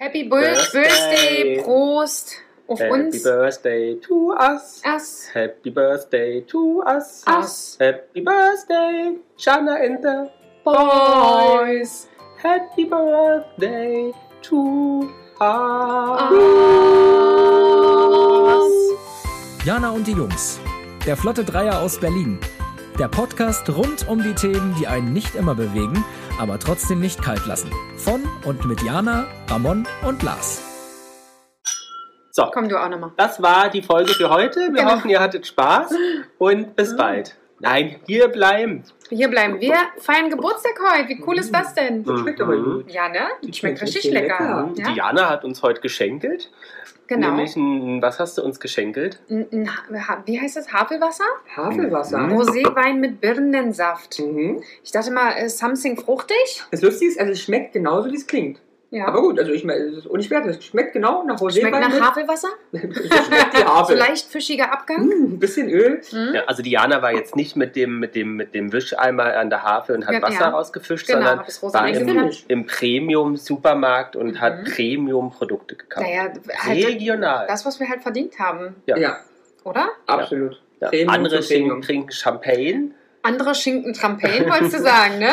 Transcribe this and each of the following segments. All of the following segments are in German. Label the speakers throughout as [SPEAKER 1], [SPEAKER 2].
[SPEAKER 1] Happy Birthday,
[SPEAKER 2] Birthday.
[SPEAKER 1] Prost auf
[SPEAKER 2] Happy
[SPEAKER 1] uns.
[SPEAKER 2] Birthday to us.
[SPEAKER 1] Ass,
[SPEAKER 2] Happy Birthday to us.
[SPEAKER 1] Us.
[SPEAKER 2] Happy Birthday, Shana and the
[SPEAKER 1] Boys.
[SPEAKER 2] Happy Birthday to
[SPEAKER 1] Ah.
[SPEAKER 2] us.
[SPEAKER 1] Ass.
[SPEAKER 3] Jana und die Jungs. Der Flotte Dreier aus Berlin. Der Podcast rund um die Themen, die einen nicht immer bewegen, aber trotzdem nicht kalt lassen. Von und mit Jana, Ramon und Lars.
[SPEAKER 2] So,
[SPEAKER 1] Komm du auch nochmal.
[SPEAKER 2] das war die Folge für heute. Wir
[SPEAKER 1] Genau. Mhm.
[SPEAKER 2] hoffen, ihr hattet Spaß und bis bald. Nein, hier bleiben.
[SPEAKER 1] Hier bleiben wir. Feiern Geburtstag heute. Wie cool ist das denn?
[SPEAKER 2] Schmeckt aber gut.
[SPEAKER 1] Ja, ne? Schmeckt,
[SPEAKER 4] schmeckt
[SPEAKER 1] richtig
[SPEAKER 4] richtig
[SPEAKER 1] lecker.
[SPEAKER 2] Die
[SPEAKER 1] Ja?
[SPEAKER 2] Jana Mhm. hat uns heute geschenkelt.
[SPEAKER 1] Genau. Mhm.
[SPEAKER 2] Nämlich ein, was hast du uns geschenkelt?
[SPEAKER 1] Ein- ein Ha- Wie heißt das? Havelwasser?
[SPEAKER 4] Havelwasser.
[SPEAKER 2] Mhm.
[SPEAKER 1] Roséwein mit Birnensaft.
[SPEAKER 4] Mhm.
[SPEAKER 1] Ich dachte mal, äh, something fruchtig.
[SPEAKER 4] Das Lustige ist, also es schmeckt genauso, wie es klingt.
[SPEAKER 1] Ja.
[SPEAKER 4] Aber gut, also ich meine, es ist auch nicht wertlos. Es schmeckt genau nach Rosé.
[SPEAKER 1] Schmeckt nach Havelwasser.
[SPEAKER 4] Es schmeckt wie
[SPEAKER 1] So
[SPEAKER 4] Havel.
[SPEAKER 1] leicht fischiger
[SPEAKER 2] Hm?
[SPEAKER 1] Abgang.
[SPEAKER 4] Mm, ein bisschen Öl.
[SPEAKER 1] Mhm.
[SPEAKER 2] Ja, also Diana war jetzt nicht mit dem, mit dem, mit dem Wischeimer an der Havel und hat
[SPEAKER 1] Ja,
[SPEAKER 2] Wasser
[SPEAKER 1] ja.
[SPEAKER 2] rausgefischt,
[SPEAKER 1] Genau,
[SPEAKER 2] sondern
[SPEAKER 1] bis
[SPEAKER 2] war
[SPEAKER 1] rosa
[SPEAKER 4] Nein,
[SPEAKER 2] im,
[SPEAKER 1] Riesen.
[SPEAKER 4] Finnisch.
[SPEAKER 2] im Premium-Supermarkt und
[SPEAKER 1] Mhm.
[SPEAKER 2] hat Premium-Produkte gekauft.
[SPEAKER 1] Naja, halt
[SPEAKER 2] Regional.
[SPEAKER 1] das, was wir halt verdient haben,
[SPEAKER 2] Ja.
[SPEAKER 4] Ja,
[SPEAKER 1] oder?
[SPEAKER 4] absolut.
[SPEAKER 2] ja.
[SPEAKER 4] Premium
[SPEAKER 2] Andere
[SPEAKER 4] zu Premium.
[SPEAKER 2] Schinken trinken Champagne
[SPEAKER 1] Andere schinken Trampagne, wolltest du sagen, ne?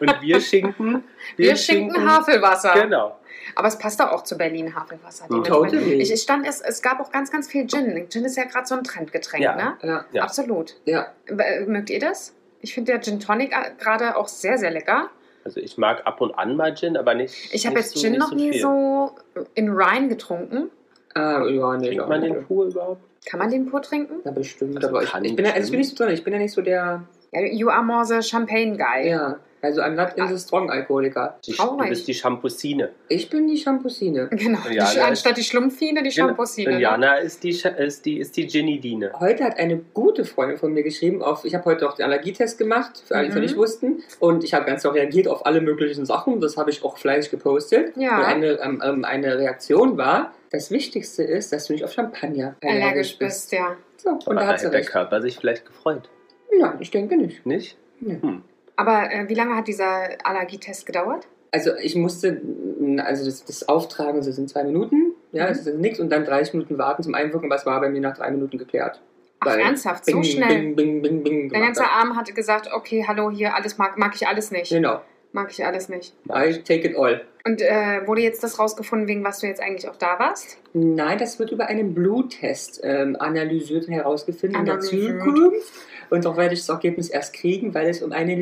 [SPEAKER 2] und wir schinken.
[SPEAKER 1] Wir, schinken, Havelwasser.
[SPEAKER 2] Genau.
[SPEAKER 1] Aber es passt doch auch zu Berlin Havelwasser.
[SPEAKER 2] Mhm.
[SPEAKER 1] dementsprechend.
[SPEAKER 4] Totally.
[SPEAKER 1] Ich, ich stand, es, es gab auch ganz, ganz viel Gin. Gin ist ja gerade so ein Trendgetränk,
[SPEAKER 2] Ja.
[SPEAKER 1] ne?
[SPEAKER 4] Ja,
[SPEAKER 2] Ja.
[SPEAKER 1] Absolut.
[SPEAKER 4] ja.
[SPEAKER 1] Äh, Mögt ihr das? Ich finde der Gin Tonic äh, gerade auch sehr, sehr lecker.
[SPEAKER 2] Also ich mag ab und an mal Gin, aber nicht.
[SPEAKER 1] Ich habe
[SPEAKER 2] nicht
[SPEAKER 1] jetzt
[SPEAKER 2] so-
[SPEAKER 1] Gin
[SPEAKER 2] nicht
[SPEAKER 1] noch nie
[SPEAKER 2] viel.
[SPEAKER 1] so in Rhine getrunken.
[SPEAKER 4] Ah, ja, nee,
[SPEAKER 2] Trinkt
[SPEAKER 4] doch.
[SPEAKER 2] man den pur überhaupt?
[SPEAKER 1] Kann man den pur trinken?
[SPEAKER 4] Ja, bestimmt.
[SPEAKER 2] Also
[SPEAKER 4] aber ich,
[SPEAKER 2] kann
[SPEAKER 4] ich bin ja, also
[SPEAKER 2] bestimmt.
[SPEAKER 4] ich bin nicht so drin. Ich bin ja nicht so der.
[SPEAKER 1] Ja, you are more the Champagne Guy.
[SPEAKER 4] Ja. Also I'm not in the strong Alkoholiker.
[SPEAKER 2] Die,
[SPEAKER 1] Traurig.
[SPEAKER 2] du bist die Schampusine.
[SPEAKER 4] Ich bin die Champusine.
[SPEAKER 1] Genau. Die,
[SPEAKER 2] Ja, Genau. ja.
[SPEAKER 1] anstatt die Schlumpfine, die ne? Shampoosine.
[SPEAKER 2] Und Jana ist die, Scha- ist die, ist die Ginny-Diene.
[SPEAKER 4] Heute hat eine gute Freundin von mir geschrieben, auf, ich habe heute auch den Allergietest gemacht, für alle, die es noch
[SPEAKER 1] Mhm.
[SPEAKER 4] nicht wussten. Und ich habe ganz auch reagiert auf alle möglichen Sachen. Das habe ich auch fleißig gepostet.
[SPEAKER 1] Ja.
[SPEAKER 4] Und eine, ähm, ähm, eine Reaktion war, das Wichtigste ist, dass du nicht auf Champagner
[SPEAKER 1] Allergisch bist, ja.
[SPEAKER 4] So,
[SPEAKER 2] Und
[SPEAKER 4] und da
[SPEAKER 2] da
[SPEAKER 4] hat
[SPEAKER 2] hätte
[SPEAKER 4] sie
[SPEAKER 2] der
[SPEAKER 4] recht.
[SPEAKER 2] Körper sich vielleicht gefreut.
[SPEAKER 4] Ja, ich denke nicht.
[SPEAKER 2] Nicht?
[SPEAKER 4] Ja.
[SPEAKER 2] Hm.
[SPEAKER 1] Aber äh, wie lange hat dieser Allergietest gedauert?
[SPEAKER 4] Also ich musste, mh, also das, das Auftragen das sind zwei Minuten, ja,
[SPEAKER 1] Mhm.
[SPEAKER 4] das ist nichts und dann 30 Minuten warten zum Einwirken, aber es war bei mir nach drei Minuten geklärt.
[SPEAKER 1] Ach,
[SPEAKER 4] Weil-
[SPEAKER 1] ernsthaft, so schnell.
[SPEAKER 4] Bing, bing, bing, bing.
[SPEAKER 1] Der
[SPEAKER 4] gemacht
[SPEAKER 1] ganze
[SPEAKER 4] hat.
[SPEAKER 1] Arm hatte gesagt, okay, hallo, hier, alles mag, mag ich alles nicht.
[SPEAKER 4] Genau.
[SPEAKER 1] Mag ich alles nicht.
[SPEAKER 4] I take it all.
[SPEAKER 1] Und äh, wurde jetzt das rausgefunden, wegen was du jetzt eigentlich auch da warst?
[SPEAKER 4] Nein, das wird über einen Bluttest ähm, analysiert und herausgefunden in der
[SPEAKER 1] Analysiert.
[SPEAKER 4] Zukunft. Und auch werde ich das Ergebnis erst kriegen, weil es um eine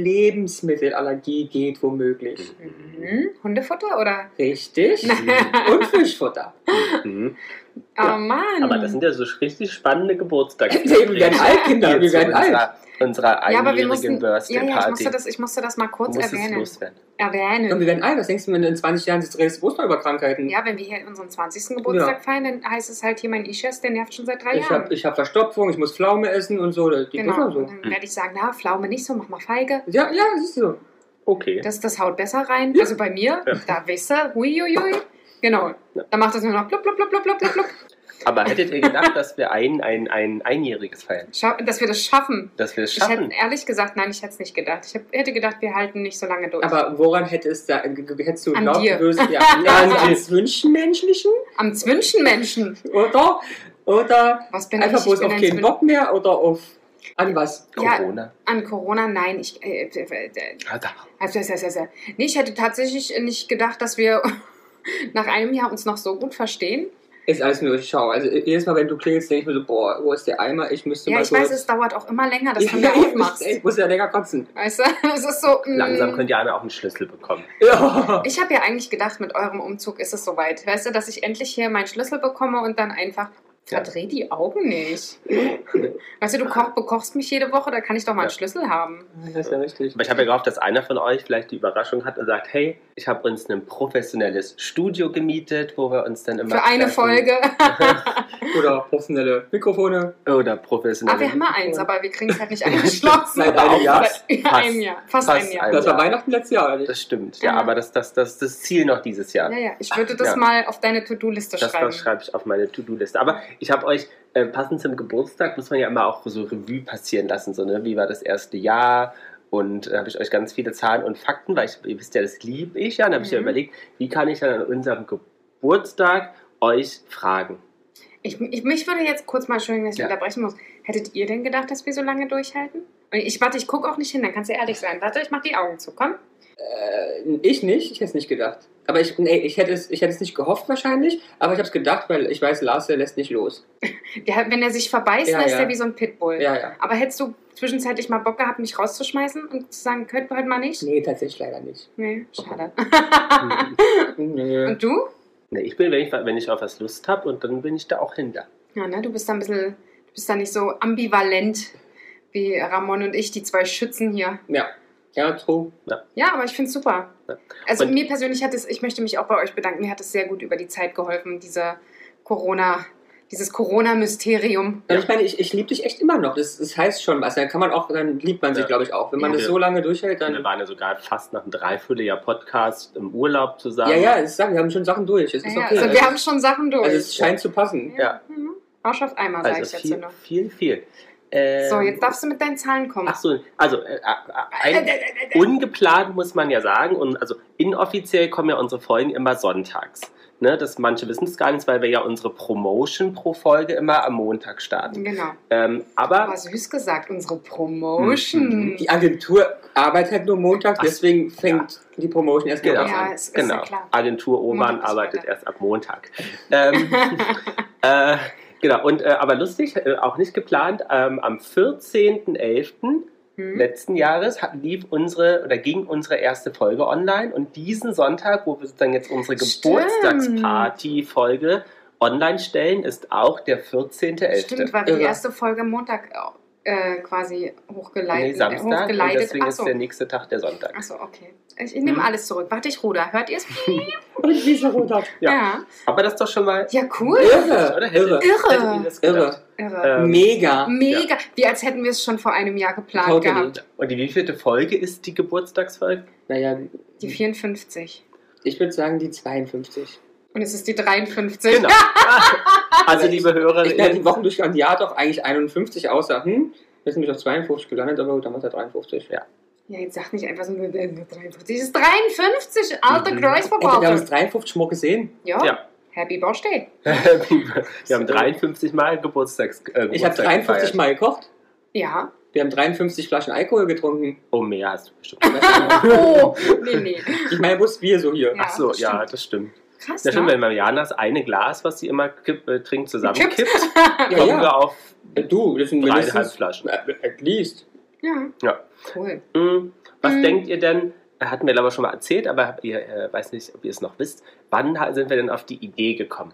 [SPEAKER 4] Lebensmittelallergie geht, womöglich.
[SPEAKER 1] Mhm. Hundefutter oder?
[SPEAKER 4] Richtig. und Fischfutter.
[SPEAKER 2] Mhm.
[SPEAKER 1] Oh Mann.
[SPEAKER 2] Aber das sind ja so richtig spannende Geburtstagsgespräche.
[SPEAKER 4] Wir werden alt, Kinder. Wir
[SPEAKER 2] zu
[SPEAKER 4] werden alt.
[SPEAKER 2] unserer, unserer
[SPEAKER 1] ja, aber wir
[SPEAKER 2] einjährigen
[SPEAKER 1] mussten, ja,
[SPEAKER 2] Birthday
[SPEAKER 1] ja, ich
[SPEAKER 2] Party.
[SPEAKER 1] musste, das, ich musste das mal kurz
[SPEAKER 2] Muss es
[SPEAKER 1] erwähnen.
[SPEAKER 2] loswerden.
[SPEAKER 4] Und wir
[SPEAKER 1] Erwähnen.
[SPEAKER 4] werden alt. Was denkst du, wenn du in 20 Jahren sitzt, redest du bloß noch über Krankheiten?
[SPEAKER 1] Ja, wenn wir hier unseren 20. Geburtstag
[SPEAKER 4] Ja.
[SPEAKER 1] feiern, dann heißt es halt hier, mein Ischias, der nervt schon seit drei
[SPEAKER 4] Ich
[SPEAKER 1] Jahren.
[SPEAKER 4] habe ich hab Verstopfung, ich muss Pflaume essen und so. Die
[SPEAKER 1] genau.
[SPEAKER 4] genau.
[SPEAKER 1] Und
[SPEAKER 4] so.
[SPEAKER 1] Dann werde ich sagen, na, Pflaume nicht so, mach mal Feige.
[SPEAKER 4] Ja, ja, das ist so.
[SPEAKER 2] Okay.
[SPEAKER 1] Das, das haut besser rein.
[SPEAKER 4] Ja.
[SPEAKER 1] Also bei mir, da weißt du, huiuiui. Genau.
[SPEAKER 2] Ja.
[SPEAKER 1] Da macht das nur noch blub, blub, blub, blub, blub, blub, blub.
[SPEAKER 2] aber hättet ihr gedacht, dass wir ein, ein, ein Einjähriges feiern?
[SPEAKER 1] Scha dass wir das schaffen.
[SPEAKER 2] Dass wir es
[SPEAKER 1] Ich hätte
[SPEAKER 2] schaffen?
[SPEAKER 1] ehrlich gesagt, nein, ich hätte es nicht gedacht. Ich hab, hätte gedacht, wir halten nicht so lange durch.
[SPEAKER 4] Aber woran hätte es da, hättest du
[SPEAKER 1] An
[SPEAKER 4] geglaubt,
[SPEAKER 1] dir.
[SPEAKER 4] du wirst ja,
[SPEAKER 2] An dir.
[SPEAKER 4] ans Wünschenmenschlichen
[SPEAKER 1] Am Zwischenmenschen.
[SPEAKER 4] oder, oder
[SPEAKER 1] Was bin
[SPEAKER 4] Einfach
[SPEAKER 1] ich?
[SPEAKER 4] bloß
[SPEAKER 1] ich
[SPEAKER 4] auf
[SPEAKER 1] bin ein
[SPEAKER 4] keinen
[SPEAKER 1] Zwin-
[SPEAKER 4] Bock mehr oder auf an was?
[SPEAKER 1] Ja.
[SPEAKER 2] Corona.
[SPEAKER 1] An Corona, nein. Ich, äh, äh, äh, also,
[SPEAKER 2] Also,
[SPEAKER 1] also, also, also. Nee, ich hätte tatsächlich nicht gedacht, dass wir nach einem Jahr uns noch so gut verstehen.
[SPEAKER 4] Ist alles nur Schau. Also jedes Mal, wenn du klingelst, denke ich mir so, boah, wo ist der Eimer? Ich müsste
[SPEAKER 1] ja,
[SPEAKER 4] mal
[SPEAKER 1] ich
[SPEAKER 4] kurz-
[SPEAKER 1] weiß, es dauert auch immer länger, dass
[SPEAKER 4] ja,
[SPEAKER 1] du mir
[SPEAKER 4] ich, muss,
[SPEAKER 1] aufmachst.
[SPEAKER 4] ich muss ja länger kotzen.
[SPEAKER 1] Weißt du, es ist so... mm.
[SPEAKER 2] langsam könnt ihr Anna auch einen Schlüssel bekommen.
[SPEAKER 4] Ja.
[SPEAKER 1] Ich habe ja eigentlich gedacht, mit eurem Umzug ist es soweit. Weißt du, dass ich endlich hier meinen Schlüssel bekomme und dann einfach.
[SPEAKER 2] Ja.
[SPEAKER 1] Verdreh die Augen nicht. Weißt du, du koch, bekochst mich jede Woche, da kann ich doch mal einen
[SPEAKER 2] Ja.
[SPEAKER 1] Schlüssel haben.
[SPEAKER 4] Das ist ja richtig.
[SPEAKER 2] Aber ich habe ja gehofft, dass einer von euch vielleicht die Überraschung hat und sagt, hey, ich habe uns ein professionelles Studio gemietet, wo wir uns dann immer...
[SPEAKER 1] Für eine
[SPEAKER 2] treffen.
[SPEAKER 1] Folge.
[SPEAKER 4] Oder professionelle Mikrofone.
[SPEAKER 2] Oder
[SPEAKER 1] Ah,
[SPEAKER 2] professionelle...
[SPEAKER 1] wir haben mal eins, aber wir kriegen es halt nicht angeschlossen.
[SPEAKER 4] Seit einem Jahr.
[SPEAKER 1] Seit über
[SPEAKER 2] Fast.
[SPEAKER 1] einem Jahr. Fast,
[SPEAKER 2] Fast
[SPEAKER 1] ein Jahr.
[SPEAKER 2] ein-
[SPEAKER 4] Das war
[SPEAKER 2] Ja.
[SPEAKER 4] Weihnachten letztes Jahr, oder nicht?
[SPEAKER 2] das stimmt. Ja,
[SPEAKER 1] Ja.
[SPEAKER 2] aber das, das, das, das Ziel noch dieses Jahr.
[SPEAKER 1] Ja, ja. Ich würde das
[SPEAKER 2] Ja.
[SPEAKER 1] mal auf deine To-Do-Liste
[SPEAKER 2] Das,
[SPEAKER 1] schreiben.
[SPEAKER 2] das schreibe ich auf meine To-Do-Liste. Aber ich habe euch, äh, passend zum Geburtstag, muss man ja immer auch so Revue passieren lassen. So, ne? Wie war das erste Jahr? Und da habe ich euch ganz viele Zahlen und Fakten, weil ich, ihr wisst ja, das liebe ich ja. Und da habe ich ja
[SPEAKER 1] Mhm.
[SPEAKER 2] überlegt, wie kann ich dann an unserem Ge Geburtstag euch fragen.
[SPEAKER 1] Ich, ich, mich würde jetzt kurz mal entschuldigen, dass ich
[SPEAKER 2] Ja.
[SPEAKER 1] unterbrechen muss. Hättet ihr denn gedacht, dass wir so lange durchhalten? Und ich warte, ich gucke auch nicht hin, dann kannst du ehrlich sein. Warte, ich mach die Augen zu, komm.
[SPEAKER 4] Äh, Ich nicht, ich hätte es nicht gedacht. Aber ich, nee, ich, hätte es, ich hätte es nicht gehofft wahrscheinlich, aber ich habe es gedacht, weil ich weiß, Lars, der lässt nicht los.
[SPEAKER 1] Der, wenn er sich verbeißt,
[SPEAKER 4] Ja,
[SPEAKER 1] dann ist
[SPEAKER 4] ja.
[SPEAKER 1] er wie so ein Pitbull.
[SPEAKER 4] Ja, ja.
[SPEAKER 1] Aber hättest du zwischenzeitlich mal Bock gehabt, mich rauszuschmeißen und zu sagen, könnten wir heute mal nicht?
[SPEAKER 4] Nee, tatsächlich leider nicht.
[SPEAKER 1] Nee, schade.
[SPEAKER 4] Nö.
[SPEAKER 1] Und du?
[SPEAKER 2] Nee, Ne, ich bin, wenn ich, wenn ich auf was Lust habe und dann bin ich da auch hinter.
[SPEAKER 1] Ja, ne? Du bist da ein bisschen, du bist da nicht so ambivalent wie Ramon und ich, die zwei Schützen hier.
[SPEAKER 4] Ja, ja, true.
[SPEAKER 1] Ja, aber ich finde es super.
[SPEAKER 2] Ja.
[SPEAKER 1] Also
[SPEAKER 2] Und-
[SPEAKER 1] mir persönlich hat es, ich möchte mich auch bei euch bedanken, mir hat es sehr gut über die Zeit geholfen, diese Corona, dieses Corona-Mysterium.
[SPEAKER 4] Und
[SPEAKER 2] Ja.
[SPEAKER 4] Also ich meine, ich, ich liebe dich echt immer noch. Das, das heißt schon was. Dann kann man auch, dann liebt man sich,
[SPEAKER 2] Ja.
[SPEAKER 4] glaube ich, auch. Wenn man
[SPEAKER 2] Ja.
[SPEAKER 4] das so lange durchhält,
[SPEAKER 2] Wir
[SPEAKER 4] dann.
[SPEAKER 2] waren ja sogar fast nach einem Dreivierteljahr Podcast im Urlaub zusammen.
[SPEAKER 4] Ja, ja, das ist, wir haben schon Sachen durch. Es ist
[SPEAKER 1] Ja,
[SPEAKER 4] okay.
[SPEAKER 1] also wir haben schon Sachen durch.
[SPEAKER 4] also es scheint zu passen.
[SPEAKER 2] ja.
[SPEAKER 1] Mhm. Arsch auf einmal, sage
[SPEAKER 2] Also
[SPEAKER 1] ich jetzt ne?
[SPEAKER 2] viel,
[SPEAKER 1] nur.
[SPEAKER 2] viel, viel. Ähm,
[SPEAKER 1] So, jetzt darfst du mit deinen Zahlen kommen.
[SPEAKER 2] Ach so, also äh, äh,
[SPEAKER 1] Äh,
[SPEAKER 2] ein,
[SPEAKER 1] äh, äh, äh,
[SPEAKER 2] ungeplant muss man ja sagen. Und also inoffiziell kommen ja unsere Folgen immer sonntags. Ne, das, manche wissen es gar nicht, weil wir ja unsere Promotion pro Folge immer am Montag starten.
[SPEAKER 1] Genau.
[SPEAKER 2] Ähm, aber
[SPEAKER 1] Aber süß gesagt, unsere
[SPEAKER 2] Mhm,
[SPEAKER 1] Promotion.
[SPEAKER 4] Die Agentur arbeitet halt nur Montag,
[SPEAKER 2] Ach,
[SPEAKER 4] deswegen fängt die Promotion erst
[SPEAKER 2] genau,
[SPEAKER 4] mal
[SPEAKER 1] Ja,
[SPEAKER 4] an.
[SPEAKER 1] es ist ja
[SPEAKER 2] genau.
[SPEAKER 1] klar.
[SPEAKER 2] Agentur Oman
[SPEAKER 1] Montag ist
[SPEAKER 2] arbeitet
[SPEAKER 1] Freitag.
[SPEAKER 2] erst ab Montag. Ähm, äh, genau, und äh, aber lustig, äh, auch nicht geplant, ähm, am 14.11.
[SPEAKER 1] Hm?
[SPEAKER 2] letzten Jahres hat, lief unsere oder ging unsere erste Folge online und diesen Sonntag, wo wir sozusagen jetzt unsere
[SPEAKER 1] Stimmt.
[SPEAKER 2] Geburtstagsparty-Folge online stellen, ist auch der 14.11.
[SPEAKER 1] Stimmt, weil wir die
[SPEAKER 4] Irre.
[SPEAKER 1] erste Folge Montag äh, quasi
[SPEAKER 2] Nee,
[SPEAKER 1] hochgeleitet, äh,
[SPEAKER 2] Samstag und
[SPEAKER 1] hochgeleitet.
[SPEAKER 2] deswegen ist
[SPEAKER 1] Achso,
[SPEAKER 2] der nächste Tag der Sonntag.
[SPEAKER 1] Achso, okay. Ich, ich nehme
[SPEAKER 2] Hm.
[SPEAKER 1] alles zurück. Warte, ich ruder. Hört ihr es?
[SPEAKER 4] Und Lisa Rodak.
[SPEAKER 1] Ja.
[SPEAKER 2] Aber das ist doch schon mal
[SPEAKER 1] Ja, cool.
[SPEAKER 2] oder?
[SPEAKER 4] Irre,
[SPEAKER 2] Hätte-
[SPEAKER 4] irre,
[SPEAKER 2] hättet ihr
[SPEAKER 1] Irre.
[SPEAKER 2] das gedacht?
[SPEAKER 4] irre.
[SPEAKER 1] Irre.
[SPEAKER 2] Ähm,
[SPEAKER 4] Mega.
[SPEAKER 1] Mega. Wie als hätten wir es schon vor einem Jahr geplant
[SPEAKER 4] Totally.
[SPEAKER 1] gehabt.
[SPEAKER 2] Und die wievielte Folge ist die Geburtstagsfolge?
[SPEAKER 4] Naja,
[SPEAKER 2] Mhm.
[SPEAKER 1] Die 54.
[SPEAKER 4] ich würde sagen die 52.
[SPEAKER 1] Und es ist die 53.
[SPEAKER 2] Genau. also liebe
[SPEAKER 4] Ich bin die
[SPEAKER 2] Hörerinnen,
[SPEAKER 4] Wochen durchgegangen, die hat doch eigentlich 51, außer, hm, wir sind nämlich auf 52 gelandet, aber gut, damals hat 53.
[SPEAKER 2] Ja.
[SPEAKER 1] Ja, jetzt sag nicht einfach so, wir werden nur 53. Es ist 53, alter
[SPEAKER 2] Mhm.
[SPEAKER 4] Ey, wir haben es
[SPEAKER 1] Kreuzverbauter.
[SPEAKER 4] 53 mal gesehen.
[SPEAKER 1] Ja.
[SPEAKER 2] Ja.
[SPEAKER 1] Happy Birthday.
[SPEAKER 2] wir haben 53 Mal Geburtstags äh,
[SPEAKER 4] Ich habe
[SPEAKER 2] Geburtstag
[SPEAKER 4] 53
[SPEAKER 2] gefeiert.
[SPEAKER 4] mal gekocht.
[SPEAKER 1] Ja.
[SPEAKER 4] Wir haben 53 Flaschen Alkohol getrunken.
[SPEAKER 2] Oh, mehr hast du bestimmt.
[SPEAKER 1] Oh, nee, nee.
[SPEAKER 4] Ich meine, bloß wir so hier.
[SPEAKER 1] Ja,
[SPEAKER 2] Ach so,
[SPEAKER 1] das
[SPEAKER 2] ja,
[SPEAKER 1] stimmt.
[SPEAKER 2] das stimmt.
[SPEAKER 1] Krass,
[SPEAKER 2] Na stimmt,
[SPEAKER 1] ne?
[SPEAKER 2] wenn Mariana das eine Glas, was sie immer kipp, äh, trinkt, zusammenkippt,
[SPEAKER 1] Kippt.
[SPEAKER 4] Ja,
[SPEAKER 2] kommen wir
[SPEAKER 4] ja.
[SPEAKER 2] auf
[SPEAKER 4] Äh, Du, das sind
[SPEAKER 2] dreieinhalb
[SPEAKER 4] mindestens.
[SPEAKER 2] Flaschen.
[SPEAKER 4] äh, At least.
[SPEAKER 1] Ja.
[SPEAKER 2] Ja.
[SPEAKER 1] Cool.
[SPEAKER 2] Hm, Was
[SPEAKER 1] Hm.
[SPEAKER 2] denkt ihr denn, hatten wir aber schon mal erzählt, aber habt ihr äh, weiß nicht, ob ihr es noch wisst, wann ha- sind wir denn auf die Idee gekommen?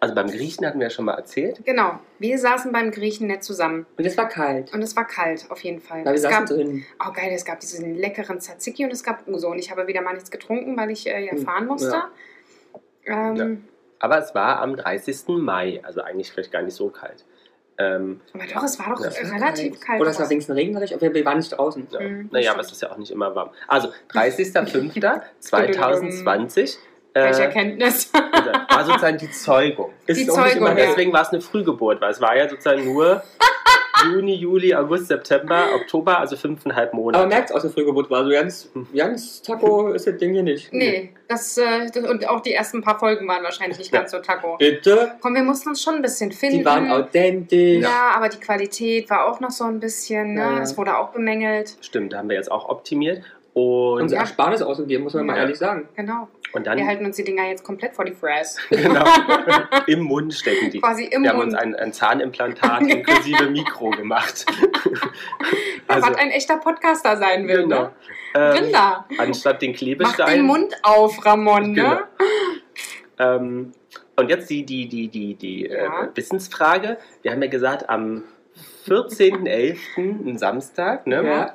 [SPEAKER 2] Also beim Griechen hatten wir ja schon mal erzählt.
[SPEAKER 1] Genau. Wir saßen beim Griechen nett zusammen.
[SPEAKER 4] Und es war kalt.
[SPEAKER 1] Und es war kalt, auf jeden Fall.
[SPEAKER 4] Da wir
[SPEAKER 1] es
[SPEAKER 4] saßen
[SPEAKER 1] gab,
[SPEAKER 4] drin.
[SPEAKER 1] oh geil, es gab diesen leckeren Tzatziki und es gab Uso. Und ich habe wieder mal nichts getrunken, weil ich äh, ja
[SPEAKER 4] Hm,
[SPEAKER 1] fahren musste.
[SPEAKER 4] ja.
[SPEAKER 1] Ähm,
[SPEAKER 2] Aber es war am 30. Mai, also eigentlich vielleicht gar nicht so kalt. Ähm,
[SPEAKER 1] Aber doch, es war doch
[SPEAKER 2] Ja.
[SPEAKER 1] relativ kalt.
[SPEAKER 4] Oder es war wenigstens regnerisch, aber wir waren nicht draußen.
[SPEAKER 2] ja.
[SPEAKER 1] Hm, das
[SPEAKER 2] naja,
[SPEAKER 1] stimmt.
[SPEAKER 2] aber es ist ja auch nicht immer warm. Also 30.05.2020
[SPEAKER 1] Welche
[SPEAKER 2] äh,
[SPEAKER 1] Erkenntnis.
[SPEAKER 2] war sozusagen die Zeugung.
[SPEAKER 1] Die
[SPEAKER 4] auch nicht
[SPEAKER 1] Zeugung,
[SPEAKER 4] immer
[SPEAKER 2] Und
[SPEAKER 1] ja.
[SPEAKER 4] deswegen-
[SPEAKER 2] deswegen war es eine Frühgeburt, weil es war ja sozusagen nur Juni, Juli, August, September, Oktober, also fünfeinhalb
[SPEAKER 4] Aber
[SPEAKER 2] Monate.
[SPEAKER 4] merkt aus der Frühgeburt war so ganz, ganz taco ist das Ding hier nicht.
[SPEAKER 1] nee, das, äh, das, und auch die ersten paar Folgen waren wahrscheinlich nicht ganz so taco.
[SPEAKER 4] Bitte?
[SPEAKER 1] Komm, wir mussten uns schon ein bisschen finden.
[SPEAKER 4] Die waren authentisch.
[SPEAKER 1] Ja, aber die Qualität war auch noch so ein bisschen, ne?
[SPEAKER 4] Ja, ja.
[SPEAKER 1] Es wurde auch bemängelt.
[SPEAKER 2] Stimmt, da haben wir jetzt auch optimiert. Und,
[SPEAKER 4] Unser Ersparnis ausgegeben, muss man mal
[SPEAKER 1] Ja.
[SPEAKER 4] ehrlich sagen.
[SPEAKER 1] Genau.
[SPEAKER 2] und dann
[SPEAKER 1] Wir halten uns die Dinger jetzt komplett vor die Fresse.
[SPEAKER 2] genau, im Mund stecken die.
[SPEAKER 1] Quasi im
[SPEAKER 2] wir haben
[SPEAKER 1] Mund.
[SPEAKER 2] uns ein, ein Zahnimplantat inklusive Mikro gemacht.
[SPEAKER 1] ja, was ein echter Podcaster sein will, ne?
[SPEAKER 2] also- Ähm,
[SPEAKER 1] Rinder.
[SPEAKER 2] anstatt den
[SPEAKER 1] Mach
[SPEAKER 2] Klebestein.
[SPEAKER 1] den Mund auf, Ramon, ne?
[SPEAKER 2] Genau. Ähm, und jetzt die, die, die, die, die
[SPEAKER 1] Ja.
[SPEAKER 2] äh, Wissensfrage. Wir haben ja gesagt, am 14.11., ein Samstag, ne,
[SPEAKER 4] Ja.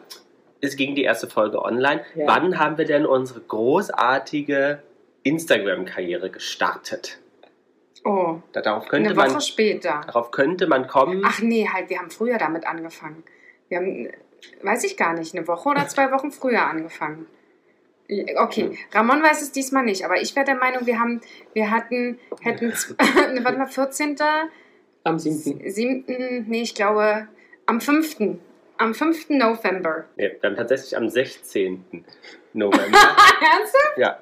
[SPEAKER 2] es ging die erste Folge online.
[SPEAKER 4] Ja.
[SPEAKER 2] Wann haben wir denn unsere großartige Instagram-Karriere gestartet?
[SPEAKER 1] Oh,
[SPEAKER 2] Da- Darauf könnte,
[SPEAKER 1] eine Woche
[SPEAKER 2] man,
[SPEAKER 1] später.
[SPEAKER 2] darauf könnte man kommen.
[SPEAKER 1] Ach nee, halt, wir haben früher damit angefangen. Wir haben, weiß ich gar nicht, eine Woche oder zwei Wochen früher angefangen.
[SPEAKER 2] Hm.
[SPEAKER 1] Okay, Ramon weiß es diesmal nicht, aber ich wäre der Meinung, wir haben, wir hatten, hätten, z- ne, warte mal, 14.
[SPEAKER 4] Am 7.
[SPEAKER 1] siebten, nee, ich glaube, am 5. Am 5. November.
[SPEAKER 2] Nee, dann tatsächlich am 16. November.
[SPEAKER 1] Ernsthaft?
[SPEAKER 2] ja,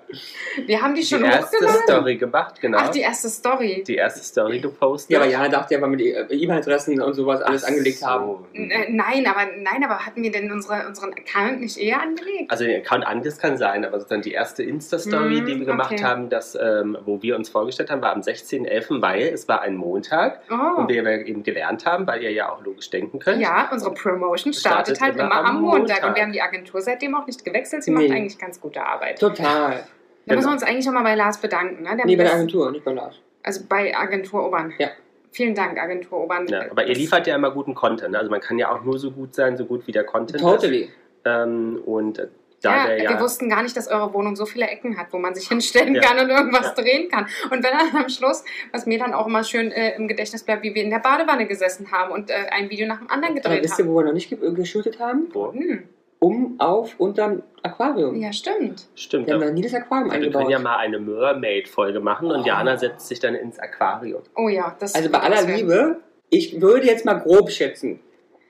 [SPEAKER 1] Wir haben die
[SPEAKER 2] die
[SPEAKER 1] schon
[SPEAKER 2] erste
[SPEAKER 1] hochgeladen?
[SPEAKER 2] Story gemacht, genau.
[SPEAKER 1] Ach, die erste Story.
[SPEAKER 2] die erste Story gepostet.
[SPEAKER 4] Ja, aber Jana dachte ja, weil wir die äh, E-Mail-Adressen und sowas alles angelegt
[SPEAKER 2] So.
[SPEAKER 4] haben.
[SPEAKER 1] N- äh, Nein, aber nein, aber hatten wir denn unsere, unseren Account nicht eher angelegt?
[SPEAKER 2] Also den Account an, das kann sein, aber sozusagen die erste Insta-Story,
[SPEAKER 1] Hm,
[SPEAKER 2] die wir gemacht
[SPEAKER 1] okay.
[SPEAKER 2] haben, das, ähm, wo wir uns vorgestellt haben, war am 16.11., weil es war ein Montag
[SPEAKER 1] Oh.
[SPEAKER 2] und wir eben gelernt haben, weil ihr ja auch logisch denken könnt.
[SPEAKER 1] Ja, unsere Promotion startet,
[SPEAKER 2] Startet
[SPEAKER 1] halt
[SPEAKER 2] immer
[SPEAKER 1] immer am
[SPEAKER 2] am
[SPEAKER 1] Montag. und
[SPEAKER 2] Montag.
[SPEAKER 1] wir haben die Agentur seitdem auch nicht gewechselt. Sie macht eigentlich
[SPEAKER 4] Nee.
[SPEAKER 1] ganz gute Arbeit.
[SPEAKER 4] Total.
[SPEAKER 1] Da müssen wir
[SPEAKER 2] Genau.
[SPEAKER 1] uns eigentlich auch mal bei Lars bedanken. Ne? Der
[SPEAKER 4] Nee, bei der
[SPEAKER 1] das-
[SPEAKER 4] Agentur, nicht bei Lars.
[SPEAKER 1] Also bei Agentur Obern.
[SPEAKER 4] Ja.
[SPEAKER 1] Vielen Dank, Agentur Obern.
[SPEAKER 2] Ja, aber ihr
[SPEAKER 1] Das-
[SPEAKER 2] liefert ja immer guten Content. Also man kann ja auch nur so gut sein, so gut wie der Content ist.
[SPEAKER 4] Totally.
[SPEAKER 2] Ähm, und äh, da
[SPEAKER 1] Ja,
[SPEAKER 2] der ja,
[SPEAKER 1] wir wussten gar nicht, dass eure Wohnung so viele Ecken hat, wo man sich hinstellen
[SPEAKER 2] Ja.
[SPEAKER 1] kann und irgendwas
[SPEAKER 2] Ja.
[SPEAKER 1] drehen kann. Und wenn dann am Schluss, was mir dann auch immer schön äh, im Gedächtnis bleibt, wie wir in der Badewanne gesessen haben und äh, ein Video nach dem anderen
[SPEAKER 4] Aber
[SPEAKER 1] gedreht
[SPEAKER 4] wisst ihr,
[SPEAKER 1] haben.
[SPEAKER 4] wo wir noch nicht ge- geshootet haben?
[SPEAKER 2] wo,
[SPEAKER 1] Hm,
[SPEAKER 4] Um, auf, unterm Aquarium.
[SPEAKER 1] ja, stimmt.
[SPEAKER 2] stimmt.
[SPEAKER 4] Wir haben
[SPEAKER 2] ja.
[SPEAKER 4] noch nie das Aquarium
[SPEAKER 2] Also wir können
[SPEAKER 4] eingebaut.
[SPEAKER 2] ja mal eine Mermaid-Folge machen und
[SPEAKER 4] Oh.
[SPEAKER 2] Jana setzt sich dann ins Aquarium.
[SPEAKER 1] Oh ja, das
[SPEAKER 4] also bei aller
[SPEAKER 1] das wär-
[SPEAKER 4] Liebe, ich würde jetzt mal grob schätzen.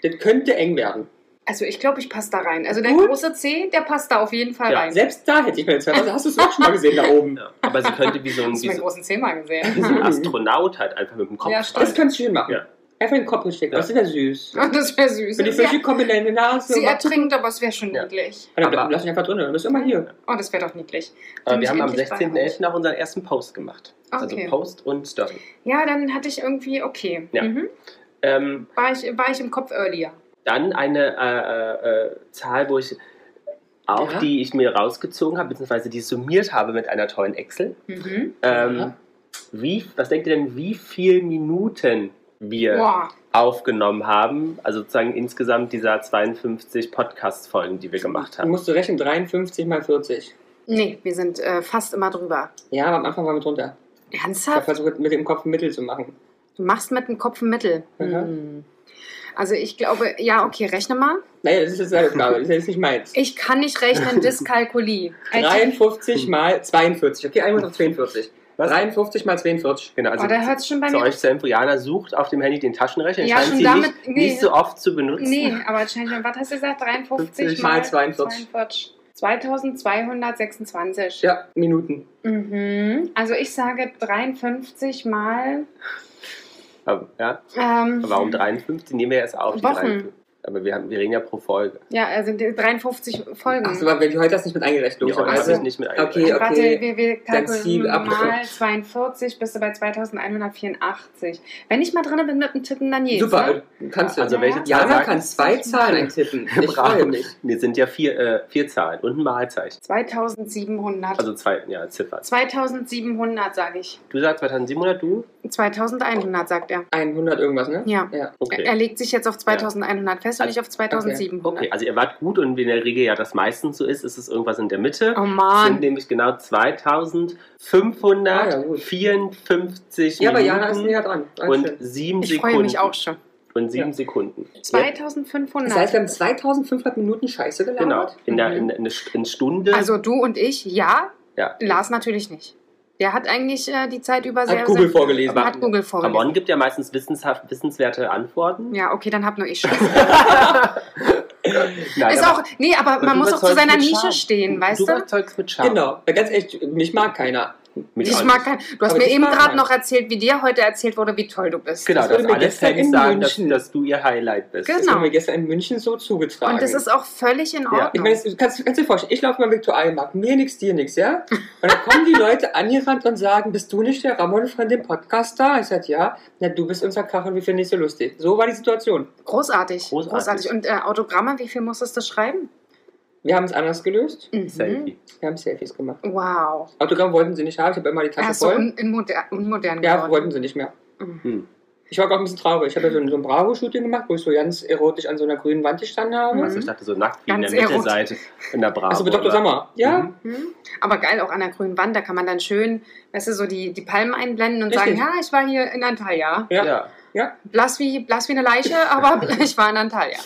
[SPEAKER 4] Das könnte eng werden.
[SPEAKER 1] Also ich glaube, ich passe da rein. Also der
[SPEAKER 4] Gut.
[SPEAKER 1] große C, der passt da auf jeden Fall
[SPEAKER 2] Ja,
[SPEAKER 1] rein.
[SPEAKER 4] Selbst da hätte ich mir jetzt also hast du es auch schon mal gesehen da oben.
[SPEAKER 2] Ja. Aber sie könnte wie so ein,
[SPEAKER 1] Hast du
[SPEAKER 2] wie
[SPEAKER 1] meinen
[SPEAKER 2] so,
[SPEAKER 1] großen C mal
[SPEAKER 2] wie so
[SPEAKER 1] gesehen?
[SPEAKER 2] ein Astronaut halt einfach mit dem Kopf
[SPEAKER 1] Ja,
[SPEAKER 4] Das
[SPEAKER 2] rein.
[SPEAKER 4] kannst du schön machen.
[SPEAKER 2] Ja.
[SPEAKER 4] Einfach in den Kopf stecken.
[SPEAKER 2] Ja.
[SPEAKER 4] Das ist ja süß.
[SPEAKER 1] Und Oh, das wäre süß.
[SPEAKER 4] Wenn die Fische kommen in deine Nase.
[SPEAKER 1] Sie
[SPEAKER 4] mach-
[SPEAKER 1] ertrinkt, aber es wäre schon
[SPEAKER 2] Ja.
[SPEAKER 1] niedlich.
[SPEAKER 4] Ja, dann
[SPEAKER 2] Aber-
[SPEAKER 4] lass dich einfach drin. Du bist immer hier.
[SPEAKER 1] Oh, das wäre doch niedlich.
[SPEAKER 2] Aber
[SPEAKER 1] Ziemlich
[SPEAKER 2] wir haben am
[SPEAKER 1] endlich bei
[SPEAKER 2] 16.11. auch unseren ersten Post gemacht.
[SPEAKER 1] Okay.
[SPEAKER 2] Also Post und Story.
[SPEAKER 1] Ja, dann hatte ich irgendwie, okay.
[SPEAKER 2] Ja.
[SPEAKER 1] Mhm.
[SPEAKER 2] Ähm,
[SPEAKER 1] War, ich, war ich im Kopf earlier.
[SPEAKER 2] dann eine äh, äh, äh, Zahl, wo ich auch
[SPEAKER 4] Ja.
[SPEAKER 2] die ich mir rausgezogen habe, beziehungsweise die summiert habe mit einer tollen Excel.
[SPEAKER 1] Mhm.
[SPEAKER 2] Ähm,
[SPEAKER 4] Ja.
[SPEAKER 2] wie, was denkt ihr denn, wie viele Minuten wir
[SPEAKER 1] Boah,
[SPEAKER 2] aufgenommen haben? Also sozusagen insgesamt dieser 52 Podcast-Folgen, die wir gemacht
[SPEAKER 4] Du
[SPEAKER 2] haben.
[SPEAKER 4] musst du rechnen, 53 mal 40.
[SPEAKER 1] nee, wir sind äh, fast immer drüber.
[SPEAKER 4] Ja, aber am Anfang waren wir drunter. Ich habe
[SPEAKER 1] Ernsthaft?
[SPEAKER 4] versucht, mit dem Kopf ein Mittel zu machen.
[SPEAKER 1] Du machst mit dem Kopf ein Mittel.
[SPEAKER 4] Mhm.
[SPEAKER 1] Hm. Also ich glaube, ja, okay, rechne mal.
[SPEAKER 4] Naja, das ist jetzt deine Aufgabe. Das ist jetzt nicht meins.
[SPEAKER 1] Ich kann nicht rechnen, Dyskalkulie. Alter,
[SPEAKER 4] 53 mal 42. Okay, einmal auf 42.
[SPEAKER 2] Hm. Was?
[SPEAKER 4] 53 mal 42.
[SPEAKER 2] Genau, also
[SPEAKER 1] oh, da hört es schon bei
[SPEAKER 2] zu
[SPEAKER 1] mir.
[SPEAKER 2] euch zur Info, Jana sucht auf dem Handy den Taschenrechner.
[SPEAKER 1] Ja,
[SPEAKER 2] scheint
[SPEAKER 1] schon
[SPEAKER 2] sie
[SPEAKER 1] damit-
[SPEAKER 2] nicht,
[SPEAKER 1] nee.
[SPEAKER 2] nicht so oft zu benutzen.
[SPEAKER 1] Nee, aber wahrscheinlich, was hast du gesagt? 53
[SPEAKER 4] mal
[SPEAKER 1] mal
[SPEAKER 4] 42.
[SPEAKER 1] 42. 2226.
[SPEAKER 4] Ja, Minuten.
[SPEAKER 1] Mhm. Also ich sage 53 mal.
[SPEAKER 2] Aber, ja,
[SPEAKER 1] Ähm,
[SPEAKER 2] warum 53? Nehmen wir erst auf. die
[SPEAKER 1] Wochen.
[SPEAKER 2] 53. Aber wir, haben, wir reden ja pro Folge.
[SPEAKER 1] Ja, also die 53 Folgen.
[SPEAKER 4] Achso, aber wir- heute hast du nicht mit eingereicht,
[SPEAKER 2] Die Folge
[SPEAKER 1] also-
[SPEAKER 2] habe ich nicht
[SPEAKER 4] logischerweise.
[SPEAKER 2] mit
[SPEAKER 4] Okay,
[SPEAKER 2] eingereicht.
[SPEAKER 4] okay.
[SPEAKER 1] Warte, wir, wir
[SPEAKER 4] Dann zieh ab.
[SPEAKER 1] kalkulieren mal 42 bist du bei 2184. Wenn ich mal drin bin mit dem Tippen, dann jedes.
[SPEAKER 4] Super,
[SPEAKER 1] Ne?
[SPEAKER 4] kannst du.
[SPEAKER 2] Also
[SPEAKER 1] Ja.
[SPEAKER 2] welche Zahl
[SPEAKER 4] Jana
[SPEAKER 2] sagt-
[SPEAKER 4] kann zwei Zahlen eintippen. Ich freue mich.
[SPEAKER 2] Wir sind ja vier, äh, vier Zahlen und ein Mahlzeichen.
[SPEAKER 1] 2700.
[SPEAKER 2] Also zwei ja, Ziffern.
[SPEAKER 1] 2700 sage ich.
[SPEAKER 2] Du sagst 2700, du?
[SPEAKER 1] 2100 sagt er.
[SPEAKER 4] 100 irgendwas, ne?
[SPEAKER 1] Ja.
[SPEAKER 4] Ja.
[SPEAKER 2] Okay.
[SPEAKER 1] Er legt sich jetzt auf 2100 fest und
[SPEAKER 2] Also-
[SPEAKER 1] nicht auf 2700.
[SPEAKER 2] Okay, also ihr wart gut und wie in der Regel ja das meistens so ist, ist es irgendwas in der Mitte.
[SPEAKER 1] Oh
[SPEAKER 2] Es sind
[SPEAKER 1] Mann.
[SPEAKER 2] nämlich genau
[SPEAKER 1] Ah,
[SPEAKER 2] 2554
[SPEAKER 4] Ja, aber
[SPEAKER 2] Minuten
[SPEAKER 4] Jana ist näher dran. Alles
[SPEAKER 2] und
[SPEAKER 4] schön.
[SPEAKER 2] sieben
[SPEAKER 1] Ich
[SPEAKER 2] Sekunden.
[SPEAKER 1] freue mich auch schon.
[SPEAKER 2] Und sieben
[SPEAKER 4] Ja.
[SPEAKER 2] Sekunden.
[SPEAKER 4] Das heißt,
[SPEAKER 1] 2500.
[SPEAKER 4] wir haben 2500 Minuten Scheiße
[SPEAKER 2] Genau,
[SPEAKER 4] gelabert.
[SPEAKER 2] in der
[SPEAKER 1] Mhm.
[SPEAKER 2] in, in, in Stunde.
[SPEAKER 1] Also du und ich, ja.
[SPEAKER 2] ja.
[SPEAKER 1] Lars natürlich nicht. Der hat eigentlich äh, die Zeit über sehr...
[SPEAKER 4] Hat Google
[SPEAKER 1] sehr,
[SPEAKER 4] vorgelesen.
[SPEAKER 1] hat Google vorgelesen.
[SPEAKER 2] Ramon gibt ja meistens wissenshaft, wissenswerte Antworten.
[SPEAKER 1] Ja, okay, dann hab nur ich Scheiße.
[SPEAKER 2] Nein,
[SPEAKER 1] ist
[SPEAKER 2] aber-
[SPEAKER 1] auch, nee, aber
[SPEAKER 2] und
[SPEAKER 1] man
[SPEAKER 2] du
[SPEAKER 1] muss auch zu
[SPEAKER 2] überzeugst
[SPEAKER 1] seiner
[SPEAKER 2] mit
[SPEAKER 1] Nische
[SPEAKER 2] Charme.
[SPEAKER 1] stehen, weißt
[SPEAKER 2] du?
[SPEAKER 1] du?
[SPEAKER 2] überzeugst mit Charme.
[SPEAKER 4] Genau. Weil Ganz ehrlich, mich mag keiner.
[SPEAKER 2] Mit
[SPEAKER 1] Ich
[SPEAKER 2] Charme.
[SPEAKER 1] mag kein, du hast
[SPEAKER 4] Aber
[SPEAKER 1] mir
[SPEAKER 4] ich
[SPEAKER 1] eben
[SPEAKER 4] mag
[SPEAKER 1] gerade
[SPEAKER 4] keinen.
[SPEAKER 1] noch erzählt, wie dir heute erzählt wurde, wie toll du bist.
[SPEAKER 2] Genau,
[SPEAKER 4] Das wurde
[SPEAKER 2] dass
[SPEAKER 4] mir
[SPEAKER 2] alle
[SPEAKER 4] gestern
[SPEAKER 2] Fans
[SPEAKER 4] in
[SPEAKER 2] sagen, dass,
[SPEAKER 4] München.
[SPEAKER 2] dass du ihr Highlight bist.
[SPEAKER 1] Genau.
[SPEAKER 4] Das wurde mir gestern in München so zugetragen.
[SPEAKER 1] Und das ist auch völlig in
[SPEAKER 2] genau, also- Ja.
[SPEAKER 1] Ordnung.
[SPEAKER 4] Ich meine, das- kannst, kannst du dir vorstellen, ich laufe mal Viktualienmarkt, mir nix, dir nix, ja? Und dann kommen die Leute angerannt und sagen, bist du nicht der Ramon von dem Podcast da? Ich sage, ja. Na, du bist unser Krach und wir finden dich so lustig. So war die Situation.
[SPEAKER 1] großartig,
[SPEAKER 2] Großartig.
[SPEAKER 1] großartig. Und äh, Autogramme, wie viel musstest du schreiben?
[SPEAKER 4] Wir haben es anders gelöst.
[SPEAKER 1] Mhm.
[SPEAKER 2] Selfie.
[SPEAKER 4] Wir haben Selfies gemacht.
[SPEAKER 1] Wow.
[SPEAKER 4] Autogramm wollten sie nicht haben, ich habe immer die Tasche
[SPEAKER 1] Hast du
[SPEAKER 4] voll.
[SPEAKER 1] un in moder unmodern
[SPEAKER 4] Ja,
[SPEAKER 1] geworden.
[SPEAKER 4] wollten sie nicht mehr.
[SPEAKER 1] Mhm.
[SPEAKER 2] Hm.
[SPEAKER 4] Ich war auch ein bisschen traurig. Ich habe ja so ein, so ein Bravo-Shooting gemacht, wo ich so ganz erotisch an so einer grünen Wand gestanden habe.
[SPEAKER 1] Mhm.
[SPEAKER 2] Also ich dachte so nackt wie in
[SPEAKER 1] Ganz
[SPEAKER 2] der
[SPEAKER 1] erotisch. Also
[SPEAKER 2] Mittelseite in der Bravo.
[SPEAKER 4] Achso, mit Dr.
[SPEAKER 2] oder?
[SPEAKER 4] Sommer. Ja,
[SPEAKER 2] Mhm.
[SPEAKER 1] Hm? Aber geil, auch an der grünen Wand, da kann man dann schön, weißt du, so die, die Palmen einblenden und
[SPEAKER 4] Richtig.
[SPEAKER 1] sagen, ja, ich war hier in Antalya.
[SPEAKER 4] ja.
[SPEAKER 2] Ja.
[SPEAKER 1] Blass wie, blass wie eine Leiche, aber ich war in Antalya.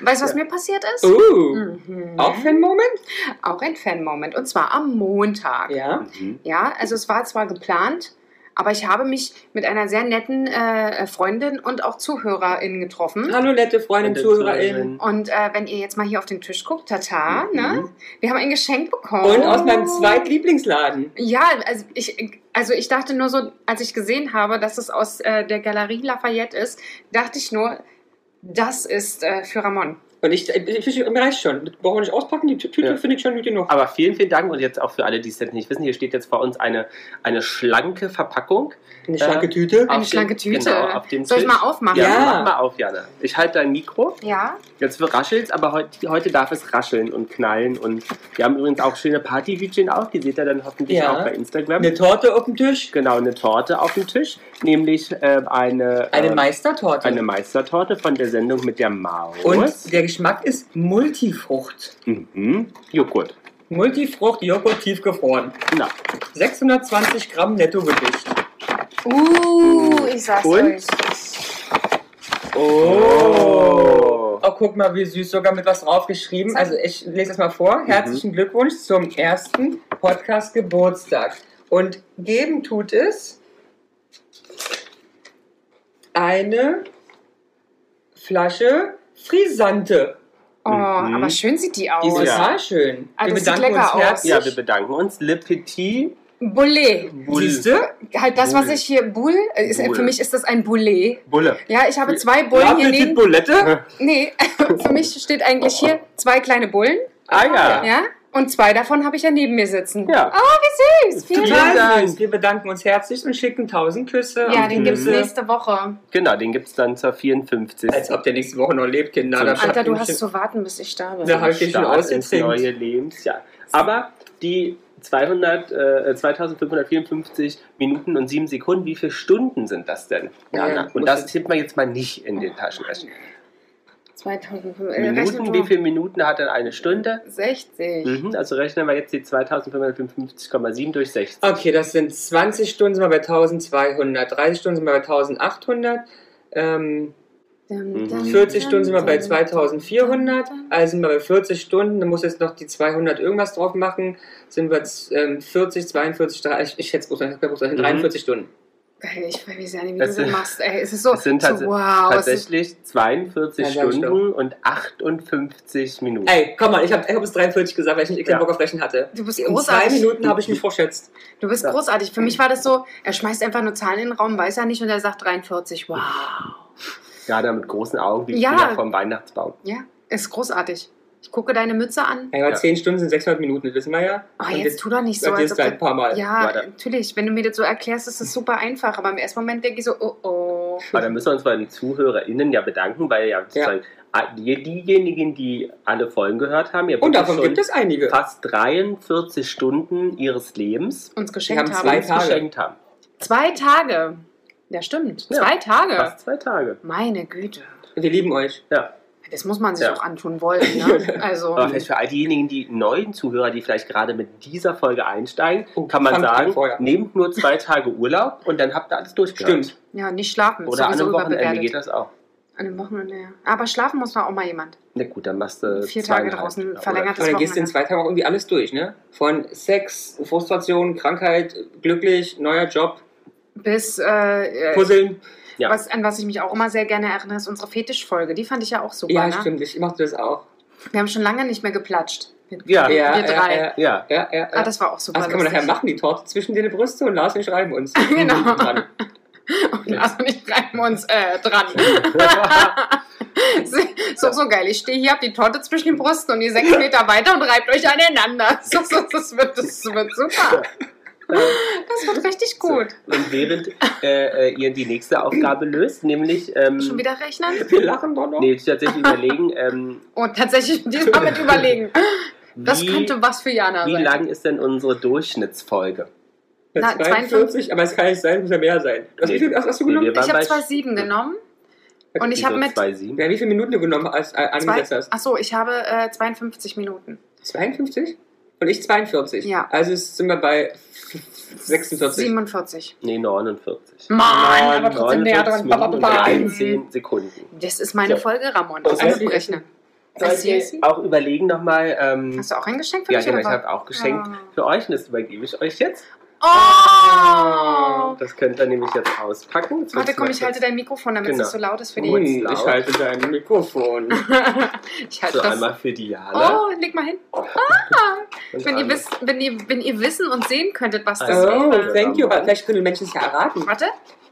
[SPEAKER 1] Weißt du, was mir passiert ist?
[SPEAKER 2] Oh.
[SPEAKER 4] Uh,
[SPEAKER 1] Mhm.
[SPEAKER 4] auch Fan-Moment?
[SPEAKER 1] Auch ein Fan-Moment. Und zwar am Montag. Ja.
[SPEAKER 4] Ja.
[SPEAKER 2] Mhm.
[SPEAKER 1] also es war zwar geplant, Aber ich habe mich mit einer sehr netten äh, Freundin und auch Zuhörerin getroffen.
[SPEAKER 2] Ah.
[SPEAKER 4] Hallo, nette Freundin, Zuhörerin.
[SPEAKER 1] Und äh, wenn ihr jetzt mal hier auf den Tisch guckt, tata,
[SPEAKER 2] Mhm.
[SPEAKER 1] ne? Wir haben ein Geschenk bekommen.
[SPEAKER 4] Und aus meinem Zweitlieblingsladen.
[SPEAKER 1] Ja, also ich, also ich dachte nur so, als ich gesehen habe, dass es aus äh, der Galerie Lafayette ist, dachte ich nur, das ist äh, für Ramon.
[SPEAKER 4] Und ich, ich, ich mir reicht schon. Das Brauchen wir nicht auspacken, die Tü- Tüte
[SPEAKER 2] Ja.
[SPEAKER 4] finde ich schon gut genug.
[SPEAKER 2] Aber vielen, vielen Dank und jetzt auch für alle, die es jetzt nicht wissen. Hier steht jetzt vor uns eine, eine schlanke Verpackung.
[SPEAKER 4] Eine schlanke Tüte.
[SPEAKER 1] Eine
[SPEAKER 2] Auf
[SPEAKER 1] schlanke
[SPEAKER 2] den-
[SPEAKER 1] Tüte.
[SPEAKER 2] genau, auf den
[SPEAKER 1] Soll ich
[SPEAKER 2] Tisch.
[SPEAKER 1] mal aufmachen?
[SPEAKER 2] Ja,
[SPEAKER 4] Ja.
[SPEAKER 2] mach mal auf, Jana. Ich halte dein Mikro.
[SPEAKER 1] Ja.
[SPEAKER 2] Jetzt raschelt's, aber heute, heute darf es rascheln und knallen. Und wir haben übrigens auch schöne Partyhütchen auf. Die seht ihr dann hoffentlich
[SPEAKER 4] Ja.
[SPEAKER 2] auch bei Instagram.
[SPEAKER 4] Eine Torte auf dem Tisch.
[SPEAKER 2] genau, eine Torte auf dem Tisch. Nämlich äh, eine,
[SPEAKER 4] Eine
[SPEAKER 2] äh,
[SPEAKER 4] Meistertorte.
[SPEAKER 2] eine Meistertorte von der Sendung mit der Maus.
[SPEAKER 4] Und der Geschmack ist Multifrucht.
[SPEAKER 2] Mhm. Joghurt.
[SPEAKER 4] Multifrucht, Joghurt tiefgefroren.
[SPEAKER 2] Na.
[SPEAKER 4] 620 Gramm Nettogewicht.
[SPEAKER 1] Uh, ich sag's
[SPEAKER 2] Und?
[SPEAKER 1] euch.
[SPEAKER 2] Oh.
[SPEAKER 4] Oh, guck mal, wie süß, sogar mit was draufgeschrieben. Also ich lese es mal vor.
[SPEAKER 1] Mhm.
[SPEAKER 4] Herzlichen Glückwunsch zum ersten Podcast-Geburtstag. Und geben tut es eine Flasche Frisante.
[SPEAKER 1] Oh,
[SPEAKER 2] Mhm.
[SPEAKER 1] aber schön sieht die
[SPEAKER 4] Die ist
[SPEAKER 1] aus.
[SPEAKER 2] Ja.
[SPEAKER 4] total schön.
[SPEAKER 1] Ah,
[SPEAKER 4] wir
[SPEAKER 1] das sieht
[SPEAKER 4] bedanken
[SPEAKER 1] lecker
[SPEAKER 4] uns
[SPEAKER 1] aus.
[SPEAKER 4] herzlich.
[SPEAKER 2] Ja, wir bedanken uns. Le Petit
[SPEAKER 1] Boulet.
[SPEAKER 2] Bulle.
[SPEAKER 4] Siehst du?
[SPEAKER 1] Halt das, was
[SPEAKER 2] Boulet.
[SPEAKER 1] ich hier, Boule, äh, ist, äh,
[SPEAKER 2] Boule.
[SPEAKER 1] für mich ist das ein Boulet.
[SPEAKER 2] Bulle.
[SPEAKER 1] Ja, ich habe zwei
[SPEAKER 4] La
[SPEAKER 1] Bullen hier
[SPEAKER 4] Petite
[SPEAKER 1] neben.
[SPEAKER 4] Boulette?
[SPEAKER 1] Nee, für mich steht eigentlich hier zwei kleine Bullen,
[SPEAKER 2] Ah ja.
[SPEAKER 1] ja? Und zwei davon habe ich ja neben mir sitzen.
[SPEAKER 2] Ja.
[SPEAKER 1] Oh, wie süß. Vielen Dank.
[SPEAKER 4] Total
[SPEAKER 2] Dank.
[SPEAKER 4] süß. Wir bedanken uns herzlich und schicken tausend Küsse.
[SPEAKER 1] Ja,
[SPEAKER 4] und
[SPEAKER 1] den
[SPEAKER 2] Mhm.
[SPEAKER 1] gibt's
[SPEAKER 4] Grüße.
[SPEAKER 1] nächste Woche.
[SPEAKER 2] Genau, den gibt es dann zur 54.
[SPEAKER 4] Als ob der nächste Woche noch lebt, Kinder. Da
[SPEAKER 1] Alter,
[SPEAKER 4] schafft
[SPEAKER 1] du
[SPEAKER 4] ihr
[SPEAKER 1] hast
[SPEAKER 4] nicht-
[SPEAKER 1] zu warten, bis ich da bin.
[SPEAKER 4] Da habe ich dich schon
[SPEAKER 2] Start ins neue
[SPEAKER 4] ausgetrinkt.
[SPEAKER 2] Lebensjahr. Aber die 200, äh, 2554 Minuten und 7 Sekunden, wie viele Stunden sind das denn?
[SPEAKER 4] Ja,
[SPEAKER 2] Jana? und
[SPEAKER 4] muss
[SPEAKER 2] das
[SPEAKER 4] ich-
[SPEAKER 2] tippt man jetzt mal nicht in den Taschenrechner.
[SPEAKER 1] 2005. äh, rechne
[SPEAKER 2] Minuten,
[SPEAKER 1] du
[SPEAKER 2] wie
[SPEAKER 1] mal.
[SPEAKER 2] viele Minuten hat denn eine Stunde?
[SPEAKER 1] 60.
[SPEAKER 2] Mhm, also rechnen wir jetzt die 2555,7 durch 60.
[SPEAKER 4] Okay, das sind 20 Stunden sind wir bei 1200, 30 Stunden sind wir bei 1800, ähm,
[SPEAKER 2] Mhm.
[SPEAKER 1] Dum, dum,
[SPEAKER 4] 40
[SPEAKER 1] dum,
[SPEAKER 4] Stunden sind wir bei
[SPEAKER 1] dum,
[SPEAKER 4] 2400,
[SPEAKER 1] dum, dum.
[SPEAKER 4] also sind wir bei 40 Stunden, dann muss jetzt noch die 200 irgendwas drauf machen, sind wir ähm, 40, 42, 30, ich schätze, ich habe
[SPEAKER 2] Mhm.
[SPEAKER 4] 43 Stunden.
[SPEAKER 1] Geil, ich weiß nicht, wie
[SPEAKER 2] Es
[SPEAKER 1] du das
[SPEAKER 2] sind-
[SPEAKER 1] machst. Ey, es ist so,
[SPEAKER 2] es sind
[SPEAKER 1] so
[SPEAKER 2] tats-
[SPEAKER 1] wow. Es ist,
[SPEAKER 2] Tatsächlich 42
[SPEAKER 4] Oh, Ja, sehr
[SPEAKER 2] Stunden und 58 Minuten.
[SPEAKER 4] Ey, komm mal, ich habe ich hab bis 43 gesagt, weil ich nicht keinen
[SPEAKER 2] Ja.
[SPEAKER 4] Bock auf Rechnen hatte.
[SPEAKER 1] du bist
[SPEAKER 4] In zwei
[SPEAKER 1] großartig.
[SPEAKER 4] Minuten habe ich mich verschätzt.
[SPEAKER 1] Du bist
[SPEAKER 2] Ja.
[SPEAKER 1] großartig. Für mich war das so, er schmeißt einfach nur Zahlen in den Raum, weiß er nicht und er sagt 43. Wow.
[SPEAKER 2] Gerade mit großen Augen, wie
[SPEAKER 1] Ja.
[SPEAKER 2] Kinder vom Weihnachtsbaum.
[SPEAKER 1] Ja, ist großartig. Ich gucke deine Mütze an.
[SPEAKER 4] Ja,
[SPEAKER 2] Ja.
[SPEAKER 4] 10 Stunden sind 600 Minuten, das wissen wir ja.
[SPEAKER 1] Oh,
[SPEAKER 4] Und
[SPEAKER 1] jetzt tu doch nicht so,
[SPEAKER 4] sagt ihr
[SPEAKER 1] als
[SPEAKER 4] es
[SPEAKER 1] ob
[SPEAKER 4] gleich ein
[SPEAKER 1] du,
[SPEAKER 4] paar Mal.
[SPEAKER 1] Ja,
[SPEAKER 2] Warte.
[SPEAKER 1] natürlich. Wenn du mir das so erklärst, ist das super einfach. Aber im ersten Moment denke ich so, oh oh.
[SPEAKER 2] Aber da müssen wir uns bei den ZuhörerInnen ja bedanken, weil ja sozusagen ah, die- diejenigen, die alle Folgen gehört haben, ja
[SPEAKER 4] Und
[SPEAKER 2] wirklich
[SPEAKER 4] davon
[SPEAKER 2] schon
[SPEAKER 4] gibt es einige.
[SPEAKER 2] fast 43 Stunden ihres Lebens
[SPEAKER 1] Uns geschenkt
[SPEAKER 4] Wir
[SPEAKER 1] haben.
[SPEAKER 4] haben Zwei
[SPEAKER 2] uns
[SPEAKER 4] Tage.
[SPEAKER 2] geschenkt haben.
[SPEAKER 1] Zwei Tage. Ja, stimmt.
[SPEAKER 2] Ja,
[SPEAKER 1] Zwei Tage.
[SPEAKER 2] Fast zwei Tage.
[SPEAKER 1] Meine Güte.
[SPEAKER 4] Wir lieben euch.
[SPEAKER 2] Ja.
[SPEAKER 1] Das muss man sich
[SPEAKER 2] Ja.
[SPEAKER 1] auch antun wollen. Ne? Also,
[SPEAKER 2] Aber vielleicht für all diejenigen, die neuen Zuhörer, die vielleicht gerade mit dieser Folge einsteigen, kann man
[SPEAKER 4] Fangt an
[SPEAKER 2] sagen,
[SPEAKER 4] vorher.
[SPEAKER 2] nehmt nur zwei Tage Urlaub und dann habt ihr alles durchgehört.
[SPEAKER 4] Stimmt.
[SPEAKER 1] ja, nicht schlafen.
[SPEAKER 2] Oder an
[SPEAKER 1] sowieso
[SPEAKER 2] einem Wochenende
[SPEAKER 1] überbewertet.
[SPEAKER 2] geht das auch.
[SPEAKER 1] An einem Wochenende, ja. Aber schlafen muss man auch mal jemand.
[SPEAKER 2] Na gut, dann machst du
[SPEAKER 1] Vier Tage
[SPEAKER 2] zweieinhalb.
[SPEAKER 1] draußen,
[SPEAKER 2] Oder-
[SPEAKER 1] verlängert
[SPEAKER 4] Und dann gehst du in
[SPEAKER 1] Wochenende.
[SPEAKER 4] zwei Tagen auch irgendwie alles durch, ne? Von Sex, Frustration, Krankheit, glücklich, neuer Job,
[SPEAKER 1] Bis, äh, äh,
[SPEAKER 4] Puzzeln.
[SPEAKER 2] Ja.
[SPEAKER 1] was, an was ich mich auch immer sehr gerne erinnere, ist unsere Fetischfolge. Die fand ich ja auch super.
[SPEAKER 4] Ja,
[SPEAKER 1] ne?
[SPEAKER 4] stimmt, ich mach das auch.
[SPEAKER 1] Wir haben schon lange nicht mehr geplatscht.
[SPEAKER 2] Ja, ja.
[SPEAKER 4] Ja,
[SPEAKER 1] wir drei.
[SPEAKER 4] ja, ja,
[SPEAKER 2] ja.
[SPEAKER 4] ja, ja.
[SPEAKER 1] Ah, das war auch super.
[SPEAKER 4] äh, das kann man nachher
[SPEAKER 1] lustig.
[SPEAKER 4] machen, die Torte zwischen deine Brüste und Lars und ich reiben uns.
[SPEAKER 1] Genau.
[SPEAKER 4] Dran.
[SPEAKER 1] Also nicht bleiben uns äh, dran. so, so geil. Ich stehe hier, hab die Torte zwischen den Brüsten und ihr sechs Meter weiter und reibt euch aneinander. So, so, das, wird, das wird super. Das wird richtig gut.
[SPEAKER 2] So. Und während äh, äh, ihr die nächste Aufgabe löst, nämlich ähm,
[SPEAKER 1] Schon wieder rechnen?
[SPEAKER 4] Wir lachen doch noch.
[SPEAKER 2] Nee, ich tatsächlich überlegen, ähm,
[SPEAKER 1] Und tatsächlich diesmal mit überlegen.
[SPEAKER 2] wie,
[SPEAKER 1] Das könnte was für Jana
[SPEAKER 2] wie
[SPEAKER 1] sein.
[SPEAKER 2] lang ist denn unsere Durchschnittsfolge?
[SPEAKER 1] Na,
[SPEAKER 4] 42, aber es kann nicht sein, muss ja mehr sein. Was,
[SPEAKER 2] Nee.
[SPEAKER 4] wie viel, was hast du
[SPEAKER 2] Nee,
[SPEAKER 4] genommen?
[SPEAKER 2] wir waren
[SPEAKER 1] Ich habe
[SPEAKER 2] bei-
[SPEAKER 1] 2,7 genommen und ich habe
[SPEAKER 2] Wieso
[SPEAKER 1] mit.
[SPEAKER 2] Zwei, sieben?
[SPEAKER 4] ja, wie viele Minuten du genommen hast, äh, angesetzt
[SPEAKER 1] Zwei,
[SPEAKER 4] hast?
[SPEAKER 1] achso, ich habe äh, 52 Minuten.
[SPEAKER 4] 52? Und ich 42.
[SPEAKER 1] Ja.
[SPEAKER 4] Also sind wir bei 46.
[SPEAKER 1] 47.
[SPEAKER 2] Nee, 49.
[SPEAKER 1] Mann, aber trotzdem näher dran. Ba, ba, ba, ba.
[SPEAKER 2] 13 Sekunden.
[SPEAKER 1] Das ist meine
[SPEAKER 2] So.
[SPEAKER 1] Folge, Ramon.
[SPEAKER 2] Oh,
[SPEAKER 4] Das
[SPEAKER 1] Das
[SPEAKER 4] heißt,
[SPEAKER 1] ist Rechnen.
[SPEAKER 2] Sollt ihr auch überlegen nochmal, ähm,
[SPEAKER 1] Hast du auch ein Geschenk für
[SPEAKER 2] ja,
[SPEAKER 1] mich?
[SPEAKER 2] genau, ich
[SPEAKER 1] oder was?
[SPEAKER 2] habe auch geschenkt
[SPEAKER 1] Ah.
[SPEAKER 2] für euch und das übergebe ich euch jetzt.
[SPEAKER 1] Oh!
[SPEAKER 2] Das könnt ihr nämlich jetzt auspacken. Jetzt
[SPEAKER 1] Warte,
[SPEAKER 2] wird's
[SPEAKER 1] komm, ich
[SPEAKER 2] mal-
[SPEAKER 1] halte dein Mikrofon, damit es
[SPEAKER 2] Genau.
[SPEAKER 1] nicht so laut ist für die.
[SPEAKER 2] Ui.
[SPEAKER 4] Hm, ich halte dein Mikrofon.
[SPEAKER 1] Ich halte
[SPEAKER 2] So
[SPEAKER 1] das.
[SPEAKER 2] einmal für die Jana.
[SPEAKER 1] Oh, leg mal hin.
[SPEAKER 2] und
[SPEAKER 1] Wenn ihr,
[SPEAKER 2] einmal-
[SPEAKER 1] wisst, wenn, ihr, wenn ihr wissen und sehen könntet, was das
[SPEAKER 2] Also-
[SPEAKER 4] Oh,
[SPEAKER 1] wäre.
[SPEAKER 4] thank you. Aber vielleicht können die Menschen es ja erraten.
[SPEAKER 1] Warte.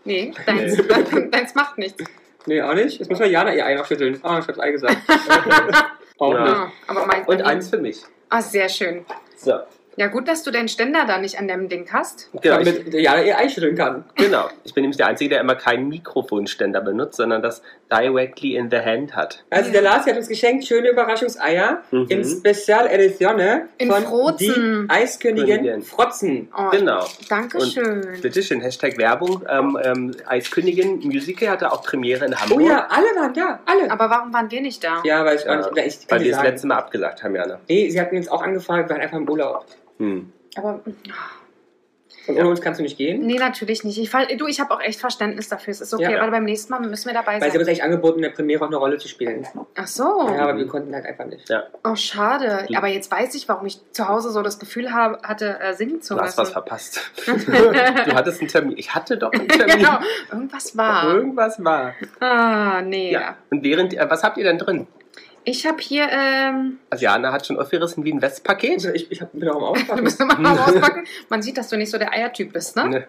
[SPEAKER 1] Nee, deins, deins macht nichts.
[SPEAKER 4] Nee, auch nicht. Jetzt muss man Jana ihr Ei noch schütteln. Ah, ich hab's Ei gesagt. auch
[SPEAKER 2] Ja.
[SPEAKER 4] nicht.
[SPEAKER 1] Ah, aber meins.
[SPEAKER 2] Und eins für mich.
[SPEAKER 1] Ah, sehr schön.
[SPEAKER 2] So,
[SPEAKER 1] Ja, gut, dass du deinen Ständer da nicht an dem Ding hast.
[SPEAKER 2] genau. Ich,
[SPEAKER 4] Damit Jana ihr Ei schütteln kann.
[SPEAKER 2] genau. Ich bin nämlich der Einzige, der immer keinen Mikrofonständer benutzt, sondern das directly in the hand hat.
[SPEAKER 4] Also der Lars hat uns geschenkt schöne Überraschungseier
[SPEAKER 2] Mhm.
[SPEAKER 4] in Special Edition ne?
[SPEAKER 1] In
[SPEAKER 4] von
[SPEAKER 1] Frozen.
[SPEAKER 4] die Eiskönigin
[SPEAKER 2] Königin.
[SPEAKER 4] Frotzen.
[SPEAKER 1] Oh,
[SPEAKER 2] Genau.
[SPEAKER 1] Dankeschön.
[SPEAKER 2] Edition, Hashtag Werbung. Ähm, ähm, Eiskönigin Musical hatte auch Premiere in
[SPEAKER 4] Oh
[SPEAKER 2] Hamburg.
[SPEAKER 4] ja, alle waren da, alle.
[SPEAKER 1] Aber warum waren wir nicht da?
[SPEAKER 4] ja, weiß ich
[SPEAKER 2] Ja,
[SPEAKER 4] auch nicht. Ich kann
[SPEAKER 2] weil
[SPEAKER 4] nicht
[SPEAKER 2] wir das
[SPEAKER 4] sagen.
[SPEAKER 2] letzte Mal abgesagt haben, Jana.
[SPEAKER 4] Nee, sie hatten uns auch angefragt, wir waren einfach im Urlaub.
[SPEAKER 2] Hm.
[SPEAKER 1] Aber
[SPEAKER 4] Und ohne uns kannst du nicht gehen.
[SPEAKER 1] nee, natürlich nicht. Ich, fall- du, ich habe auch echt Verständnis dafür. Es ist okay,
[SPEAKER 4] Ja, ja.
[SPEAKER 1] aber beim nächsten Mal müssen wir dabei
[SPEAKER 4] Weil sie haben
[SPEAKER 1] sein.
[SPEAKER 4] uns eigentlich angeboten, in der Premiere auch eine Rolle zu spielen.
[SPEAKER 1] Ach so.
[SPEAKER 4] Ja, aber wir konnten halt einfach nicht.
[SPEAKER 1] Oh, schade. Aber jetzt weiß ich, warum ich zu Hause so das Gefühl habe, hatte, äh, singen zu
[SPEAKER 2] Du hast was
[SPEAKER 1] müssen.
[SPEAKER 2] verpasst. du hattest einen Termin. Ich hatte doch einen Termin.
[SPEAKER 1] genau. Irgendwas war.
[SPEAKER 2] Irgendwas war.
[SPEAKER 1] Ah, nee.
[SPEAKER 2] Ja. Und während, äh, was habt ihr denn drin?
[SPEAKER 1] Ich habe hier, ähm,
[SPEAKER 2] Also Jana hat schon aufgerissen wie ein Westpaket.
[SPEAKER 4] Also ich, ich hab, bin auch am
[SPEAKER 1] du
[SPEAKER 4] Aufpassen.
[SPEAKER 1] musst nochmal mal auspacken. Man sieht, dass du nicht so der Eiertyp bist, ne?
[SPEAKER 2] Ne.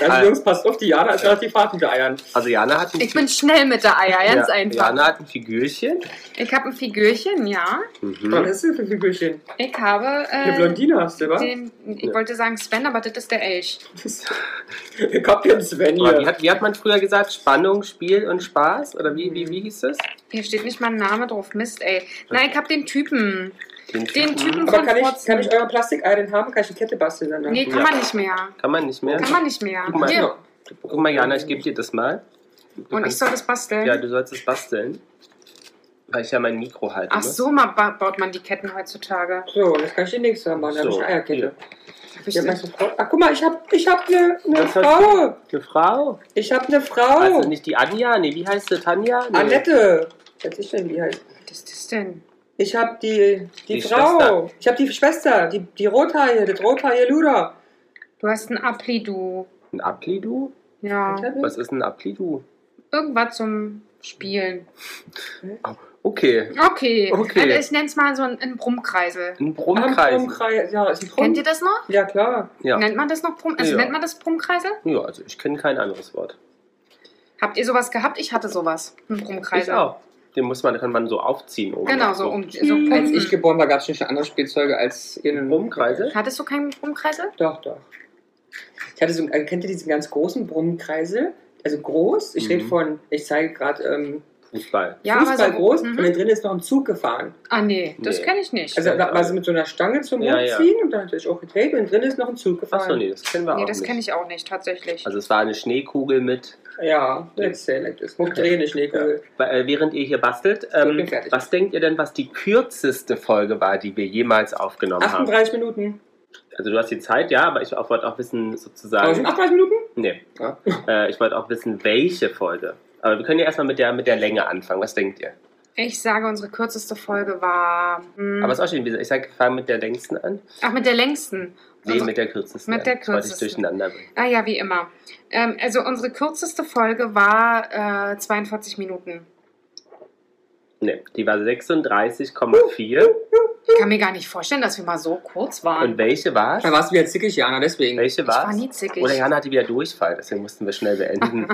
[SPEAKER 4] Also Jungs, passt auf, die Jana ist relativ hart mit Eiern.
[SPEAKER 2] Also Jana hat ein
[SPEAKER 1] Ich bin schnell mit der Eier, ganz
[SPEAKER 2] Ja,
[SPEAKER 1] einfach.
[SPEAKER 2] Jana hat ein Figürchen.
[SPEAKER 1] Ich habe ein Figürchen, ja.
[SPEAKER 4] Was
[SPEAKER 2] Mhm.
[SPEAKER 4] ist das für ein Figürchen?
[SPEAKER 1] Ich habe.
[SPEAKER 4] Eine
[SPEAKER 1] Äh,
[SPEAKER 4] Blondine hast du, wa?
[SPEAKER 1] den, ich
[SPEAKER 2] Ja.
[SPEAKER 1] wollte sagen Sven, aber das ist der Elch.
[SPEAKER 4] Ihr kommt hier ein Sven
[SPEAKER 2] Aber wie,
[SPEAKER 4] hier.
[SPEAKER 2] hat, wie hat man früher gesagt? Spannung, Spiel und Spaß? Oder wie, wie, wie hieß es?
[SPEAKER 1] Hier steht nicht mal ein Name drauf. Mist, ey. Nein, ich habe den Typen.
[SPEAKER 2] Mhm.
[SPEAKER 1] Den Typen
[SPEAKER 4] Aber
[SPEAKER 1] von
[SPEAKER 4] kann ich,
[SPEAKER 1] Frotzen.
[SPEAKER 4] kann ich euer Plastikei denn haben? Kann ich eine Kette basteln danach?
[SPEAKER 1] Nee, kann
[SPEAKER 2] Ja.
[SPEAKER 1] man nicht mehr.
[SPEAKER 2] Kann man nicht mehr.
[SPEAKER 1] Kann man nicht mehr.
[SPEAKER 2] Guck mal.
[SPEAKER 1] Hier.
[SPEAKER 2] Guck mal, Jana, ich gebe dir das mal. Du
[SPEAKER 1] Und ich
[SPEAKER 2] kannst-
[SPEAKER 1] soll das basteln.
[SPEAKER 2] Ja, du sollst es basteln. Weil ich ja mein Mikro halte.
[SPEAKER 1] Ach
[SPEAKER 2] ne?
[SPEAKER 1] so, mal ba baut man die Ketten heutzutage.
[SPEAKER 4] So, das kann ich den nächsten Mal machen. Da habe ich
[SPEAKER 2] So,
[SPEAKER 4] eine Eierkette.
[SPEAKER 1] Hab ich
[SPEAKER 4] Ja,
[SPEAKER 1] das-
[SPEAKER 4] meinst du Frau? Ach, guck mal, ich hab, ich hab eine, eine
[SPEAKER 2] Das heißt-
[SPEAKER 4] Frau.
[SPEAKER 2] Eine Frau.
[SPEAKER 4] Ich hab eine
[SPEAKER 1] Oh.
[SPEAKER 4] Frau.
[SPEAKER 2] Also nicht die Anja, nee, wie heißt sie? Tanja? Nee.
[SPEAKER 4] Annette. Was ist denn die heißt?
[SPEAKER 1] Was ist das denn?
[SPEAKER 4] Ich hab die, die,
[SPEAKER 2] Die
[SPEAKER 4] Frau.
[SPEAKER 2] Schwester.
[SPEAKER 4] Ich hab die Schwester. Die, die Rothaarige, das Rothaarige Luder.
[SPEAKER 1] Du hast ein Appli, du.
[SPEAKER 2] Ein Aplidu?
[SPEAKER 1] Ja.
[SPEAKER 2] Was ist ein Aplidu?
[SPEAKER 1] Irgendwas zum Spielen.
[SPEAKER 2] Okay,
[SPEAKER 1] Okay.
[SPEAKER 2] Okay.
[SPEAKER 1] Also ich nenne es mal so ein, ein Brummkreisel.
[SPEAKER 2] ein
[SPEAKER 4] Am
[SPEAKER 2] Brummkreis.
[SPEAKER 4] Brummkreis. Ja, ist ein Brumm.
[SPEAKER 1] Kennt ihr das noch?
[SPEAKER 4] Ja, klar.
[SPEAKER 2] Ja.
[SPEAKER 1] Nennt man das noch Brumm? Also
[SPEAKER 2] Ja.
[SPEAKER 1] nennt man das Brummkreisel?
[SPEAKER 2] ja, also ich kenne kein anderes Wort.
[SPEAKER 1] Habt ihr sowas gehabt? Ich hatte sowas. Ein Brummkreisel.
[SPEAKER 2] Ich auch. Den muss man, kann man so aufziehen. Oben
[SPEAKER 1] Genau,
[SPEAKER 2] Auch
[SPEAKER 1] so um so
[SPEAKER 4] Hm. Als
[SPEAKER 1] pumpen.
[SPEAKER 2] Mhm.
[SPEAKER 4] ich geboren war, gab es schon andere Spielzeuge als ihren
[SPEAKER 2] Brummkreise?
[SPEAKER 1] Hattest du keinen Brummkreisel?
[SPEAKER 4] Doch, doch. Ich hatte so, äh, kennt ihr diesen ganz großen Brummkreisel? Also groß. Ich
[SPEAKER 2] Mhm.
[SPEAKER 4] rede von, ich zeige gerade ähm,
[SPEAKER 2] Fußball.
[SPEAKER 1] Ja,
[SPEAKER 4] Fußball groß und
[SPEAKER 1] Mhm.
[SPEAKER 4] da drin ist noch ein Zug gefahren.
[SPEAKER 1] Ah, nee, das
[SPEAKER 2] Nee.
[SPEAKER 1] kenne ich nicht.
[SPEAKER 4] Also da war sie mit so einer Stange zum
[SPEAKER 2] Ja,
[SPEAKER 4] Hochziehen und dann hatte ich auch getaped und drin ist noch ein Zug gefahren.
[SPEAKER 2] Achso, nee, das kennen wir
[SPEAKER 1] nee,
[SPEAKER 2] auch
[SPEAKER 1] das kenne
[SPEAKER 2] nicht.
[SPEAKER 1] ich auch nicht, tatsächlich.
[SPEAKER 2] Also es war eine Schneekugel mit.
[SPEAKER 4] Ja, let's say like this. Hochdrehen, ich
[SPEAKER 2] Ja.
[SPEAKER 4] lege.
[SPEAKER 2] Weil, äh, Während ihr hier bastelt,
[SPEAKER 4] ich
[SPEAKER 2] ähm,
[SPEAKER 4] bin fertig.
[SPEAKER 2] was denkt ihr denn, was die kürzeste Folge war, die wir jemals aufgenommen haben?
[SPEAKER 4] 38 Minuten.
[SPEAKER 2] Also du hast die Zeit, ja, aber ich auch- wollte auch wissen,
[SPEAKER 4] War schon
[SPEAKER 2] sozusagen.
[SPEAKER 4] 38 Minuten?
[SPEAKER 2] Nee.
[SPEAKER 4] Ja.
[SPEAKER 2] Äh, ich wollte auch wissen, welche Folge. Aber wir können ja erstmal mit der, mit der Länge anfangen. Was denkt ihr?
[SPEAKER 1] Ich sage, unsere kürzeste Folge war. hm,
[SPEAKER 2] Aber es ist auch schön, wie gesagt, ich sage, fangen mit der längsten an.
[SPEAKER 1] ach, mit der längsten.
[SPEAKER 2] Nee, mit der kürzesten.
[SPEAKER 1] Also Mit der
[SPEAKER 2] an. Das wollte ich
[SPEAKER 1] kürzesten.
[SPEAKER 2] durcheinander bringen.
[SPEAKER 1] Ah ja, wie immer. Ähm, also unsere kürzeste Folge war äh, 42 Minuten.
[SPEAKER 2] Nee, die
[SPEAKER 1] Uh.
[SPEAKER 2] war 36,4.
[SPEAKER 1] Ich kann mir gar nicht vorstellen, dass wir mal so kurz waren.
[SPEAKER 2] Und welche war's?
[SPEAKER 4] Da warst du wieder zickig, Jana, deswegen.
[SPEAKER 2] Welche
[SPEAKER 1] ich war
[SPEAKER 2] war's?
[SPEAKER 1] nie zickig.
[SPEAKER 2] Oder Jana hatte wieder Durchfall, deswegen mussten wir schnell beenden.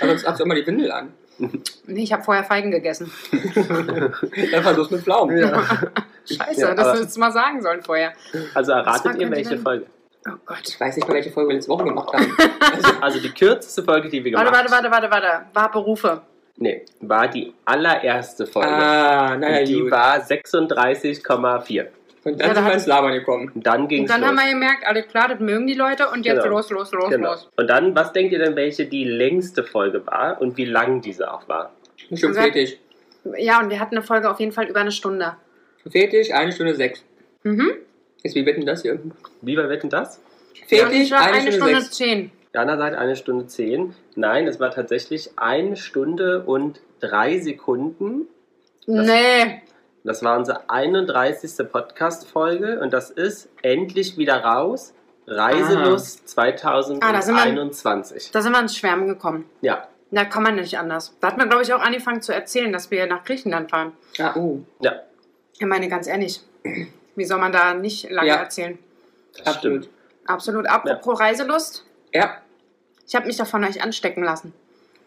[SPEAKER 4] Aber sonst hast du immer die Windel an.
[SPEAKER 1] Nee, ich habe vorher Feigen gegessen.
[SPEAKER 4] Dann versuch's mit Pflaumen.
[SPEAKER 1] Scheiße,
[SPEAKER 2] Ja,
[SPEAKER 1] das
[SPEAKER 2] aber-
[SPEAKER 1] hättest du mal sagen sollen vorher.
[SPEAKER 2] Also
[SPEAKER 1] war
[SPEAKER 2] erratet ihr,
[SPEAKER 1] könnte
[SPEAKER 2] welche
[SPEAKER 1] denn-
[SPEAKER 2] Folge?
[SPEAKER 1] Oh Gott.
[SPEAKER 4] Ich weiß nicht mal, welche Folge wir letzte Woche gemacht haben.
[SPEAKER 2] Also die kürzeste Folge, die wir gemacht
[SPEAKER 1] Warte,
[SPEAKER 2] haben.
[SPEAKER 1] warte, warte, warte, warte. War Berufe.
[SPEAKER 2] Nee, war die allererste Folge.
[SPEAKER 4] ah, naja,
[SPEAKER 2] und die
[SPEAKER 4] gut.
[SPEAKER 2] war 36,4.
[SPEAKER 4] Und
[SPEAKER 1] Ja,
[SPEAKER 4] dann
[SPEAKER 1] da
[SPEAKER 4] sind wir
[SPEAKER 1] hat-
[SPEAKER 4] ins Labern gekommen.
[SPEAKER 2] Und dann
[SPEAKER 1] Und
[SPEAKER 2] ging's
[SPEAKER 1] dann
[SPEAKER 2] los.
[SPEAKER 1] haben wir gemerkt, alles klar, das mögen die Leute und jetzt
[SPEAKER 2] Genau.
[SPEAKER 1] los, los, los,
[SPEAKER 2] genau.
[SPEAKER 1] los.
[SPEAKER 2] Und dann, was denkt ihr denn, welche die längste Folge war und wie lang diese auch war?
[SPEAKER 4] Nicht um
[SPEAKER 1] Also-
[SPEAKER 4] Fetisch.
[SPEAKER 1] Ja, und wir hatten eine Folge auf jeden Fall über eine Stunde.
[SPEAKER 4] Fetisch, eine Stunde sechs.
[SPEAKER 1] Mhm.
[SPEAKER 4] Ist wie wetten das hier?
[SPEAKER 2] Wie war denn das?
[SPEAKER 4] Fetisch,
[SPEAKER 1] Ja,
[SPEAKER 4] eine, Stunde, sechs.
[SPEAKER 1] zehn.
[SPEAKER 2] Jana sagt eine Stunde zehn. Nein, es war tatsächlich eine Stunde und drei Sekunden.
[SPEAKER 1] Nee.
[SPEAKER 2] Das war unsere 31. Podcast-Folge und das ist endlich wieder raus. Reiselust
[SPEAKER 1] Ah,
[SPEAKER 2] 2021.
[SPEAKER 1] Da sind wir ins Schwärmen gekommen.
[SPEAKER 2] Ja,
[SPEAKER 1] Da kann man nicht anders. Da hat man, glaube ich, auch angefangen zu erzählen, dass wir nach Griechenland fahren.
[SPEAKER 4] Ah, uh.
[SPEAKER 2] ja,
[SPEAKER 1] Ich meine, ganz ehrlich, wie soll man da nicht lange
[SPEAKER 4] Ja.
[SPEAKER 1] erzählen?
[SPEAKER 2] das
[SPEAKER 4] Absolut.
[SPEAKER 2] stimmt.
[SPEAKER 1] Absolut. Apropos Reiselust,
[SPEAKER 4] Ja.
[SPEAKER 1] ich habe mich davon euch anstecken lassen.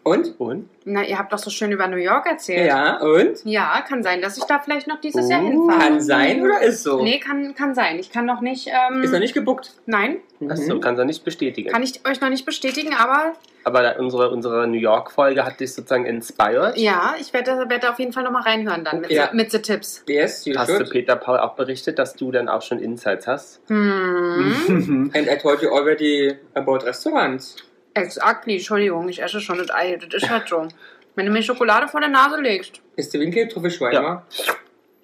[SPEAKER 4] Und?
[SPEAKER 2] Und?
[SPEAKER 1] Na, ihr habt doch so schön über New York erzählt.
[SPEAKER 4] Ja, und?
[SPEAKER 1] Ja, kann sein, dass ich da vielleicht noch dieses Jahr
[SPEAKER 2] Oh,
[SPEAKER 1] hinfahre.
[SPEAKER 4] Kann sein oder ist so?
[SPEAKER 1] Mhm. Nee, kann, kann sein. Ich kann noch nicht. Ähm,
[SPEAKER 4] Ist noch nicht gebuckt.
[SPEAKER 1] Nein,
[SPEAKER 2] Achso, kannst Mhm. du nicht bestätigen.
[SPEAKER 1] Mhm. kann ich euch noch nicht bestätigen, aber
[SPEAKER 2] Aber da, unsere, unsere New York-Folge hat dich sozusagen inspired.
[SPEAKER 1] ja, ich werde, werde auf jeden Fall nochmal reinhören dann mit,
[SPEAKER 4] Ja.
[SPEAKER 1] mit The Tipps.
[SPEAKER 4] Yes, you
[SPEAKER 2] Hast du
[SPEAKER 4] should.
[SPEAKER 2] Peter Paul auch berichtet, dass du dann auch schon Insights hast?
[SPEAKER 1] Hm.
[SPEAKER 4] And I told you already about restaurants.
[SPEAKER 1] Exactly, Entschuldigung, ich esse schon das Ei. Das ist halt so. Wenn du mir Schokolade vor der Nase legst,
[SPEAKER 4] Ist der Winkel Trüffelschwein,
[SPEAKER 2] Ja.
[SPEAKER 4] wa?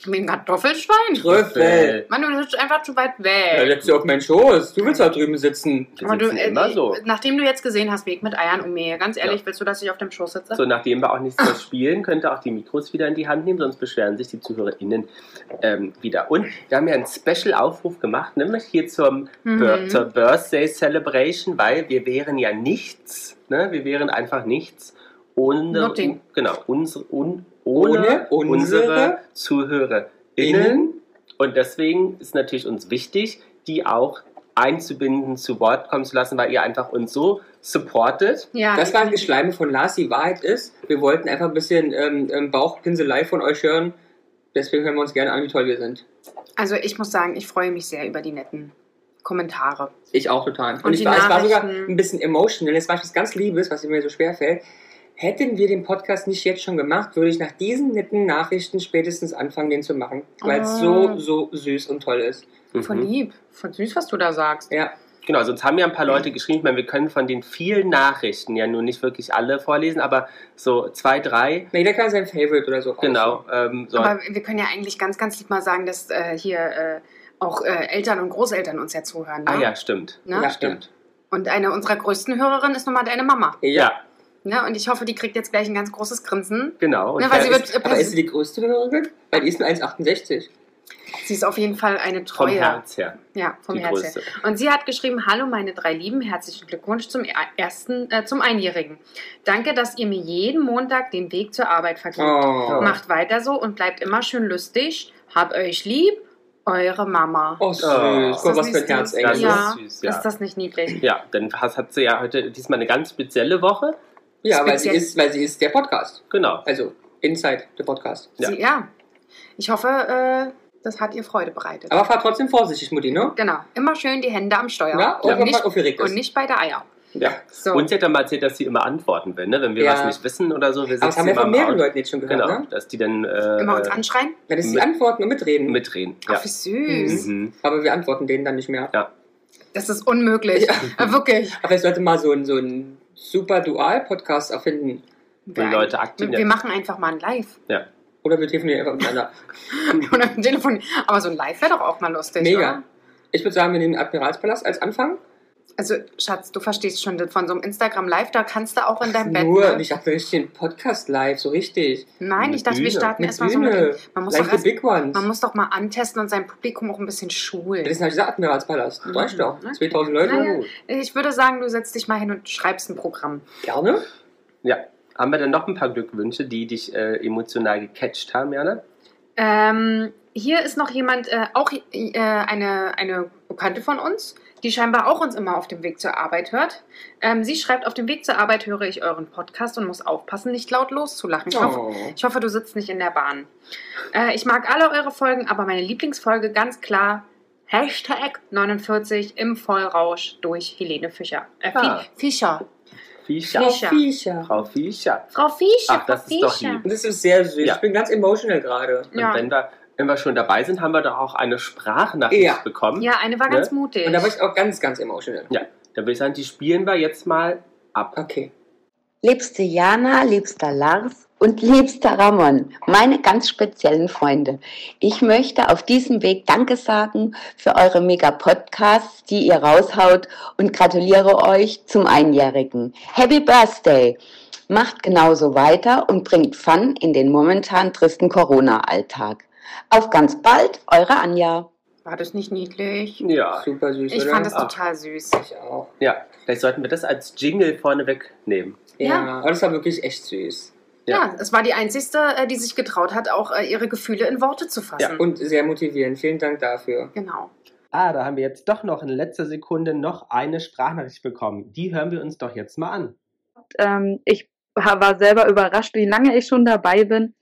[SPEAKER 1] wie ein Kartoffelschwein.
[SPEAKER 4] Trüffel.
[SPEAKER 1] Mann, du sitzt einfach zu weit
[SPEAKER 4] Da
[SPEAKER 1] weg.
[SPEAKER 4] lebst du auf meinen Schoß. Du willst da drüben sitzen.
[SPEAKER 2] Wir
[SPEAKER 1] Aber du,
[SPEAKER 2] sitzen
[SPEAKER 1] äh,
[SPEAKER 2] immer so.
[SPEAKER 1] Nachdem du jetzt gesehen hast, wie ich mit Eiern umgehe, ganz ehrlich, willst du, dass ich auf dem Schoß sitze?
[SPEAKER 2] So, nachdem wir auch nichts mehr spielen, könnt ihr auch die Mikros wieder in die Hand nehmen, sonst beschweren sich die ZuhörerInnen ähm, wieder. Und wir haben ja einen Special-Aufruf gemacht, nämlich hier zum,
[SPEAKER 1] Mhm.
[SPEAKER 2] Bir- zur Birthday Celebration, weil wir wären ja nichts, ne? wir wären einfach nichts ohne,
[SPEAKER 1] Nothing.
[SPEAKER 2] genau, unsere, un,
[SPEAKER 4] Ohne
[SPEAKER 2] ohne,
[SPEAKER 4] unsere
[SPEAKER 2] unsere ZuhörerInnen. Und deswegen ist natürlich uns wichtig, die auch einzubinden, zu Wort kommen zu lassen, weil ihr einfach uns so supportet.
[SPEAKER 1] Ja,
[SPEAKER 4] Das war ein Geschleime von Lars. Die Wahrheit ist, wir wollten einfach ein bisschen ähm, ähm, Bauchpinselei von euch hören. Deswegen hören wir uns gerne an, wie toll wir sind.
[SPEAKER 1] also ich muss sagen, ich freue mich sehr über die netten Kommentare.
[SPEAKER 4] Ich auch total. Und,
[SPEAKER 1] Und
[SPEAKER 4] ich
[SPEAKER 1] die
[SPEAKER 4] war, es war sogar
[SPEAKER 1] Nachrichten.
[SPEAKER 4] ein bisschen emotional. Es war was ganz Liebes, was mir so schwer fällt. Hätten wir den Podcast nicht jetzt schon gemacht, würde ich nach diesen netten Nachrichten spätestens anfangen, den zu machen. Weil es so,
[SPEAKER 1] Oh.
[SPEAKER 4] so süß und toll ist.
[SPEAKER 1] Mhm. Von
[SPEAKER 2] Mhm.
[SPEAKER 1] lieb, von süß, was du da sagst.
[SPEAKER 4] Ja.
[SPEAKER 2] Genau, sonst haben ja ein paar Leute geschrieben, ich meine, wir können von den vielen Nachrichten ja nun nicht wirklich alle vorlesen, aber so zwei, drei,
[SPEAKER 4] Na, jeder kann sein Favorite oder so.
[SPEAKER 2] genau. Ähm, so.
[SPEAKER 1] Aber wir können ja eigentlich ganz, ganz lieb mal sagen, dass äh, hier äh, auch äh, Eltern und Großeltern uns ja zuhören. Ne?
[SPEAKER 2] ah ja, stimmt.
[SPEAKER 1] Ne?
[SPEAKER 4] Ja.
[SPEAKER 2] Stimmt.
[SPEAKER 1] Und eine unserer größten Hörerinnen ist nun mal deine Mama.
[SPEAKER 4] Ja.
[SPEAKER 2] Ja,
[SPEAKER 1] Ne? Und ich hoffe, die kriegt jetzt gleich ein ganz großes Grinsen.
[SPEAKER 2] genau. Und
[SPEAKER 1] Ne, weil sie,
[SPEAKER 2] wer ist
[SPEAKER 1] wird, äh,
[SPEAKER 4] Aber
[SPEAKER 1] pers-
[SPEAKER 4] ist sie die größte Hörerin? Weil die ist nur 1,68.
[SPEAKER 1] sie ist auf jeden Fall eine
[SPEAKER 2] vom
[SPEAKER 1] treue.
[SPEAKER 2] Herz her
[SPEAKER 1] Ja, vom
[SPEAKER 2] die
[SPEAKER 1] Herz her.
[SPEAKER 2] größte.
[SPEAKER 1] Und sie hat geschrieben, hallo meine drei Lieben, herzlichen Glückwunsch zum e-, ersten, äh, zum Einjährigen. Danke, dass ihr mir jeden Montag den Weg zur Arbeit vergebt.
[SPEAKER 4] Oh.
[SPEAKER 1] Macht weiter so und bleibt immer schön lustig. Hab euch lieb, eure Mama.
[SPEAKER 4] Oh, süß.
[SPEAKER 2] Oh.
[SPEAKER 4] Guck, was für ein
[SPEAKER 1] Ist das nicht
[SPEAKER 4] Herzengel.
[SPEAKER 1] süß? Ja.
[SPEAKER 2] süß,
[SPEAKER 1] Ist das nicht niedlich?
[SPEAKER 2] Ja, dann hast, hat sie ja heute diesmal eine ganz spezielle Woche.
[SPEAKER 4] Ja, weil sie,
[SPEAKER 1] Speziell.
[SPEAKER 4] ist, weil sie ist der Podcast.
[SPEAKER 2] Genau.
[SPEAKER 4] Also, Inside, der Podcast.
[SPEAKER 2] Ja.
[SPEAKER 1] Sie, ja. Ich hoffe, äh, das hat ihr Freude bereitet.
[SPEAKER 4] Aber fahr trotzdem vorsichtig, Mutti, ne?
[SPEAKER 1] genau. Immer schön die Hände am Steuer.
[SPEAKER 4] Ja, und
[SPEAKER 1] und,
[SPEAKER 4] wenn man
[SPEAKER 1] nicht,
[SPEAKER 4] aufgeregt ist.
[SPEAKER 1] und nicht bei der Eier.
[SPEAKER 2] Ja.
[SPEAKER 1] So.
[SPEAKER 2] Und sie hat dann mal erzählt, dass sie immer antworten will, ne? wenn wir
[SPEAKER 4] Ja.
[SPEAKER 2] was nicht wissen oder so. Wir
[SPEAKER 4] Aber das
[SPEAKER 2] sitzen
[SPEAKER 4] haben wir
[SPEAKER 2] immer
[SPEAKER 4] von
[SPEAKER 2] im
[SPEAKER 4] mehreren
[SPEAKER 2] Auto.
[SPEAKER 4] Leuten jetzt schon gehört,
[SPEAKER 2] Genau,
[SPEAKER 4] ne?
[SPEAKER 2] dass die dann äh,
[SPEAKER 1] Immer uns
[SPEAKER 2] äh,
[SPEAKER 1] anschreien?
[SPEAKER 4] Na, das ist die
[SPEAKER 2] Mit-
[SPEAKER 4] Antworten und mitreden.
[SPEAKER 2] mitreden.
[SPEAKER 1] Ach, wie süß.
[SPEAKER 2] Mhm.
[SPEAKER 4] Aber wir antworten denen dann nicht mehr.
[SPEAKER 1] Das ist unmöglich. Äh, Wirklich.
[SPEAKER 4] Aber ich sollte mal so einen, so einen super Dual-Podcast erfinden.
[SPEAKER 2] Die Leute aktiv.
[SPEAKER 1] wir, wir machen einfach mal ein Live.
[SPEAKER 2] Ja.
[SPEAKER 4] Oder wir telefonieren einfach miteinander.
[SPEAKER 1] Oder ein Telefon. Aber so ein Live wäre doch auch mal lustig,
[SPEAKER 4] Mega.
[SPEAKER 1] oder?
[SPEAKER 4] Ich würde sagen, wir nehmen den Admiralspalast als Anfang.
[SPEAKER 1] Also, Schatz, du verstehst schon, das von so einem Instagram-Live, da kannst du auch in deinem Bett.
[SPEAKER 4] Nur,
[SPEAKER 1] ne?
[SPEAKER 4] ich dachte richtig einen Podcast live, so richtig.
[SPEAKER 1] Nein, ich
[SPEAKER 2] Mit
[SPEAKER 1] dachte, wir
[SPEAKER 2] Bühne.
[SPEAKER 1] starten
[SPEAKER 4] Mit
[SPEAKER 1] erstmal so mit.
[SPEAKER 4] Bühne.
[SPEAKER 1] dem- Man muss, doch
[SPEAKER 4] Like the
[SPEAKER 1] erst,
[SPEAKER 4] Big Ones.
[SPEAKER 1] man muss doch mal antesten und sein Publikum auch ein bisschen
[SPEAKER 4] das
[SPEAKER 1] schulen.
[SPEAKER 4] ist natürlich der Admiralspalast.
[SPEAKER 1] Mhm.
[SPEAKER 4] Reicht doch.
[SPEAKER 1] Okay. Ah,
[SPEAKER 4] 2000 Leute.
[SPEAKER 1] Naja. Ich würde sagen, du setzt dich mal hin und schreibst ein Programm.
[SPEAKER 4] Gerne.
[SPEAKER 2] Ja. Haben wir dann noch ein paar Glückwünsche, die dich äh, emotional gecatcht haben, Jana?
[SPEAKER 1] Ähm, hier ist noch jemand, äh, auch äh, eine, eine Bekannte von uns, die scheinbar auch uns immer auf dem Weg zur Arbeit hört. Ähm, sie schreibt, auf dem Weg zur Arbeit höre ich euren Podcast und muss aufpassen, nicht laut loszulachen. Ich hoffe,
[SPEAKER 4] Oh.
[SPEAKER 1] ich hoffe du sitzt nicht in der Bahn. Äh, ich mag alle eure Folgen, aber meine Lieblingsfolge ganz klar. Hashtag 49 im Vollrausch durch Helene Fischer. Äh, Fi-
[SPEAKER 2] Ah.
[SPEAKER 1] Fischer.
[SPEAKER 2] Fischer.
[SPEAKER 1] Fischer.
[SPEAKER 4] Viecher.
[SPEAKER 2] Frau Fischer.
[SPEAKER 1] Frau Fischer.
[SPEAKER 2] Ach, das
[SPEAKER 1] Frau
[SPEAKER 2] ist doch
[SPEAKER 1] Fischer.
[SPEAKER 2] lieb.
[SPEAKER 4] Das ist sehr süß.
[SPEAKER 2] Ja.
[SPEAKER 4] Ich bin ganz emotional gerade.
[SPEAKER 2] Und
[SPEAKER 1] Ja.
[SPEAKER 2] wenn wir, wenn wir schon dabei sind, haben wir doch auch eine Sprachnachricht
[SPEAKER 4] Ja.
[SPEAKER 2] bekommen.
[SPEAKER 1] Ja, eine war ganz
[SPEAKER 2] Ne?
[SPEAKER 1] mutig.
[SPEAKER 4] Und da war ich auch ganz, ganz emotional.
[SPEAKER 2] Da würde ich sagen, die spielen wir jetzt mal ab.
[SPEAKER 4] Okay.
[SPEAKER 5] Liebste Jana, liebster Lars und liebster Ramon, meine ganz speziellen Freunde. Ich möchte auf diesem Weg Danke sagen für eure Mega-Podcasts, die ihr raushaut und gratuliere euch zum Einjährigen. Happy Birthday! Macht genauso weiter und bringt Fun in den momentan tristen Corona-Alltag. Auf ganz bald, eure Anja.
[SPEAKER 1] War das nicht niedlich?
[SPEAKER 2] Ja.
[SPEAKER 4] Super süß,
[SPEAKER 1] Ich
[SPEAKER 4] oder? Ah.
[SPEAKER 1] fand das
[SPEAKER 2] Ach.
[SPEAKER 1] total süß.
[SPEAKER 4] ich auch.
[SPEAKER 2] Ja, vielleicht sollten wir das als Jingle vorneweg nehmen.
[SPEAKER 4] Ja,
[SPEAKER 1] Ja.
[SPEAKER 4] aber das war wirklich echt süß.
[SPEAKER 2] Ja.
[SPEAKER 1] Ja, es war die einzigste, äh, die sich getraut hat, auch äh, ihre Gefühle in Worte zu fassen.
[SPEAKER 2] Ja,
[SPEAKER 4] Und sehr motivierend. Vielen Dank dafür.
[SPEAKER 1] genau.
[SPEAKER 2] Ah, da haben wir jetzt doch noch in letzter Sekunde noch eine Sprachnachricht bekommen. Die hören wir uns doch jetzt mal an.
[SPEAKER 6] ähm, ich ha- war selber überrascht, wie lange ich schon dabei bin.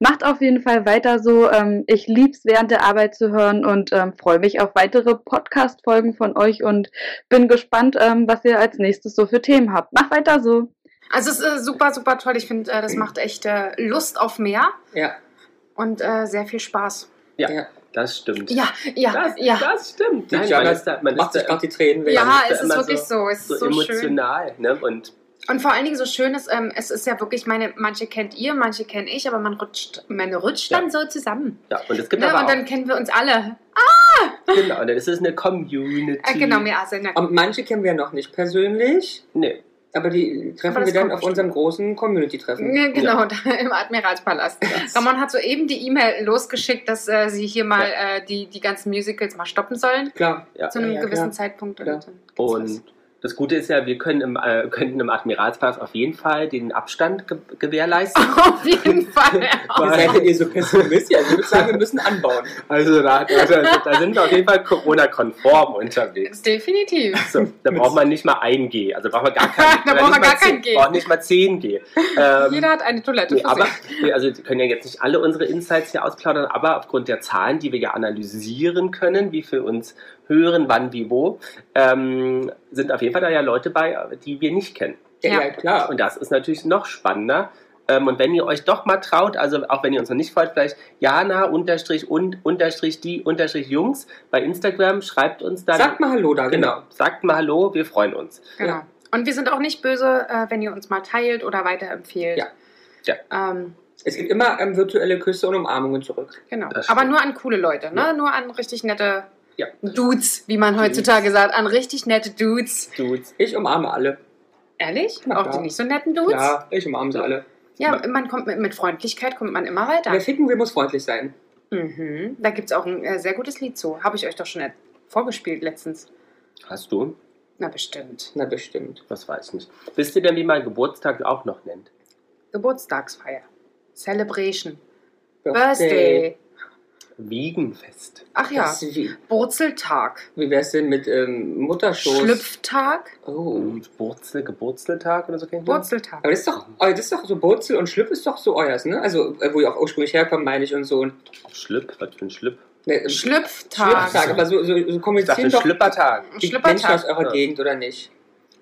[SPEAKER 6] Macht auf jeden Fall weiter so. Ähm, ich lieb's während der Arbeit zu hören und ähm, freue mich auf weitere Podcast-Folgen von euch und bin gespannt, ähm, was ihr als nächstes so für Themen habt. Macht weiter so.
[SPEAKER 1] Also es ist äh, super, super toll. Ich finde, äh, das macht echt äh, Lust auf mehr
[SPEAKER 4] Ja,
[SPEAKER 1] und äh, sehr viel Spaß.
[SPEAKER 2] Ja,
[SPEAKER 4] Ja.
[SPEAKER 2] das stimmt.
[SPEAKER 1] Ja, ja,
[SPEAKER 2] das,
[SPEAKER 1] ja.
[SPEAKER 2] das stimmt.
[SPEAKER 4] Die
[SPEAKER 2] Nein,
[SPEAKER 4] Jana
[SPEAKER 2] man ist da, man
[SPEAKER 4] macht
[SPEAKER 2] ist
[SPEAKER 4] sich
[SPEAKER 2] da
[SPEAKER 4] gerade die Tränen weg.
[SPEAKER 1] ja,
[SPEAKER 2] ist ja
[SPEAKER 1] es ist
[SPEAKER 2] immer
[SPEAKER 1] wirklich
[SPEAKER 2] so-
[SPEAKER 1] so. Es
[SPEAKER 2] so,
[SPEAKER 1] ist so schön.
[SPEAKER 2] emotional. Ne? Und
[SPEAKER 1] Und vor allen Dingen so schön ist, ähm, es ist ja wirklich, meine, manche kennt ihr, manche kenne ich, aber man rutscht, man rutscht
[SPEAKER 2] Ja.
[SPEAKER 1] dann so zusammen.
[SPEAKER 2] ja, und es gibt
[SPEAKER 1] Ne?
[SPEAKER 2] aber
[SPEAKER 1] Und dann
[SPEAKER 2] auch,
[SPEAKER 1] kennen wir uns alle.
[SPEAKER 2] genau, dann ist es eine Community.
[SPEAKER 1] Äh, genau, wir sind ja.
[SPEAKER 4] Und manche kennen wir noch nicht persönlich,
[SPEAKER 2] Nee,
[SPEAKER 4] aber die treffen
[SPEAKER 1] Aber das
[SPEAKER 4] wir dann
[SPEAKER 1] kommt
[SPEAKER 4] auf
[SPEAKER 1] bestimmt.
[SPEAKER 4] unserem großen Community-Treffen.
[SPEAKER 1] Ja, Genau, da im Admiralspalast. Ramon hat soeben die E-Mail losgeschickt, dass äh, sie hier mal äh, die, die ganzen Musicals mal stoppen sollen.
[SPEAKER 4] Klar.
[SPEAKER 2] ja.
[SPEAKER 1] Zu einem
[SPEAKER 4] ja,
[SPEAKER 1] gewissen
[SPEAKER 4] klar.
[SPEAKER 1] Zeitpunkt.
[SPEAKER 4] Klar.
[SPEAKER 1] so.
[SPEAKER 2] Und das Gute ist ja, wir können im, äh, könnten im Admiralspalast auf jeden Fall den Abstand ge gewährleisten.
[SPEAKER 1] Auf jeden Fall.
[SPEAKER 4] Ihr seid denn ihr so pessimistisch? Also ich würde sagen, wir müssen anbauen.
[SPEAKER 2] Also da, da, da, da sind wir auf jeden Fall Corona-konform unterwegs.
[SPEAKER 1] Definitiv.
[SPEAKER 2] So, da braucht man nicht mal 1G, also braucht man gar kein,
[SPEAKER 1] Da braucht man
[SPEAKER 2] nicht mal
[SPEAKER 1] gar kein
[SPEAKER 2] 10
[SPEAKER 1] G.
[SPEAKER 2] Braucht nicht mal 10G. Ähm,
[SPEAKER 1] Jeder hat eine Toilette
[SPEAKER 2] Nee,
[SPEAKER 1] für
[SPEAKER 2] aber
[SPEAKER 1] sich.
[SPEAKER 2] wir also wir können ja jetzt nicht alle unsere Insights hier ausplaudern, aber aufgrund der Zahlen, die wir ja analysieren können, wie für uns hören, wann, wie, wo, ähm, sind auf jeden Fall da ja Leute bei, die wir nicht kennen.
[SPEAKER 4] Ja,
[SPEAKER 1] Ja.
[SPEAKER 4] ja klar.
[SPEAKER 2] Und das ist natürlich noch spannender. Ähm, und wenn ihr euch doch mal traut, also auch wenn ihr uns noch nicht folgt, vielleicht Jana unterstrich und unterstrich die unterstrich Jungs bei Instagram, schreibt uns dann.
[SPEAKER 4] Sagt mal Hallo da, genau.
[SPEAKER 2] genau. Sagt mal Hallo, wir freuen uns.
[SPEAKER 1] Genau.
[SPEAKER 4] Ja.
[SPEAKER 1] Und wir sind auch nicht böse, äh, wenn ihr uns mal teilt oder weiterempfehlt.
[SPEAKER 4] Ja.
[SPEAKER 2] Ja.
[SPEAKER 1] Ähm,
[SPEAKER 4] Es gibt immer ähm, virtuelle Küsse und Umarmungen zurück.
[SPEAKER 1] genau.
[SPEAKER 2] Das
[SPEAKER 1] Aber
[SPEAKER 2] stimmt.
[SPEAKER 1] nur an coole Leute, ne?
[SPEAKER 2] Ja.
[SPEAKER 1] Nur an richtig nette
[SPEAKER 2] Ja.
[SPEAKER 1] Dudes, wie man
[SPEAKER 2] Dudes.
[SPEAKER 1] heutzutage sagt. An richtig nette Dudes.
[SPEAKER 2] Dudes.
[SPEAKER 4] Ich umarme alle.
[SPEAKER 1] Ehrlich?
[SPEAKER 4] Na
[SPEAKER 1] auch
[SPEAKER 4] klar.
[SPEAKER 1] die nicht so netten Dudes?
[SPEAKER 4] Ja, ich umarme sie alle.
[SPEAKER 1] Ja, man kommt mit, mit Freundlichkeit kommt man immer
[SPEAKER 4] Wer
[SPEAKER 1] weiter.
[SPEAKER 4] ficken will, muss freundlich sein.
[SPEAKER 1] Mhm. Da gibt es auch ein äh, sehr gutes Lied zu. Habe ich euch doch schon äh, vorgespielt letztens.
[SPEAKER 2] Hast du?
[SPEAKER 1] Na bestimmt.
[SPEAKER 4] Na bestimmt.
[SPEAKER 2] Das weiß ich nicht. Wisst ihr denn, wie man Geburtstag auch noch nennt?
[SPEAKER 1] Geburtstagsfeier. Celebration.
[SPEAKER 4] Birthday.
[SPEAKER 1] Birthday.
[SPEAKER 2] Wiegenfest.
[SPEAKER 1] Ach ja,
[SPEAKER 4] Das, wie
[SPEAKER 1] Wurzeltag.
[SPEAKER 4] wie wär's denn mit ähm, Mutterschoß?
[SPEAKER 1] Schlüpftag.
[SPEAKER 4] Oh.
[SPEAKER 2] Und Wurzel, Geburtstag oder so kennt man?
[SPEAKER 1] Wurzeltag.
[SPEAKER 4] Aber das ist doch, oh, das ist doch so Wurzel und Schlüpp ist doch so euers, ne? Also, äh, wo ihr auch ursprünglich herkommt, meine ich und so. Und,
[SPEAKER 2] Schlüpp, was für ein Schlüpp?
[SPEAKER 4] ne, ähm,
[SPEAKER 1] Schlüpftag.
[SPEAKER 4] Schlüpftag, aber so, so, so
[SPEAKER 2] Ich dachte,
[SPEAKER 4] kommunizieren doch
[SPEAKER 2] Schlüppertag.
[SPEAKER 4] die
[SPEAKER 1] Schlüppertag.
[SPEAKER 4] Menschen aus eurer
[SPEAKER 2] Ja.
[SPEAKER 4] Gegend, oder nicht?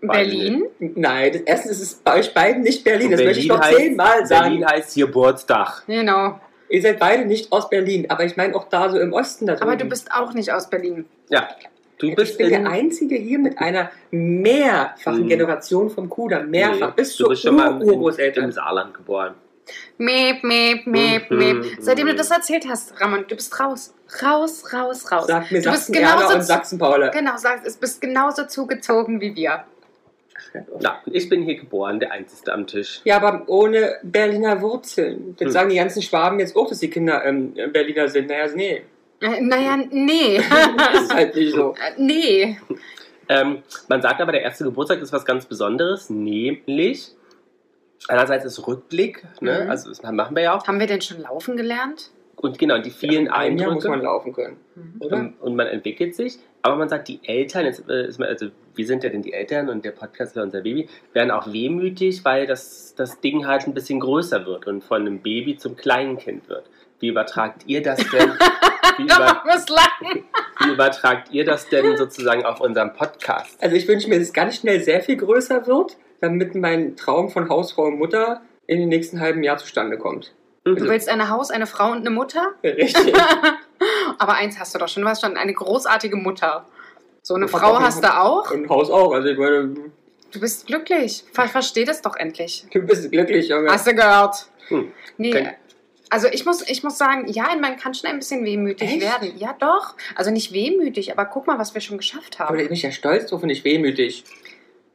[SPEAKER 1] Berlin.
[SPEAKER 4] Nein, das, erstens ist es bei euch beiden nicht Berlin. Das
[SPEAKER 2] Berlin
[SPEAKER 4] möchte ich noch
[SPEAKER 2] heißt-
[SPEAKER 4] zehnmal sagen.
[SPEAKER 2] Berlin heißt Geburtstag.
[SPEAKER 1] Genau.
[SPEAKER 4] Ihr seid beide nicht aus Berlin, aber ich meine auch da so im Osten da
[SPEAKER 1] Aber du
[SPEAKER 4] drüben.
[SPEAKER 1] bist auch nicht aus Berlin.
[SPEAKER 2] Ja. Du bist
[SPEAKER 4] ich bin der
[SPEAKER 2] in.
[SPEAKER 4] Einzige hier mit einer mehrfachen
[SPEAKER 2] Mhm.
[SPEAKER 4] Generation vom Kuder. Mehrfach.
[SPEAKER 2] Nee,
[SPEAKER 4] bis
[SPEAKER 2] du
[SPEAKER 4] zur
[SPEAKER 2] bist schon mal im, im
[SPEAKER 4] Urgroßeltern.
[SPEAKER 2] Saarland geboren.
[SPEAKER 1] Meep, meep, meep,
[SPEAKER 2] Mhm.
[SPEAKER 1] meep. Seitdem du das erzählt hast, Ramon, du bist raus. Raus, raus, raus.
[SPEAKER 4] Sagt mir
[SPEAKER 1] Du bist
[SPEAKER 4] Sachsen Erna
[SPEAKER 1] genauso
[SPEAKER 4] und
[SPEAKER 1] zu-
[SPEAKER 4] Sachsen Paula.
[SPEAKER 1] Genau, sagst, es bist genauso zugezogen wie wir.
[SPEAKER 2] Ja, und ich bin hier geboren, der Einzige am Tisch.
[SPEAKER 4] Ja, aber ohne Berliner Wurzeln. Dann
[SPEAKER 2] Hm.
[SPEAKER 4] sagen die ganzen Schwaben jetzt auch, dass die Kinder ähm, Berliner sind. Naja, nee.
[SPEAKER 1] Äh, Naja, nee.
[SPEAKER 4] Das ist halt nicht so.
[SPEAKER 1] Äh, nee.
[SPEAKER 2] Ähm, man sagt aber, der erste Geburtstag ist was ganz Besonderes, nämlich. Einerseits ist Rückblick, ne?
[SPEAKER 1] Mhm.
[SPEAKER 2] also das machen wir ja auch.
[SPEAKER 1] Haben wir denn schon laufen gelernt?
[SPEAKER 2] Und genau, die vielen
[SPEAKER 4] Ein Jahr muss
[SPEAKER 2] Eindrücke.
[SPEAKER 4] man laufen können.
[SPEAKER 1] Mhm.
[SPEAKER 4] Oder?
[SPEAKER 2] Und, und man entwickelt sich, aber man sagt, die Eltern, jetzt, äh, ist man, also wir sind ja denn die Eltern und der Podcast ist ja unser Baby, werden auch wehmütig, weil das, das Ding halt ein bisschen größer wird und von einem Baby zum kleinen Kind wird. Wie übertragt ihr das denn? Wie, über,
[SPEAKER 1] Da muss lachen.
[SPEAKER 2] wie übertragt ihr das denn sozusagen auf unserem Podcast?
[SPEAKER 4] Also ich wünsche mir, dass es ganz schnell sehr viel größer wird, damit mein Traum von Hausfrau und Mutter in den nächsten halben Jahr zustande kommt.
[SPEAKER 1] Du
[SPEAKER 2] Also,
[SPEAKER 1] willst ein Haus, eine Frau und eine Mutter?
[SPEAKER 4] Richtig.
[SPEAKER 1] Aber eins hast du doch schon, was schon eine großartige Mutter. So eine
[SPEAKER 4] Ich hab
[SPEAKER 1] Frau
[SPEAKER 4] auch-
[SPEAKER 1] hast du auch.
[SPEAKER 4] Und Haus auch. Also ich meine,
[SPEAKER 1] Du bist glücklich. Ver versteh das doch endlich.
[SPEAKER 4] du bist glücklich, Junge.
[SPEAKER 1] Hast du gehört?
[SPEAKER 2] Hm.
[SPEAKER 1] Nee.
[SPEAKER 2] Kein-
[SPEAKER 1] Also ich muss, ich muss sagen, ja, man kann schon ein bisschen wehmütig
[SPEAKER 4] Echt?
[SPEAKER 1] werden. Ja, doch. Also nicht wehmütig, aber guck mal, was wir schon geschafft
[SPEAKER 4] Aber da
[SPEAKER 1] haben.
[SPEAKER 4] bin ich ja stolz drauf und nicht wehmütig.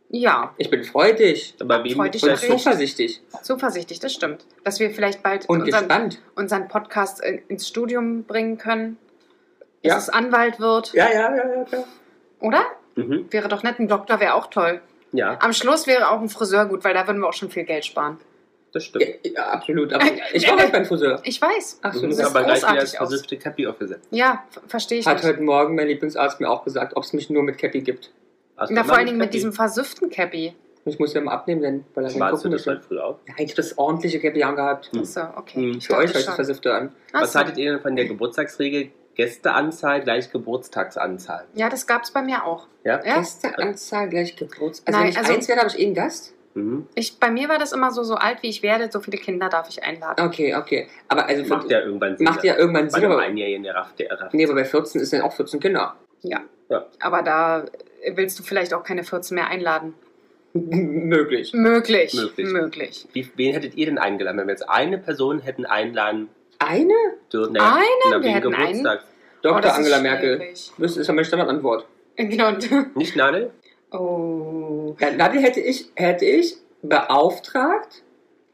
[SPEAKER 1] Ja,
[SPEAKER 4] Ich bin freudig
[SPEAKER 2] Aber wem
[SPEAKER 1] Freudig
[SPEAKER 4] und
[SPEAKER 1] Richtig.
[SPEAKER 4] zuversichtlich
[SPEAKER 1] zuversichtlich, das stimmt. Dass wir vielleicht bald
[SPEAKER 4] und
[SPEAKER 1] unseren,
[SPEAKER 4] gespannt.
[SPEAKER 1] unseren Podcast in- ins Studium bringen können. Dass
[SPEAKER 4] Ja.
[SPEAKER 1] es Anwalt wird.
[SPEAKER 4] Ja, ja, ja, ja, klar.
[SPEAKER 1] Oder?
[SPEAKER 2] Mhm.
[SPEAKER 1] Wäre doch nett, ein Doktor wäre auch toll.
[SPEAKER 2] Ja,
[SPEAKER 1] Am Schluss wäre auch ein Friseur gut, weil da würden wir auch schon viel Geld sparen.
[SPEAKER 2] das
[SPEAKER 4] Ja,
[SPEAKER 2] stimmt.
[SPEAKER 4] ja, absolut. absolut. Ich war gleich beim Friseur.
[SPEAKER 1] Ich weiß.
[SPEAKER 4] Ach so,
[SPEAKER 2] Mhm.
[SPEAKER 1] das
[SPEAKER 4] das
[SPEAKER 1] ist
[SPEAKER 2] Aber gleich wieder das
[SPEAKER 1] großartig aus.
[SPEAKER 2] versüffte Cappy aufgesetzt.
[SPEAKER 1] Ja, ver- verstehe ich
[SPEAKER 4] hat halt
[SPEAKER 1] nicht.
[SPEAKER 4] heute Morgen mein Lieblingsarzt mir auch gesagt, ob es mich nur mit Cappy gibt.
[SPEAKER 2] Hast du
[SPEAKER 1] Na,
[SPEAKER 2] mal
[SPEAKER 1] vor allen Dingen mit
[SPEAKER 2] Cappy?
[SPEAKER 1] diesem versüfften Cappy.
[SPEAKER 4] Ich muss ja mal abnehmen, denn weil er mir
[SPEAKER 2] Warst du
[SPEAKER 4] gucken
[SPEAKER 2] das halt- mal
[SPEAKER 4] musste.
[SPEAKER 2] früher auf?
[SPEAKER 4] Nein, ich hab das ordentliche Cappy angehabt.
[SPEAKER 2] Hm.
[SPEAKER 1] Achso, okay.
[SPEAKER 2] Hm.
[SPEAKER 1] Ich
[SPEAKER 4] Für
[SPEAKER 1] dachte
[SPEAKER 4] euch hört das
[SPEAKER 1] schon.
[SPEAKER 4] Versiffte an.
[SPEAKER 2] Was
[SPEAKER 1] Achso.
[SPEAKER 2] hattet ihr denn von der Geburtstagsregel? Gästeanzahl gleich Geburtstagsanzahl.
[SPEAKER 1] Ja, das gab es bei mir auch.
[SPEAKER 2] Ja?
[SPEAKER 1] Ja?
[SPEAKER 4] Erste Anzahl gleich Geburtstag. Also
[SPEAKER 1] Nein,
[SPEAKER 4] wenn ich
[SPEAKER 1] also-
[SPEAKER 4] eins werde, habe ich eh einen Gast.
[SPEAKER 2] Mhm.
[SPEAKER 1] Ich, bei mir war das immer so, so alt wie ich werde, so viele Kinder darf ich einladen.
[SPEAKER 4] Okay, okay. Aber also
[SPEAKER 2] Macht
[SPEAKER 4] macht,
[SPEAKER 2] ja irgendwann Sinn.
[SPEAKER 4] macht ja irgendwann
[SPEAKER 2] Bei
[SPEAKER 4] Sinn.
[SPEAKER 2] einem
[SPEAKER 4] Aber,
[SPEAKER 2] Einjährigen der Raff, der Raff.
[SPEAKER 4] nee, aber bei 14 ist dann auch 14 Kinder.
[SPEAKER 1] Aber da willst du vielleicht auch keine 14 mehr einladen.
[SPEAKER 4] M- Möglich.
[SPEAKER 1] Möglich.
[SPEAKER 2] Möglich.
[SPEAKER 1] Möglich. Möglich.
[SPEAKER 2] Wie, wen hättet ihr denn eingeladen? Wenn wir jetzt eine Person hätten einladen
[SPEAKER 4] Eine?
[SPEAKER 2] dürfen,
[SPEAKER 1] Eine?
[SPEAKER 2] na,
[SPEAKER 1] Wir
[SPEAKER 2] wegen
[SPEAKER 1] hätten einen.
[SPEAKER 2] Geburtstags.
[SPEAKER 1] Oh,
[SPEAKER 4] Dr.
[SPEAKER 1] das ist
[SPEAKER 4] Angela Merkel.
[SPEAKER 1] schwierig.
[SPEAKER 4] Das ist ja meine Standardantwort.
[SPEAKER 1] Genau.
[SPEAKER 2] Nicht Nadel?
[SPEAKER 1] Oh.
[SPEAKER 4] Ja, Nadel hätte ich, hätte ich beauftragt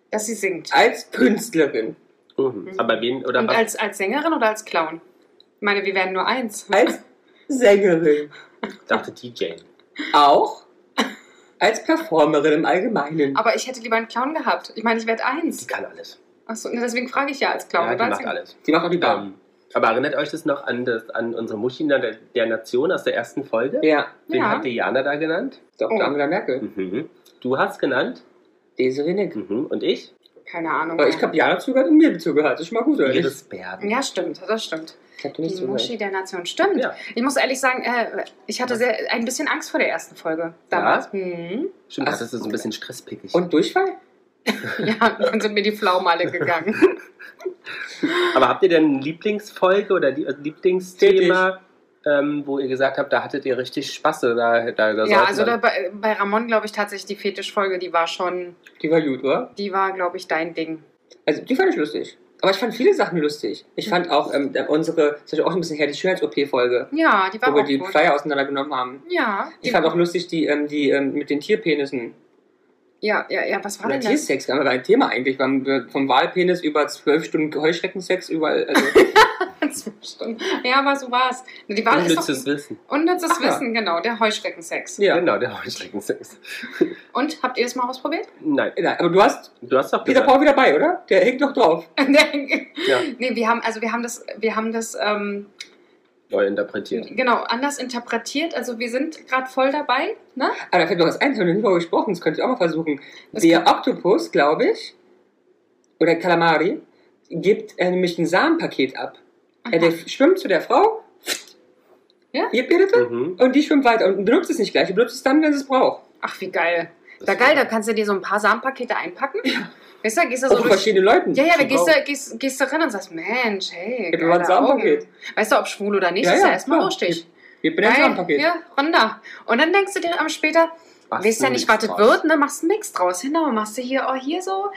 [SPEAKER 1] Dass sie singt.
[SPEAKER 4] als Künstlerin.
[SPEAKER 2] Mhm. Aber wen? Oder
[SPEAKER 1] Und
[SPEAKER 2] was?
[SPEAKER 1] als, als Sängerin oder als Clown? Ich meine, wir werden nur eins.
[SPEAKER 4] Als Sängerin.
[SPEAKER 2] dachte DJ.
[SPEAKER 4] Auch als Performerin im Allgemeinen.
[SPEAKER 1] Aber ich hätte lieber einen Clown gehabt. Ich meine, ich werde
[SPEAKER 2] Die
[SPEAKER 1] eins.
[SPEAKER 2] kann alles.
[SPEAKER 1] Achso, na, deswegen frage ich ja als Clown.
[SPEAKER 2] ja,
[SPEAKER 1] oder
[SPEAKER 2] die
[SPEAKER 1] als
[SPEAKER 2] macht alles.
[SPEAKER 4] Die macht auch die Bar.
[SPEAKER 2] Ähm, aber erinnert euch das noch an, das, an unsere Muschi der, der Nation aus der ersten Folge?
[SPEAKER 4] Ja,
[SPEAKER 2] Den
[SPEAKER 1] Ja.
[SPEAKER 2] hat Diana da genannt.
[SPEAKER 4] Dr.
[SPEAKER 1] Oh.
[SPEAKER 4] Angela Merkel.
[SPEAKER 2] Mhm. Du hast genannt.
[SPEAKER 4] Desiree Nick.
[SPEAKER 2] Mhm. Und ich?
[SPEAKER 1] Keine Ahnung.
[SPEAKER 4] Aber ich habe Jana zugehört und mir zugehört. Das ist schon mal gut, oder? nicht?
[SPEAKER 2] Iris Berben.
[SPEAKER 1] ja, stimmt, das stimmt.
[SPEAKER 4] Ich hab dir nicht
[SPEAKER 1] Die
[SPEAKER 4] zugehört.
[SPEAKER 1] Muschi der Nation, stimmt.
[SPEAKER 2] Ja.
[SPEAKER 1] Ich muss ehrlich sagen, äh, ich hatte sehr, ein bisschen Angst vor der ersten Folge damals. Ja, mhm.
[SPEAKER 2] Stimmt,
[SPEAKER 4] Ach,
[SPEAKER 2] das ist so ein bisschen stresspickig.
[SPEAKER 4] Und Durchfall?
[SPEAKER 1] ja dann sind mir die Pflaumen alle gegangen.
[SPEAKER 2] aber habt ihr denn eine Lieblingsfolge oder die, äh, Lieblingsthema, ähm, wo ihr gesagt habt, da hattet ihr richtig Spaß? Oder da, da, da
[SPEAKER 1] ja,
[SPEAKER 2] sollten
[SPEAKER 1] also
[SPEAKER 2] wir-
[SPEAKER 1] da, bei, bei Ramon, glaube ich, tatsächlich die Fetischfolge, die war schon,
[SPEAKER 4] Die war gut, oder?
[SPEAKER 1] die war, glaube ich, dein Ding.
[SPEAKER 4] Also, die fand ich lustig. Aber ich fand viele Sachen lustig. Ich fand auch ähm, unsere, zum Beispiel auch ein bisschen her, die Schönheits-OP-Folge,
[SPEAKER 1] Ja, die war
[SPEAKER 4] wo wir
[SPEAKER 1] auch
[SPEAKER 4] die
[SPEAKER 1] gut.
[SPEAKER 4] Flyer auseinandergenommen haben.
[SPEAKER 1] ja,
[SPEAKER 4] Ich fand auch lustig, die, ähm, die ähm, mit den Tierpenissen.
[SPEAKER 1] ja, ja, ja, was war
[SPEAKER 4] Oder
[SPEAKER 1] denn das?
[SPEAKER 4] Tiersex, gar ein Thema eigentlich. Wir haben äh, vom Wahlpenis über zwölf Stunden Heuschreckensex überall. Also,
[SPEAKER 1] Stimmt. Ja, aber so war es. Die war ist
[SPEAKER 2] Unnützes
[SPEAKER 1] doch,
[SPEAKER 2] Wissen.
[SPEAKER 1] unnützes
[SPEAKER 4] Ach ja.
[SPEAKER 1] Wissen, genau, der Heuschreckensex.
[SPEAKER 4] ja.
[SPEAKER 2] Genau, der Heuschreckensex.
[SPEAKER 1] Und habt ihr das mal ausprobiert?
[SPEAKER 2] Nein,
[SPEAKER 4] Nein, aber du hast
[SPEAKER 2] du hast doch
[SPEAKER 4] Peter
[SPEAKER 2] gesagt.
[SPEAKER 4] Paul wieder bei, oder? Der hängt noch drauf.
[SPEAKER 2] Ja.
[SPEAKER 1] nee, wir haben, also wir haben das, wir haben das ähm,
[SPEAKER 2] Neu interpretiert.
[SPEAKER 1] genau anders interpretiert. Also wir sind gerade voll dabei, ne?
[SPEAKER 4] Ah, da fällt mir was ein, da haben wir noch nie drüber gesprochen, das könnte ich auch mal versuchen.
[SPEAKER 1] Das
[SPEAKER 4] der Oktopus, glaube ich, oder Kalamari, gibt äh, nämlich ein Samenpaket ab.
[SPEAKER 1] Aha.
[SPEAKER 4] Äh, der f- schwimmt zu der Frau,
[SPEAKER 1] Ja.
[SPEAKER 4] ihr bittet,
[SPEAKER 2] Mhm.
[SPEAKER 4] und die schwimmt weiter und benutzt es nicht gleich, die benutzt es dann, wenn sie es braucht.
[SPEAKER 1] Ach, wie geil. Da geil, da kannst du dir so ein paar Samenpakete einpacken. Weißt du, gehst du
[SPEAKER 4] Auch
[SPEAKER 1] so
[SPEAKER 4] von
[SPEAKER 1] durch.
[SPEAKER 4] verschiedenen Leuten.
[SPEAKER 1] Ja, ja, da
[SPEAKER 2] Schon
[SPEAKER 1] gehst du, gehst, gehst du rein und sagst, Mensch, hey,
[SPEAKER 4] Hätte man
[SPEAKER 1] geile
[SPEAKER 4] ein Samenpaket.
[SPEAKER 1] Augen. Weißt du, ob schwul oder nicht,
[SPEAKER 4] Ja,
[SPEAKER 1] ist ja
[SPEAKER 4] ja,
[SPEAKER 1] erstmal
[SPEAKER 4] klar.
[SPEAKER 1] wurstig.
[SPEAKER 4] Ich bin ein
[SPEAKER 1] Geil,
[SPEAKER 4] Samenpaket.
[SPEAKER 1] ja, Ronda. Und dann denkst du dir am später,
[SPEAKER 2] Machst
[SPEAKER 1] Weißt ja
[SPEAKER 2] du
[SPEAKER 1] nicht, was
[SPEAKER 2] nichts
[SPEAKER 1] das
[SPEAKER 2] draus.
[SPEAKER 1] wird, und dann machst du einen Mix draus. Genau, machst du hier, oh, hier so.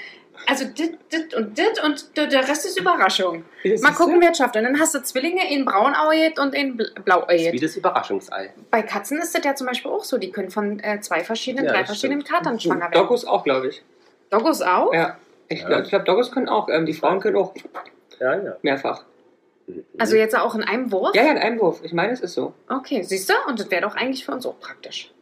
[SPEAKER 1] Also dit, dit und dit und d- der Rest ist Überraschung.
[SPEAKER 4] Das
[SPEAKER 1] Mal
[SPEAKER 4] ist
[SPEAKER 1] gucken,
[SPEAKER 4] ja-
[SPEAKER 1] wer es schafft. Und dann hast du Zwillinge, einen braunäugig und einen bl-
[SPEAKER 2] Das ist Wie
[SPEAKER 1] blauäugig.
[SPEAKER 2] das Überraschungsei.
[SPEAKER 1] Bei Katzen ist das ja zum Beispiel auch so. Die können von äh, zwei verschiedenen,
[SPEAKER 2] Ja,
[SPEAKER 1] drei
[SPEAKER 2] das
[SPEAKER 1] verschiedenen Katern schwanger werden.
[SPEAKER 4] Doggos Hm, auch, glaube ich.
[SPEAKER 1] Doggos auch?
[SPEAKER 4] Ja. Ich
[SPEAKER 2] Ja.
[SPEAKER 4] glaube, glaub, Doggos können auch, ähm, die Frauen können auch
[SPEAKER 2] Ja, ja.
[SPEAKER 4] mehrfach.
[SPEAKER 2] Mhm.
[SPEAKER 1] Also jetzt auch in einem Wurf?
[SPEAKER 4] Ja, ja, in einem Wurf. Ich meine, es ist so.
[SPEAKER 1] Okay, siehst du? Und das wäre doch eigentlich für uns auch praktisch.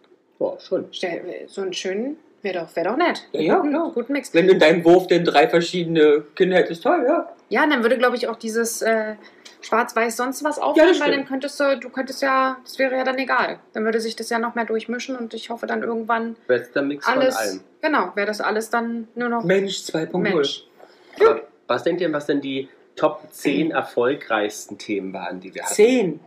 [SPEAKER 2] ja, schon.
[SPEAKER 1] Stell, äh, so einen schönen, wäre doch, wär doch nett.
[SPEAKER 4] Ja, ja,
[SPEAKER 1] Guten-
[SPEAKER 4] genau.
[SPEAKER 1] Guten Mix.
[SPEAKER 4] Wenn du in deinem Wurf denn drei verschiedene Kinder hättest, toll, ja.
[SPEAKER 1] Ja, und dann würde, glaube ich, auch dieses äh, Schwarz-Weiß sonst was
[SPEAKER 4] Ja,
[SPEAKER 1] aufhören,
[SPEAKER 4] das
[SPEAKER 1] weil
[SPEAKER 4] stimmt.
[SPEAKER 1] dann könntest du, du könntest ja, das wäre ja dann egal. Dann würde sich das ja noch mehr durchmischen und ich hoffe dann irgendwann
[SPEAKER 2] Bester Mix
[SPEAKER 1] alles,
[SPEAKER 2] von allem.
[SPEAKER 1] genau, wäre das alles dann nur noch.
[SPEAKER 4] Mensch 2.0.
[SPEAKER 1] Mensch.
[SPEAKER 2] Aber was denkt ihr, was denn die Top 10 erfolgreichsten Themen waren, die wir hatten?
[SPEAKER 4] 10.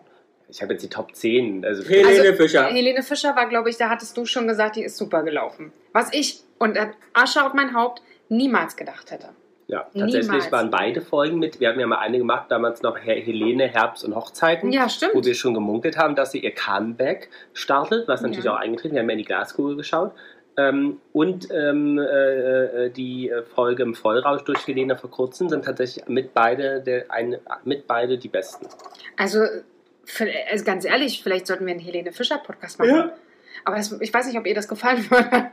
[SPEAKER 2] Ich habe jetzt die Top 10. Also,
[SPEAKER 4] Helene
[SPEAKER 1] Also-
[SPEAKER 4] Fischer.
[SPEAKER 1] Helene Fischer war, glaube ich, da hattest du schon gesagt, die ist super gelaufen. Was ich und äh, Asche auf mein Haupt niemals gedacht hätte.
[SPEAKER 2] ja, tatsächlich
[SPEAKER 1] niemals.
[SPEAKER 2] waren beide Folgen mit. Wir haben ja mal eine gemacht, damals noch Herr Helene, Herbst und Hochzeiten.
[SPEAKER 1] Ja,
[SPEAKER 2] Wo wir
[SPEAKER 1] stimmt.
[SPEAKER 2] schon gemunkelt haben, dass sie ihr Comeback startet, was natürlich
[SPEAKER 1] Ja.
[SPEAKER 2] auch eingetreten ist. Wir haben ja in die Glaskugel geschaut. Ähm, und ähm, äh, äh, die äh, Folge im Vollrausch durch Helene vor kurzem sind tatsächlich mit beide, der, ein, mit beide die besten.
[SPEAKER 1] Also, für, also ganz ehrlich, vielleicht sollten wir einen Helene Fischer Podcast machen.
[SPEAKER 4] Ja.
[SPEAKER 1] Aber das, ich weiß nicht, ob ihr das gefallen würde.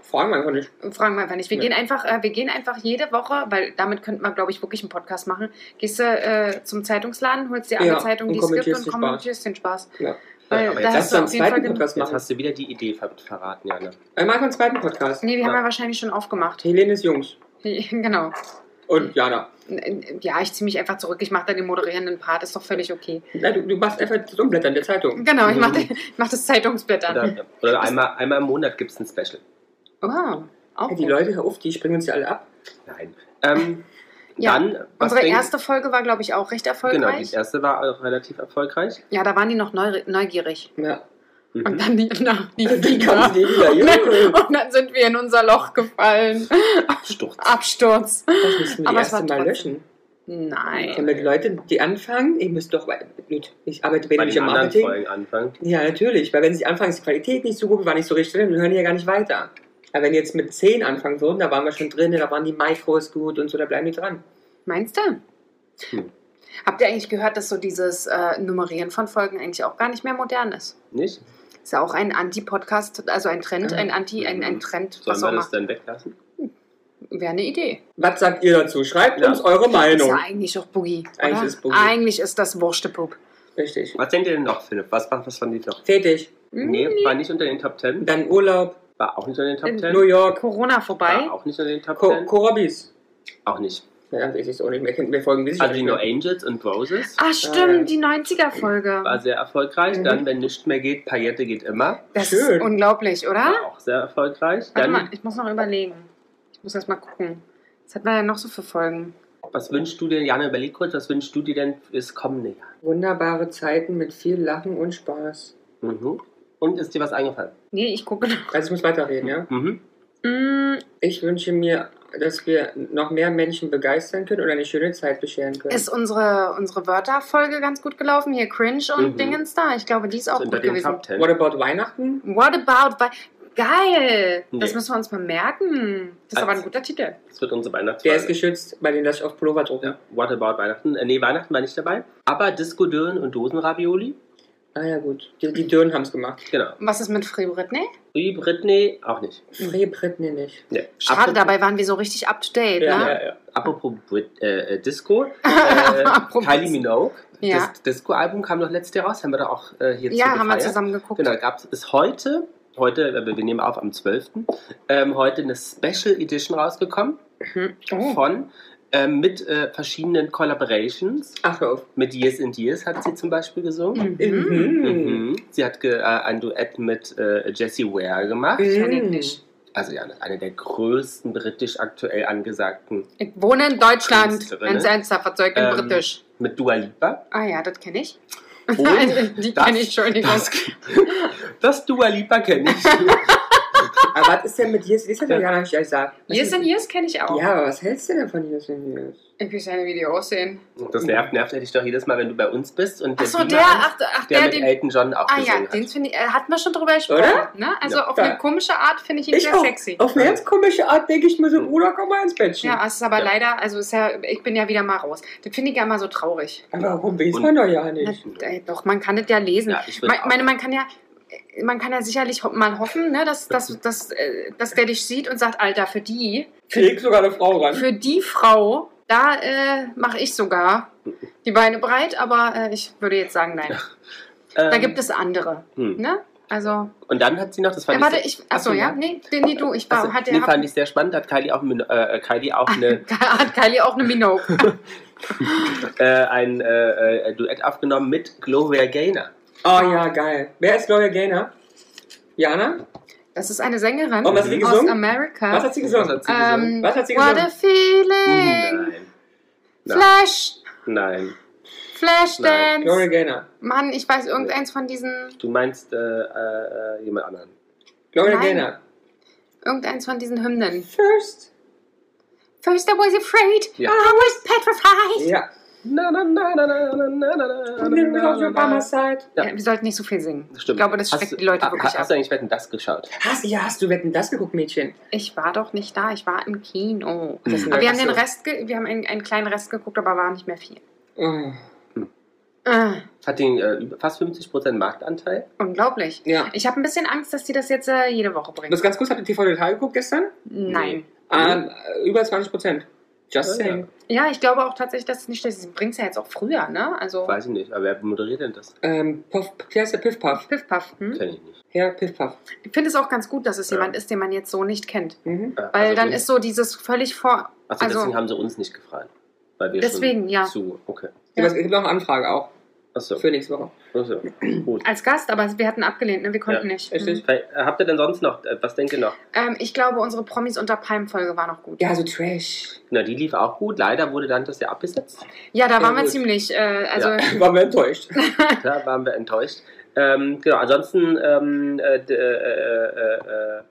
[SPEAKER 4] Fragen wir einfach nicht.
[SPEAKER 1] Fragen wir einfach nicht. Wir,
[SPEAKER 4] Ja.
[SPEAKER 1] gehen einfach, äh, wir gehen einfach jede Woche, weil damit könnten wir, glaube ich, wirklich einen Podcast machen. Gehst du äh, zum Zeitungsladen, holst dir alle
[SPEAKER 4] Ja,
[SPEAKER 1] Zeitungen,
[SPEAKER 4] und
[SPEAKER 1] die es gibt
[SPEAKER 4] kommentierst
[SPEAKER 1] und
[SPEAKER 4] den
[SPEAKER 1] kommentierst den Spaß.
[SPEAKER 4] Ja.
[SPEAKER 1] Weil
[SPEAKER 2] Aber
[SPEAKER 1] da
[SPEAKER 2] jetzt,
[SPEAKER 1] hast
[SPEAKER 4] Lass
[SPEAKER 1] du
[SPEAKER 4] uns am
[SPEAKER 1] auf jeden Fall
[SPEAKER 4] zweiten
[SPEAKER 1] gen-
[SPEAKER 4] Podcast
[SPEAKER 2] jetzt
[SPEAKER 4] machen.
[SPEAKER 2] hast du wieder die Idee ver verraten, Jana.
[SPEAKER 4] Äh, mach einen zweiten Podcast.
[SPEAKER 1] Nee, wir haben
[SPEAKER 2] Ja.
[SPEAKER 1] ja wahrscheinlich schon aufgemacht.
[SPEAKER 4] Helenes Jungs
[SPEAKER 1] genau.
[SPEAKER 4] und Jana.
[SPEAKER 1] Ja, ich ziehe mich einfach zurück. Ich mache da den moderierenden Part, ist doch völlig okay.
[SPEAKER 4] Na, du, du machst einfach das Umblättern der Zeitung.
[SPEAKER 1] Genau, ich mache
[SPEAKER 2] Mhm.
[SPEAKER 1] ich mach das Zeitungsblatt an.
[SPEAKER 2] Oder, oder einmal, einmal im Monat gibt es ein Special.
[SPEAKER 1] Wow, auch
[SPEAKER 4] Ey, die
[SPEAKER 1] gut.
[SPEAKER 4] Leute, hör auf, die springen uns ja alle ab.
[SPEAKER 2] Nein. Ähm,
[SPEAKER 1] Ja,
[SPEAKER 2] dann, was
[SPEAKER 1] Unsere
[SPEAKER 2] denkt-
[SPEAKER 1] erste Folge war, glaube ich, auch recht
[SPEAKER 2] Genau, die
[SPEAKER 1] erfolgreich.
[SPEAKER 2] erste war auch relativ erfolgreich.
[SPEAKER 1] ja, da waren die noch neu, neugierig.
[SPEAKER 4] Ja.
[SPEAKER 2] Mhm.
[SPEAKER 1] Und dann die, na, die,
[SPEAKER 4] Die
[SPEAKER 1] Finger.
[SPEAKER 4] kommen wieder. Junge.
[SPEAKER 1] Und dann sind wir in unser Loch gefallen.
[SPEAKER 2] Sturz.
[SPEAKER 1] Absturz.
[SPEAKER 4] Das müssen wir
[SPEAKER 1] Aber
[SPEAKER 4] die
[SPEAKER 1] es war
[SPEAKER 4] erste
[SPEAKER 1] trotzdem-
[SPEAKER 4] Mal löschen.
[SPEAKER 1] Nein.
[SPEAKER 4] Damit Leute, die anfangen, ihr müsst doch, gut, ich arbeite
[SPEAKER 2] Bei
[SPEAKER 4] rede nicht
[SPEAKER 2] den
[SPEAKER 4] im
[SPEAKER 2] anderen
[SPEAKER 4] Marketing.
[SPEAKER 2] Folgen anfangen.
[SPEAKER 4] Ja, natürlich, weil wenn sie anfangen, ist die Qualität nicht so gut, wir waren nicht so richtig drin, wir hören die ja gar nicht weiter. Aber wenn die jetzt mit 10 anfangen würden, da waren wir schon drin, da waren die Mikros gut und so, da bleiben die dran.
[SPEAKER 1] Meinst du?
[SPEAKER 2] Hm.
[SPEAKER 1] Habt ihr eigentlich gehört, dass so dieses äh, Nummerieren von Folgen eigentlich auch gar nicht mehr modern ist?
[SPEAKER 2] Nicht?
[SPEAKER 1] Ist ja auch ein Anti-Podcast, also ein Trend,
[SPEAKER 4] Ah.
[SPEAKER 1] ein Anti, ein, ein Trend,
[SPEAKER 2] mhm. Sollen
[SPEAKER 1] was
[SPEAKER 2] wir
[SPEAKER 1] auch
[SPEAKER 2] das
[SPEAKER 1] immer.
[SPEAKER 2] dann weglassen?
[SPEAKER 1] Wäre eine Idee.
[SPEAKER 4] Was sagt ihr dazu? Schreibt
[SPEAKER 2] Ja.
[SPEAKER 4] uns
[SPEAKER 2] Genau.
[SPEAKER 4] eure
[SPEAKER 1] Ist ja
[SPEAKER 4] Meinung.
[SPEAKER 1] eigentlich auch Boogie.
[SPEAKER 4] Eigentlich
[SPEAKER 1] oder?
[SPEAKER 4] ist Boogie.
[SPEAKER 1] Eigentlich ist das Wurstepup.
[SPEAKER 4] Richtig.
[SPEAKER 2] Was denkt ihr denn noch, Philipp? Was, was, was fand ich noch?
[SPEAKER 4] Fertig.
[SPEAKER 1] Mhm. Hm?
[SPEAKER 2] Nee, war nicht unter den Top Ten.
[SPEAKER 4] Dann Urlaub,
[SPEAKER 2] War auch nicht unter den Top
[SPEAKER 1] In
[SPEAKER 2] Ten.
[SPEAKER 4] New York,
[SPEAKER 1] Corona vorbei.
[SPEAKER 2] War auch nicht unter den Top
[SPEAKER 4] Co
[SPEAKER 2] Ten.
[SPEAKER 4] Corobis.
[SPEAKER 2] Auch nicht.
[SPEAKER 4] Ja, dann weiß ich es auch nicht mehr. Kennt mir Folgen, wie
[SPEAKER 2] Also die No Angels und Roses.
[SPEAKER 1] Ah,
[SPEAKER 4] ja.
[SPEAKER 1] stimmt, die 90er-Folge.
[SPEAKER 2] Äh, War sehr erfolgreich.
[SPEAKER 4] Mhm.
[SPEAKER 2] Dann, wenn nichts mehr geht, Paillette geht immer.
[SPEAKER 1] Das
[SPEAKER 4] Schön.
[SPEAKER 1] ist unglaublich, oder?
[SPEAKER 2] War auch sehr erfolgreich.
[SPEAKER 1] Warte
[SPEAKER 2] Dann,
[SPEAKER 1] mal, ich muss noch überlegen. Ich muss erst mal gucken. Was hat man denn noch so für Folgen?
[SPEAKER 2] was wünschst du dir, Jana, überleg kurz, was wünschst du dir denn fürs kommende Jahr?
[SPEAKER 4] Wunderbare Zeiten mit viel Lachen und Spaß.
[SPEAKER 2] Mhm. Und ist dir was eingefallen?
[SPEAKER 1] Nee, ich gucke noch.
[SPEAKER 4] Also ich muss weiterreden, ja?
[SPEAKER 2] Mhm.
[SPEAKER 1] Mm,
[SPEAKER 4] Ich wünsche mir, dass wir noch mehr Menschen begeistern können und eine schöne Zeit bescheren können.
[SPEAKER 1] Ist unsere, unsere Wörterfolge ganz gut gelaufen? Hier Cringe und
[SPEAKER 2] Mhm.
[SPEAKER 1] Dingens da. Ich glaube, die ist auch
[SPEAKER 2] unter
[SPEAKER 1] gut
[SPEAKER 2] den
[SPEAKER 1] gewesen.
[SPEAKER 2] Top Ten.
[SPEAKER 4] What about Weihnachten?
[SPEAKER 1] What about. Wei- Geil! Das
[SPEAKER 2] Nee.
[SPEAKER 1] müssen wir uns mal merken. Das ist
[SPEAKER 2] Also-
[SPEAKER 1] aber ein guter Titel.
[SPEAKER 2] Das wird unsere
[SPEAKER 4] Der ist
[SPEAKER 2] Weihnachtsfolge.
[SPEAKER 4] geschützt bei den Lasch auf Pullover drucken.
[SPEAKER 2] Ja, What About Weihnachten? Äh, nee, Weihnachten war nicht dabei. Aber Disco-Dönen und Dosenravioli.
[SPEAKER 4] Ah ja gut, die, die Dürren haben es gemacht.
[SPEAKER 2] Genau.
[SPEAKER 1] Und Was ist mit Free Britney?
[SPEAKER 2] Free Britney auch nicht.
[SPEAKER 1] Mhm.
[SPEAKER 4] Free Britney nicht.
[SPEAKER 2] Nee.
[SPEAKER 1] Schade,
[SPEAKER 2] Apropos-
[SPEAKER 1] dabei waren wir so richtig up to date,
[SPEAKER 4] Ja,
[SPEAKER 1] ne?
[SPEAKER 4] ja, ja.
[SPEAKER 2] Apropos Brit äh, äh, Disco. Äh,
[SPEAKER 1] Apropos-
[SPEAKER 2] Kylie Minogue.
[SPEAKER 1] Ja.
[SPEAKER 2] Das Disco-Album kam doch letztes Jahr raus. Haben wir doch auch äh, hier
[SPEAKER 1] Ja,
[SPEAKER 2] zu
[SPEAKER 1] haben wir
[SPEAKER 2] gefeiert.
[SPEAKER 1] zusammen geguckt.
[SPEAKER 2] Genau, gab's, ist heute, heute, äh, wir nehmen auf am 12., ähm, heute eine Special Edition rausgekommen
[SPEAKER 1] Mhm. Oh.
[SPEAKER 2] von ähm, mit äh, verschiedenen Collaborations.
[SPEAKER 4] Ach, hör auf.
[SPEAKER 2] Mit Years and Years hat sie zum Beispiel gesungen.
[SPEAKER 1] Mhm.
[SPEAKER 2] Mhm. Sie hat ge, äh, ein Duett mit äh, Jessie Ware gemacht.
[SPEAKER 1] Ich kann ihn nicht.
[SPEAKER 2] Also ja, eine der größten britisch aktuell angesagten
[SPEAKER 1] Ich wohne in Deutschland.
[SPEAKER 2] Künstlerin,
[SPEAKER 1] Ganz
[SPEAKER 2] ne?
[SPEAKER 1] ernsthaft, was soll ich denn
[SPEAKER 2] Ähm,
[SPEAKER 1] britisch?
[SPEAKER 2] mit Dua Lipa.
[SPEAKER 1] Ah ja, das kenne ich.
[SPEAKER 2] Und
[SPEAKER 1] die
[SPEAKER 2] das-
[SPEAKER 1] kenne ich, Entschuldigung.
[SPEAKER 2] das, das Dua Lipa kenne ich.
[SPEAKER 4] Aber was ist denn mit Yes? Yes hat ja gar nicht gesagt. Was
[SPEAKER 1] Years
[SPEAKER 4] ist-
[SPEAKER 1] and Years kenne ich auch.
[SPEAKER 4] Ja, aber was hältst du denn von Yes and Yes?
[SPEAKER 1] Ich will seine Videos aussehen.
[SPEAKER 2] Das nervt, nervt dich doch jedes Mal, wenn du bei uns bist. Und
[SPEAKER 1] Achso,
[SPEAKER 2] Beamer
[SPEAKER 1] der,
[SPEAKER 2] an-
[SPEAKER 1] ach, ach
[SPEAKER 2] der
[SPEAKER 1] der,
[SPEAKER 2] mit
[SPEAKER 1] den.
[SPEAKER 2] Elton John auch
[SPEAKER 1] ah ja,
[SPEAKER 2] gesungen
[SPEAKER 1] den
[SPEAKER 2] hat.
[SPEAKER 1] finde ich, äh, hat man schon drüber gesprochen.
[SPEAKER 4] Oder?
[SPEAKER 1] Ne? Also
[SPEAKER 2] Ja.
[SPEAKER 1] auf
[SPEAKER 4] Ja.
[SPEAKER 1] eine komische Art finde ich ihn
[SPEAKER 4] Ich
[SPEAKER 1] sehr
[SPEAKER 4] auch.
[SPEAKER 1] sexy.
[SPEAKER 4] Auf eine ganz komische Art denke ich mir
[SPEAKER 2] Mhm.
[SPEAKER 4] so, Bruder, komm mal ins Bettchen.
[SPEAKER 1] Ja, es ist aber
[SPEAKER 2] Ja.
[SPEAKER 1] leider, also ist ja, ich bin ja wieder mal raus. Das finde ich ja immer so traurig.
[SPEAKER 4] Aber warum weiß
[SPEAKER 2] Und-
[SPEAKER 4] man doch ja
[SPEAKER 1] Na,
[SPEAKER 4] nicht?
[SPEAKER 1] äh, doch, man kann das ja lesen.
[SPEAKER 2] Ja, ich
[SPEAKER 1] Ich
[SPEAKER 2] würde
[SPEAKER 1] meine, man kann ja, man kann ja sicherlich ho- mal hoffen, ne, dass, dass, dass, äh, dass der dich sieht und sagt, Alter, für die,
[SPEAKER 4] Krieg sogar eine Frau ran.
[SPEAKER 1] für die Frau, da äh, mache ich sogar die Beine breit, aber äh, ich würde jetzt sagen, nein. Da gibt es andere,
[SPEAKER 2] Ähm, Hm.
[SPEAKER 1] ne? Also,
[SPEAKER 2] Und dann hat sie noch, das
[SPEAKER 1] ja,
[SPEAKER 2] fand
[SPEAKER 1] warte,
[SPEAKER 2] ich,
[SPEAKER 1] ich, achso,
[SPEAKER 2] Achso,
[SPEAKER 1] ja,
[SPEAKER 2] ja.
[SPEAKER 1] nee, nee, du, ich oh,
[SPEAKER 2] sehr,
[SPEAKER 1] war,
[SPEAKER 2] also,
[SPEAKER 1] hat
[SPEAKER 2] nee,
[SPEAKER 1] der,
[SPEAKER 2] fand ich sehr spannend, hat Kylie auch, ein Min- äh, Kylie auch eine,
[SPEAKER 1] hat Kylie auch eine Minogue.
[SPEAKER 2] äh, ein äh, äh, Duett aufgenommen mit Gloria Gaynor.
[SPEAKER 4] Oh ja, geil. Wer ist Gloria Gaynor? Jana?
[SPEAKER 1] Das ist eine Sängerin
[SPEAKER 4] Und was hat sie
[SPEAKER 2] Mhm.
[SPEAKER 1] aus
[SPEAKER 4] gesungen? Was
[SPEAKER 1] Amerika.
[SPEAKER 4] hat sie gesungen?
[SPEAKER 2] hat sie
[SPEAKER 1] Ähm,
[SPEAKER 4] Was hat sie
[SPEAKER 1] what a
[SPEAKER 4] gesungen?
[SPEAKER 1] feeling!
[SPEAKER 2] Nein. Nein.
[SPEAKER 1] Flash!
[SPEAKER 2] Nein. Nein.
[SPEAKER 1] Flashdance!
[SPEAKER 4] Gloria Gaynor.
[SPEAKER 1] Mann, ich weiß irgendeins von diesen,
[SPEAKER 2] Du meinst äh, äh, äh, jemand anderen.
[SPEAKER 4] Gloria
[SPEAKER 1] Nein.
[SPEAKER 4] Gaynor.
[SPEAKER 1] irgendeins von diesen Hymnen.
[SPEAKER 4] First.
[SPEAKER 1] First I was afraid,
[SPEAKER 2] Ja.
[SPEAKER 1] I was petrified.
[SPEAKER 4] Ja.
[SPEAKER 2] Na, na, na, na, na, na, na, na, na, na, na. Ja.
[SPEAKER 1] Ja, wir sollten nicht so viel singen.
[SPEAKER 2] Stimmt.
[SPEAKER 1] Ich glaube, das
[SPEAKER 2] Hast
[SPEAKER 1] schreckt
[SPEAKER 2] du-
[SPEAKER 1] die Leute
[SPEAKER 2] ha-
[SPEAKER 1] wirklich
[SPEAKER 2] Hast
[SPEAKER 1] ab.
[SPEAKER 2] du eigentlich Wetten, das geschaut?
[SPEAKER 4] Hast, ja, hast du Wetten das geguckt, Mädchen?
[SPEAKER 1] Ich war doch nicht da, ich war im Kino.
[SPEAKER 2] Hm.
[SPEAKER 4] Das ist
[SPEAKER 1] Aber wir haben
[SPEAKER 4] eine-
[SPEAKER 1] Mm. den Rest, ge wir haben einen, einen kleinen Rest geguckt, aber war nicht mehr viel.
[SPEAKER 4] Oh.
[SPEAKER 1] Ah,
[SPEAKER 2] Hat den äh, über- fast 50% Marktanteil.
[SPEAKER 1] unglaublich.
[SPEAKER 4] Ja.
[SPEAKER 1] Ich habe ein bisschen Angst, dass die das jetzt äh, jede Woche bringen.
[SPEAKER 4] Das ganz kurz, habt ihr TV Total geguckt gestern?
[SPEAKER 1] Nein.
[SPEAKER 4] Ähm, äh, über 20 Prozent. Just
[SPEAKER 2] Ja, ja.
[SPEAKER 4] saying.
[SPEAKER 1] Oh, Ja, ich glaube auch tatsächlich, dass es nicht schlecht ist. Sie bringt es ja jetzt auch früher, ne? Also,
[SPEAKER 2] Weiß ich nicht, aber wer moderiert denn das?
[SPEAKER 4] Ähm, Puff, wie heißt der? Piff Puff.
[SPEAKER 1] Piff, Puff. Hm?
[SPEAKER 2] Kenn ich nicht.
[SPEAKER 4] Ja, Piff Puff.
[SPEAKER 1] Ich finde es auch ganz gut, dass es
[SPEAKER 2] Ja.
[SPEAKER 1] jemand ist, den man jetzt so nicht kennt.
[SPEAKER 4] Mhm.
[SPEAKER 2] Ja,
[SPEAKER 1] Weil
[SPEAKER 2] also
[SPEAKER 1] dann
[SPEAKER 2] gut.
[SPEAKER 1] ist so dieses völlig vor.
[SPEAKER 2] Achso,
[SPEAKER 1] also-
[SPEAKER 2] deswegen haben sie uns nicht gefragt. Weil wir
[SPEAKER 1] Deswegen,
[SPEAKER 2] schon
[SPEAKER 1] ja.
[SPEAKER 2] zu. Okay.
[SPEAKER 1] Ja.
[SPEAKER 4] Ja. Es gibt noch eine Anfrage auch
[SPEAKER 2] Achso.
[SPEAKER 4] für nächste Woche.
[SPEAKER 2] Achso. Gut.
[SPEAKER 1] Als Gast, aber wir hatten abgelehnt, ne? Wir konnten
[SPEAKER 2] Ja,
[SPEAKER 1] nicht.
[SPEAKER 4] richtig.
[SPEAKER 1] Mhm.
[SPEAKER 2] Weil, äh, Habt ihr denn sonst noch, äh, was denkt ihr noch?
[SPEAKER 1] Ähm, ich glaube, unsere Promis unter Palm-Folge war noch gut.
[SPEAKER 4] Ja, so Trash.
[SPEAKER 2] Na, die lief auch gut. Leider wurde Dantes ja abgesetzt.
[SPEAKER 1] Ja, da
[SPEAKER 4] Ja,
[SPEAKER 1] waren wir
[SPEAKER 4] gut.
[SPEAKER 1] ziemlich. Äh, also,
[SPEAKER 2] Ja.
[SPEAKER 4] War mir enttäuscht.
[SPEAKER 2] Da waren wir enttäuscht. Ähm, genau, ansonsten ähm, äh, d- äh, äh,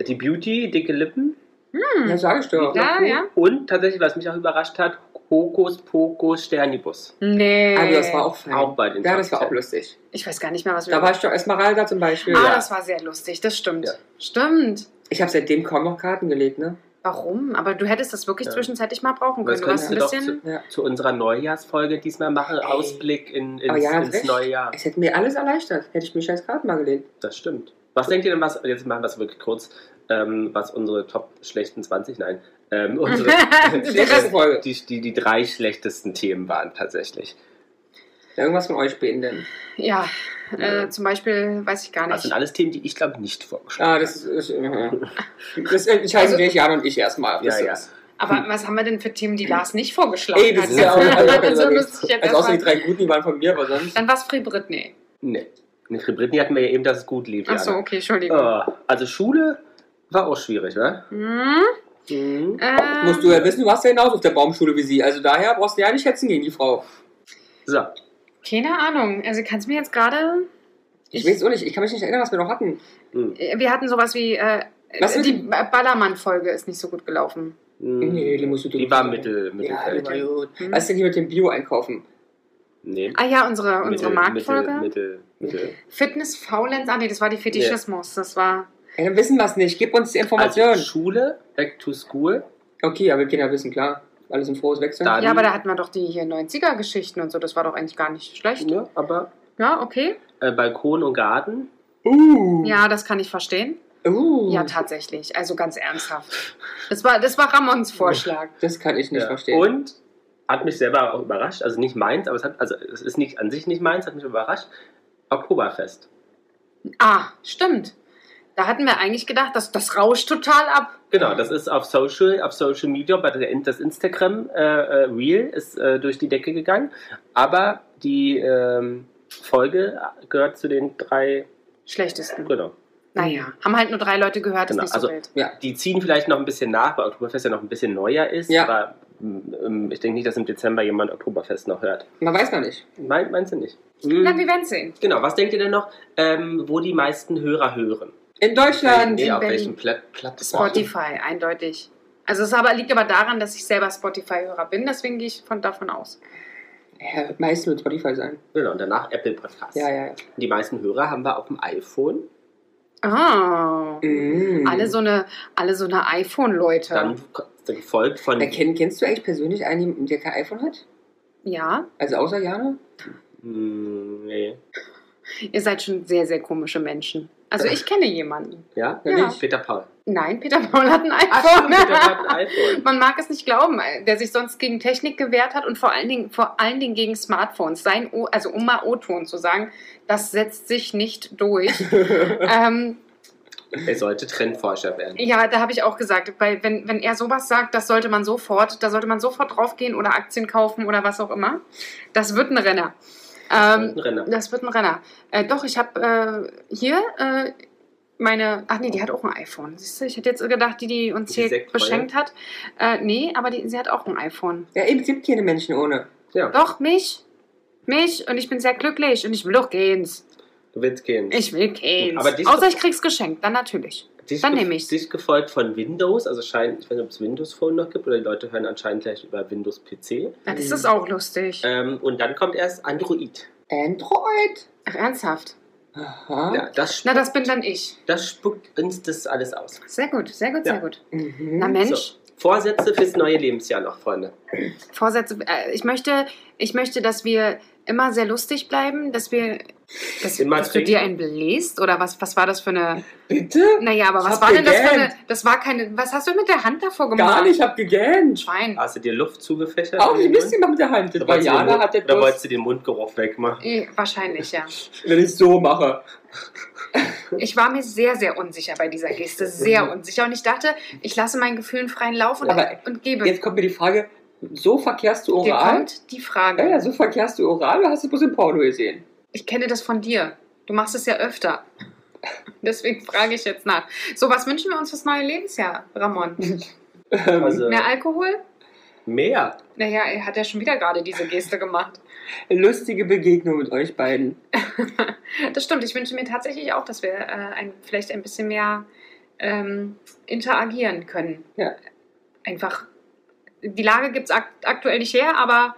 [SPEAKER 2] äh, die Beauty, dicke Lippen.
[SPEAKER 1] hm.
[SPEAKER 4] Ja, sag ich doch.
[SPEAKER 1] Ja,
[SPEAKER 2] Noch gut.
[SPEAKER 1] ja.
[SPEAKER 2] Und tatsächlich, was mich auch überrascht hat, Hokus Pokus Sternibus.
[SPEAKER 1] Nee.
[SPEAKER 4] Aber Ah, Also, das war auch fein.
[SPEAKER 2] Auch bei den
[SPEAKER 4] ja, das
[SPEAKER 2] Top
[SPEAKER 4] war auch
[SPEAKER 2] Ten.
[SPEAKER 4] lustig.
[SPEAKER 1] Ich weiß gar nicht mehr, was wir.
[SPEAKER 4] Da war ich doch Esmeralda zum Beispiel.
[SPEAKER 1] ah,
[SPEAKER 2] ja.
[SPEAKER 1] das war sehr lustig, das stimmt.
[SPEAKER 2] Ja.
[SPEAKER 1] Stimmt.
[SPEAKER 4] Ich habe seitdem kaum noch Karten gelegt, ne?
[SPEAKER 1] Warum? Aber du hättest das wirklich
[SPEAKER 2] Ja.
[SPEAKER 1] zwischenzeitlich mal brauchen
[SPEAKER 2] Aber
[SPEAKER 1] können.
[SPEAKER 2] Das
[SPEAKER 1] Du warst
[SPEAKER 2] könntest
[SPEAKER 1] ein
[SPEAKER 2] du doch
[SPEAKER 1] bisschen.
[SPEAKER 2] zu,
[SPEAKER 4] Ja.
[SPEAKER 2] zu unserer Neujahrsfolge diesmal machen.
[SPEAKER 4] Ey.
[SPEAKER 2] Ausblick in, ins,
[SPEAKER 4] Aber ja,
[SPEAKER 2] ins
[SPEAKER 4] recht.
[SPEAKER 2] neue Jahr.
[SPEAKER 4] Es hätte mir alles erleichtert, hätte ich mir scheiß Karten mal gelegt.
[SPEAKER 2] Das stimmt. Was denkt ihr denn, was, jetzt machen wir es wirklich kurz, ähm, was unsere top schlechten 20, nein, ähm, unsere,
[SPEAKER 4] Schlechteste Folge.
[SPEAKER 2] die, die, die drei schlechtesten Themen waren tatsächlich.
[SPEAKER 4] Ja, irgendwas von euch beten denn.
[SPEAKER 1] ja,
[SPEAKER 2] Ja.
[SPEAKER 1] äh, zum Beispiel weiß ich gar
[SPEAKER 2] Das sind
[SPEAKER 1] nicht.
[SPEAKER 2] alles Themen, die ich glaube nicht vorgeschlagen
[SPEAKER 4] Ah, das ist. ja. Das entscheiden wir, Jan und ich erstmal. ob Ah, das
[SPEAKER 2] Also- Ja,
[SPEAKER 4] so ist.
[SPEAKER 1] Aber was haben wir denn für Themen, die Lars nicht vorgeschlagen
[SPEAKER 4] Ey, das
[SPEAKER 1] hat?
[SPEAKER 4] ist ja auch
[SPEAKER 1] also müsste ich jetzt
[SPEAKER 4] Also außer die
[SPEAKER 1] erstmal.
[SPEAKER 4] drei guten, die waren von mir, aber sonst.
[SPEAKER 1] Dann war es Free Britney.
[SPEAKER 2] Nee. Mit Britney hatten wir ja eben, dass es gut lief.
[SPEAKER 1] Ach so,
[SPEAKER 4] ne.
[SPEAKER 2] Jana.
[SPEAKER 1] okay, Entschuldigung.
[SPEAKER 4] Ah.
[SPEAKER 2] Oh, also Schule war auch schwierig, oder?
[SPEAKER 1] Hm,
[SPEAKER 2] Mhm.
[SPEAKER 1] ähm,
[SPEAKER 4] Musst du ja wissen, du warst ja genauso auf der Baumschule wie sie. Also daher brauchst du ja nicht hetzen gegen die Frau.
[SPEAKER 2] So,
[SPEAKER 1] Keine Ahnung. Also kannst du mir jetzt gerade.
[SPEAKER 4] Ich weiß auch nicht, ich kann mich nicht erinnern, was wir noch hatten.
[SPEAKER 2] mhm.
[SPEAKER 1] Äh, Wir hatten sowas wie. Äh,
[SPEAKER 4] Was
[SPEAKER 1] die
[SPEAKER 4] mit-
[SPEAKER 1] Ba- Ballermann-Folge ist nicht so gut gelaufen.
[SPEAKER 4] Nee, die musst du
[SPEAKER 2] Hm. Die
[SPEAKER 4] drüber
[SPEAKER 2] war
[SPEAKER 4] sagen.
[SPEAKER 2] mittel,
[SPEAKER 4] Ja,
[SPEAKER 2] mittelfeld. Mhm.
[SPEAKER 4] die war gut.
[SPEAKER 1] Hm.
[SPEAKER 4] Was ist denn hier mit dem Bio einkaufen?
[SPEAKER 2] nee.
[SPEAKER 1] Ah ja, unsere, unsere Marktfolge.
[SPEAKER 2] Mittel, mittel, mittel.
[SPEAKER 1] Fitness, Faulenz, ah nee, das war die Fetischismus. Das war.
[SPEAKER 4] Ey, dann wissen wir es nicht. Gib uns die Information.
[SPEAKER 2] Also Schule, back to school.
[SPEAKER 4] okay, aber wir können ja wissen, klar. Alles ein frohes Wechseln.
[SPEAKER 2] Dann-
[SPEAKER 1] Ja, aber da hatten wir doch die hier 90er-Geschichten und so. Das war doch eigentlich gar nicht schlecht.
[SPEAKER 2] Ja, ne, aber
[SPEAKER 1] Ja, okay.
[SPEAKER 2] äh, Balkon und Garten.
[SPEAKER 4] Uh.
[SPEAKER 1] Ja, das kann ich verstehen.
[SPEAKER 4] Uh.
[SPEAKER 1] Ja, tatsächlich. Also ganz ernsthaft. Das war, das war Ramons Vorschlag.
[SPEAKER 4] das kann ich nicht
[SPEAKER 2] Ja.
[SPEAKER 4] verstehen.
[SPEAKER 2] Und hat mich selber auch überrascht. Also nicht meins, aber es hat, also es ist nicht an sich nicht meins, hat mich überrascht. Oktoberfest.
[SPEAKER 1] Ah, stimmt. Da hatten wir eigentlich gedacht, das, das rauscht total ab.
[SPEAKER 2] Genau, das ist auf Social, auf Social Media, bei der, das Instagram äh, äh, Reel ist äh, durch die Decke gegangen. Aber die ähm, Folge gehört zu den drei.
[SPEAKER 1] Schlechtesten.
[SPEAKER 2] Genau.
[SPEAKER 1] Naja, haben halt nur drei Leute gehört, ist
[SPEAKER 2] Genau,
[SPEAKER 1] nicht so
[SPEAKER 2] also-
[SPEAKER 1] wild.
[SPEAKER 2] Die ziehen vielleicht noch ein bisschen nach, weil Oktoberfest ja noch ein bisschen neuer ist.
[SPEAKER 4] Ja.
[SPEAKER 2] Aber ähm, ich denke nicht, dass im Dezember jemand Oktoberfest noch hört.
[SPEAKER 4] Man weiß noch nicht.
[SPEAKER 2] Mein, meinst du nicht?
[SPEAKER 4] Hm.
[SPEAKER 1] Na, wir werden sehen.
[SPEAKER 2] Genau, was denkt ihr denn noch, ähm, wo die meisten Hörer hören?
[SPEAKER 4] In Deutschland.
[SPEAKER 2] nee,
[SPEAKER 1] in
[SPEAKER 2] auf
[SPEAKER 1] Berlin.
[SPEAKER 2] welchen Pla Plattformen?
[SPEAKER 1] Spotify, eindeutig. Also es aber, liegt aber daran, dass ich selber Spotify-Hörer bin, deswegen gehe ich von davon aus.
[SPEAKER 4] Ja, meistens wird Spotify sein.
[SPEAKER 2] Genau, und danach Apple Podcasts.
[SPEAKER 4] Ja, ja, ja.
[SPEAKER 2] Die meisten Hörer haben wir auf dem iPhone.
[SPEAKER 1] Ah,
[SPEAKER 4] Mm.
[SPEAKER 1] alle so eine, alle so eine iPhone-Leute.
[SPEAKER 2] Dann k- gefolgt von.
[SPEAKER 4] Na, Äh, kenn, kennst du eigentlich persönlich einen, der kein iPhone hat?
[SPEAKER 1] Ja,
[SPEAKER 4] Also außer Jana?
[SPEAKER 2] Hm, nee.
[SPEAKER 1] ihr seid schon sehr, sehr komische Menschen. Also ich kenne jemanden.
[SPEAKER 2] Ja?
[SPEAKER 1] Ja. ne?
[SPEAKER 2] Nicht? Peter Paul.
[SPEAKER 1] Nein, Peter Paul hat ein iPhone.
[SPEAKER 2] Peter Paul hat ein iPhone.
[SPEAKER 1] Man mag es nicht glauben, der sich sonst gegen Technik gewehrt hat und vor allen Dingen, vor allen Dingen gegen Smartphones. Sein o, also um mal O-Ton zu sagen, das setzt sich nicht durch. ähm,
[SPEAKER 2] Er sollte Trendforscher werden.
[SPEAKER 1] Ja, da habe ich auch gesagt, weil wenn, wenn er sowas sagt, das sollte man sofort, da sollte man sofort draufgehen oder Aktien kaufen oder was auch immer. Das wird ein Renner. Ähm,
[SPEAKER 2] Ein Renner.
[SPEAKER 1] das wird ein Renner. Äh, doch, ich habe äh, hier äh, meine, ach nee, die hat auch ein iPhone. Siehst du, ich hätte jetzt gedacht, die, die uns
[SPEAKER 2] Die
[SPEAKER 1] hier
[SPEAKER 2] Sektfreie?
[SPEAKER 1] beschenkt hat. Äh, nee, aber die, sie hat auch ein iPhone.
[SPEAKER 4] Ja, eben, es gibt keine Menschen ohne.
[SPEAKER 2] Ja,
[SPEAKER 1] Doch, mich. Mich und ich bin sehr glücklich und ich will doch gehens.
[SPEAKER 2] du willst gehen.
[SPEAKER 1] Ich will gehens.
[SPEAKER 2] Aber die-
[SPEAKER 1] Außer ich krieg's geschenkt, dann natürlich.
[SPEAKER 2] dich
[SPEAKER 1] dann
[SPEAKER 2] ge-
[SPEAKER 1] nehm ich's.
[SPEAKER 2] Dich gefolgt von Windows, also scheint, ich weiß nicht, ob es Windows Phone noch gibt oder die Leute hören anscheinend gleich über Windows PC.
[SPEAKER 1] Ja, das
[SPEAKER 4] Mhm.
[SPEAKER 1] ist auch lustig.
[SPEAKER 2] Ähm, und dann kommt erst Android.
[SPEAKER 4] Android.
[SPEAKER 1] Ach, ernsthaft.
[SPEAKER 4] Aha.
[SPEAKER 2] Ja, das,
[SPEAKER 1] Na, das bin dann ich.
[SPEAKER 2] das spuckt uns das alles aus.
[SPEAKER 1] Sehr gut, sehr gut,
[SPEAKER 2] Ja.
[SPEAKER 1] sehr gut.
[SPEAKER 4] Mhm.
[SPEAKER 1] Na Mensch,
[SPEAKER 2] So, Vorsätze fürs neue Lebensjahr noch, Freunde.
[SPEAKER 1] Vorsätze. Äh, ich möchte, ich möchte, dass wir immer sehr lustig bleiben, dass wir, dass,
[SPEAKER 2] Immer
[SPEAKER 1] dass du
[SPEAKER 2] trinken.
[SPEAKER 1] dir einen bläst? Oder was, was war das für eine.
[SPEAKER 4] Bitte?
[SPEAKER 1] Naja, aber
[SPEAKER 4] Ich
[SPEAKER 1] was
[SPEAKER 4] hab
[SPEAKER 1] war denn das für eine.
[SPEAKER 4] gegähnt.
[SPEAKER 1] Das war keine. Was hast du mit der Hand davor gemacht?
[SPEAKER 4] Gar nicht, ich hab gegähnt.
[SPEAKER 1] Schwein.
[SPEAKER 2] Hast du dir Luft zugefächert?
[SPEAKER 4] Auch nicht
[SPEAKER 2] in den
[SPEAKER 4] nichts
[SPEAKER 2] Mund?
[SPEAKER 4] gemacht mit der Hand. Das
[SPEAKER 2] Oder
[SPEAKER 4] war
[SPEAKER 2] wolltest du den
[SPEAKER 4] Jana
[SPEAKER 2] Mund-
[SPEAKER 4] hat der
[SPEAKER 2] Oder wolltest
[SPEAKER 4] bloß,
[SPEAKER 2] du den Mundgeruch wegmachen?
[SPEAKER 1] Eh, Wahrscheinlich, ja.
[SPEAKER 4] wenn ich so mache.
[SPEAKER 1] Ich war mir sehr, sehr unsicher bei dieser Geste. Sehr unsicher. Und ich dachte, ich lasse meinen Gefühlen freien Lauf und,
[SPEAKER 4] Mhm. Aber
[SPEAKER 1] und gebe.
[SPEAKER 4] Jetzt kommt mir die Frage, so verkehrst du
[SPEAKER 1] Dir
[SPEAKER 4] oral?
[SPEAKER 1] kommt die Frage.
[SPEAKER 4] Ja, ja, so verkehrst du oral oder hast du bloß im Porno gesehen?
[SPEAKER 1] Ich kenne das von dir. Du machst es ja öfter. Deswegen frage ich jetzt nach. So, was wünschen wir uns fürs neue Lebensjahr, Ramon?
[SPEAKER 4] Äh. Ähm,
[SPEAKER 2] Also,
[SPEAKER 1] Mehr Alkohol?
[SPEAKER 2] mehr.
[SPEAKER 1] Naja, er hat ja schon wieder gerade diese Geste gemacht.
[SPEAKER 4] lustige Begegnung mit euch beiden.
[SPEAKER 1] Das stimmt. Ich wünsche mir tatsächlich auch, dass wir äh, ein, vielleicht ein bisschen mehr ähm, interagieren können.
[SPEAKER 4] Ja.
[SPEAKER 1] Einfach. Die Lage gibt es ak aktuell nicht her, aber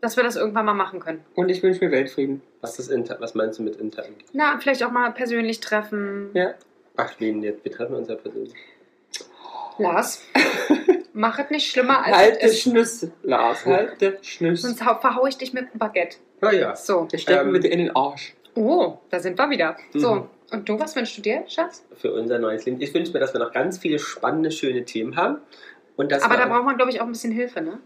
[SPEAKER 1] dass wir das irgendwann mal machen können.
[SPEAKER 4] Und ich wünsche mir Weltfrieden.
[SPEAKER 2] Was, ist inter was meinst du mit intern?
[SPEAKER 1] Na, vielleicht auch mal persönlich treffen.
[SPEAKER 4] Ja.
[SPEAKER 2] Ach, wen jetzt? Wir treffen uns ja persönlich.
[SPEAKER 1] Lars, mach es nicht schlimmer als
[SPEAKER 4] Halte
[SPEAKER 1] Also es ist.
[SPEAKER 4] Schnüss, Lars, halte Ähm, Schnüss.
[SPEAKER 1] Sonst hau- verhaue ich dich mit dem Baguette.
[SPEAKER 2] Ja, Ah, ja.
[SPEAKER 1] So.
[SPEAKER 4] Der Stecken
[SPEAKER 2] Ähm.
[SPEAKER 4] bitte in den Arsch.
[SPEAKER 1] Oh, da sind wir wieder.
[SPEAKER 2] Mhm.
[SPEAKER 1] So, und du, was wünschst du dir, Schatz?
[SPEAKER 2] Für unser neues Leben. Ich wünsche mir, dass wir noch ganz viele spannende, schöne Themen haben. Und dass
[SPEAKER 1] Aber
[SPEAKER 2] wir
[SPEAKER 1] da braucht man, glaube ich, auch ein bisschen Hilfe, ne?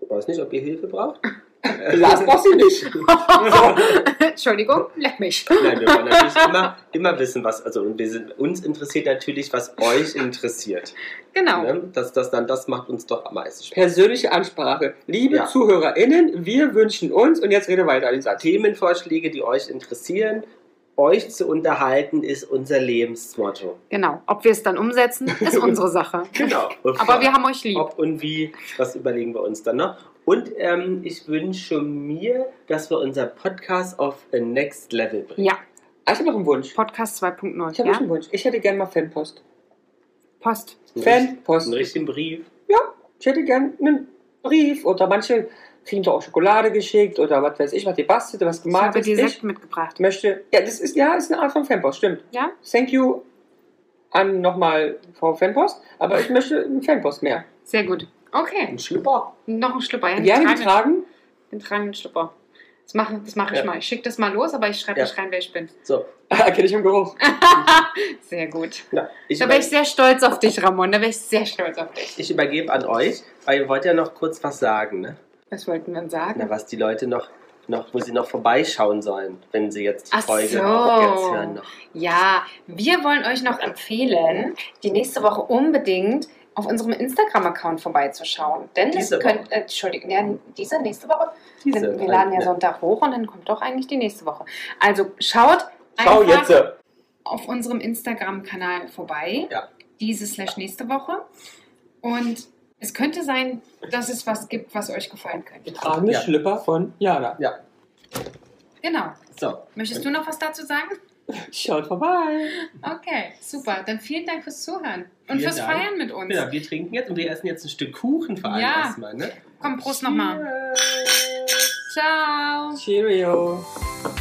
[SPEAKER 2] Ich weiß nicht, ob ihr Hilfe braucht.
[SPEAKER 4] Lars brauchst du nicht.
[SPEAKER 1] Entschuldigung, leck mich.
[SPEAKER 2] Nein, wir wollen natürlich immer, immer wissen, was, also und wir sind, uns interessiert natürlich, was euch interessiert.
[SPEAKER 1] Genau.
[SPEAKER 2] Ne? Dass das dann, das macht uns doch am meisten Spaß.
[SPEAKER 4] Persönliche Ansprache. Liebe
[SPEAKER 2] Ja.
[SPEAKER 4] ZuhörerInnen, wir wünschen uns, und jetzt rede weiter, den Satz.
[SPEAKER 2] Themenvorschläge, die euch interessieren, euch zu unterhalten, ist unser Lebensmotto.
[SPEAKER 1] Genau. Ob wir es dann umsetzen, ist unsere Sache.
[SPEAKER 2] Genau.
[SPEAKER 1] Aber wir haben euch lieb.
[SPEAKER 2] Ob und wie, das überlegen wir uns dann noch. Und ähm, ich wünsche mir, dass wir unser Podcast auf a next level bringen.
[SPEAKER 1] Ja,
[SPEAKER 4] Ah, ich habe noch einen Wunsch.
[SPEAKER 1] Podcast
[SPEAKER 4] Ich habe
[SPEAKER 1] 2.0.
[SPEAKER 4] noch
[SPEAKER 1] Ja?
[SPEAKER 4] einen Wunsch. Ich hätte gerne mal Fanpost.
[SPEAKER 1] Post.
[SPEAKER 4] Fanpost.
[SPEAKER 2] Einen richtigen Brief.
[SPEAKER 4] Ich hätte gern einen Brief oder manche kriegen doch auch Schokolade geschickt oder was weiß ich, was gebastelt, was
[SPEAKER 1] Ich
[SPEAKER 4] gemalt
[SPEAKER 1] habe
[SPEAKER 4] ist.
[SPEAKER 1] dir Sekt
[SPEAKER 4] Ich
[SPEAKER 1] mitgebracht.
[SPEAKER 4] möchte, ja, das ist, ja, ist eine Art von Fanpost, stimmt.
[SPEAKER 1] Ja?
[SPEAKER 4] Thank you an nochmal Frau Fanpost, aber ich möchte einen Fanpost mehr.
[SPEAKER 1] Sehr gut. Okay.
[SPEAKER 2] Ein Schlüpper.
[SPEAKER 1] Noch ein Schlüpper. Ja,
[SPEAKER 4] Gerne
[SPEAKER 1] den tragenden-
[SPEAKER 4] getragen.
[SPEAKER 1] den tragenden Schlüpper. Das mache das mach ich
[SPEAKER 2] Ja.
[SPEAKER 1] mal. Ich schicke das mal los, aber ich schreibe
[SPEAKER 2] Ja.
[SPEAKER 1] nicht rein, wer ich bin.
[SPEAKER 2] So.
[SPEAKER 4] Erkenne ich im Geruch.
[SPEAKER 1] Sehr gut.
[SPEAKER 2] Ja, ich
[SPEAKER 1] Da wäre ich sehr stolz auf dich, Ramon. Da wäre ich sehr stolz auf dich.
[SPEAKER 2] Ich übergebe an euch, weil ihr wollt ja noch kurz was sagen, ne?
[SPEAKER 1] Was wollten wir denn sagen?
[SPEAKER 2] Na, was die Leute noch, noch, wo sie noch vorbeischauen sollen, wenn sie jetzt die
[SPEAKER 1] Ach
[SPEAKER 2] Folge
[SPEAKER 1] so.
[SPEAKER 2] jetzt hören. Noch.
[SPEAKER 1] Ja, wir wollen euch noch empfehlen, die nächste Woche unbedingt auf unserem Instagram-Account vorbeizuschauen. Denn
[SPEAKER 2] Diese
[SPEAKER 1] es könnt, äh, Entschuldigung, ja, diese nächste Woche.
[SPEAKER 2] Diese,
[SPEAKER 1] wir laden ja,
[SPEAKER 2] ne?
[SPEAKER 1] Sonntag hoch und dann kommt doch eigentlich die nächste Woche. Also schaut
[SPEAKER 2] Schau
[SPEAKER 1] einfach
[SPEAKER 2] jetzt. äh,
[SPEAKER 1] auf unserem Instagram-Kanal vorbei.
[SPEAKER 2] Ja.
[SPEAKER 1] Diese slash nächste Woche. Und es könnte sein, dass es was gibt, was euch gefallen könnte.
[SPEAKER 4] Getragene
[SPEAKER 2] Ja.
[SPEAKER 4] Schlipper von Jana.
[SPEAKER 1] Genau.
[SPEAKER 2] So.
[SPEAKER 1] Möchtest du noch was dazu sagen?
[SPEAKER 4] Schaut vorbei.
[SPEAKER 1] Okay, super. Dann vielen Dank fürs Zuhören und
[SPEAKER 2] Vielen
[SPEAKER 1] fürs
[SPEAKER 2] Dank.
[SPEAKER 1] Feiern mit uns.
[SPEAKER 2] Ja, Genau, wir trinken jetzt und wir essen jetzt ein Stück Kuchen vor allem
[SPEAKER 1] Ja.
[SPEAKER 2] erstmal, ne?
[SPEAKER 1] Komm, Prost nochmal.
[SPEAKER 2] Cheers.
[SPEAKER 1] Ciao.
[SPEAKER 4] Cheerio.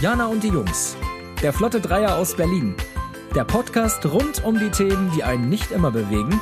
[SPEAKER 3] Jana und die Jungs. Der Flotte Dreier aus Berlin. Der Podcast rund um die Themen, die einen nicht immer bewegen,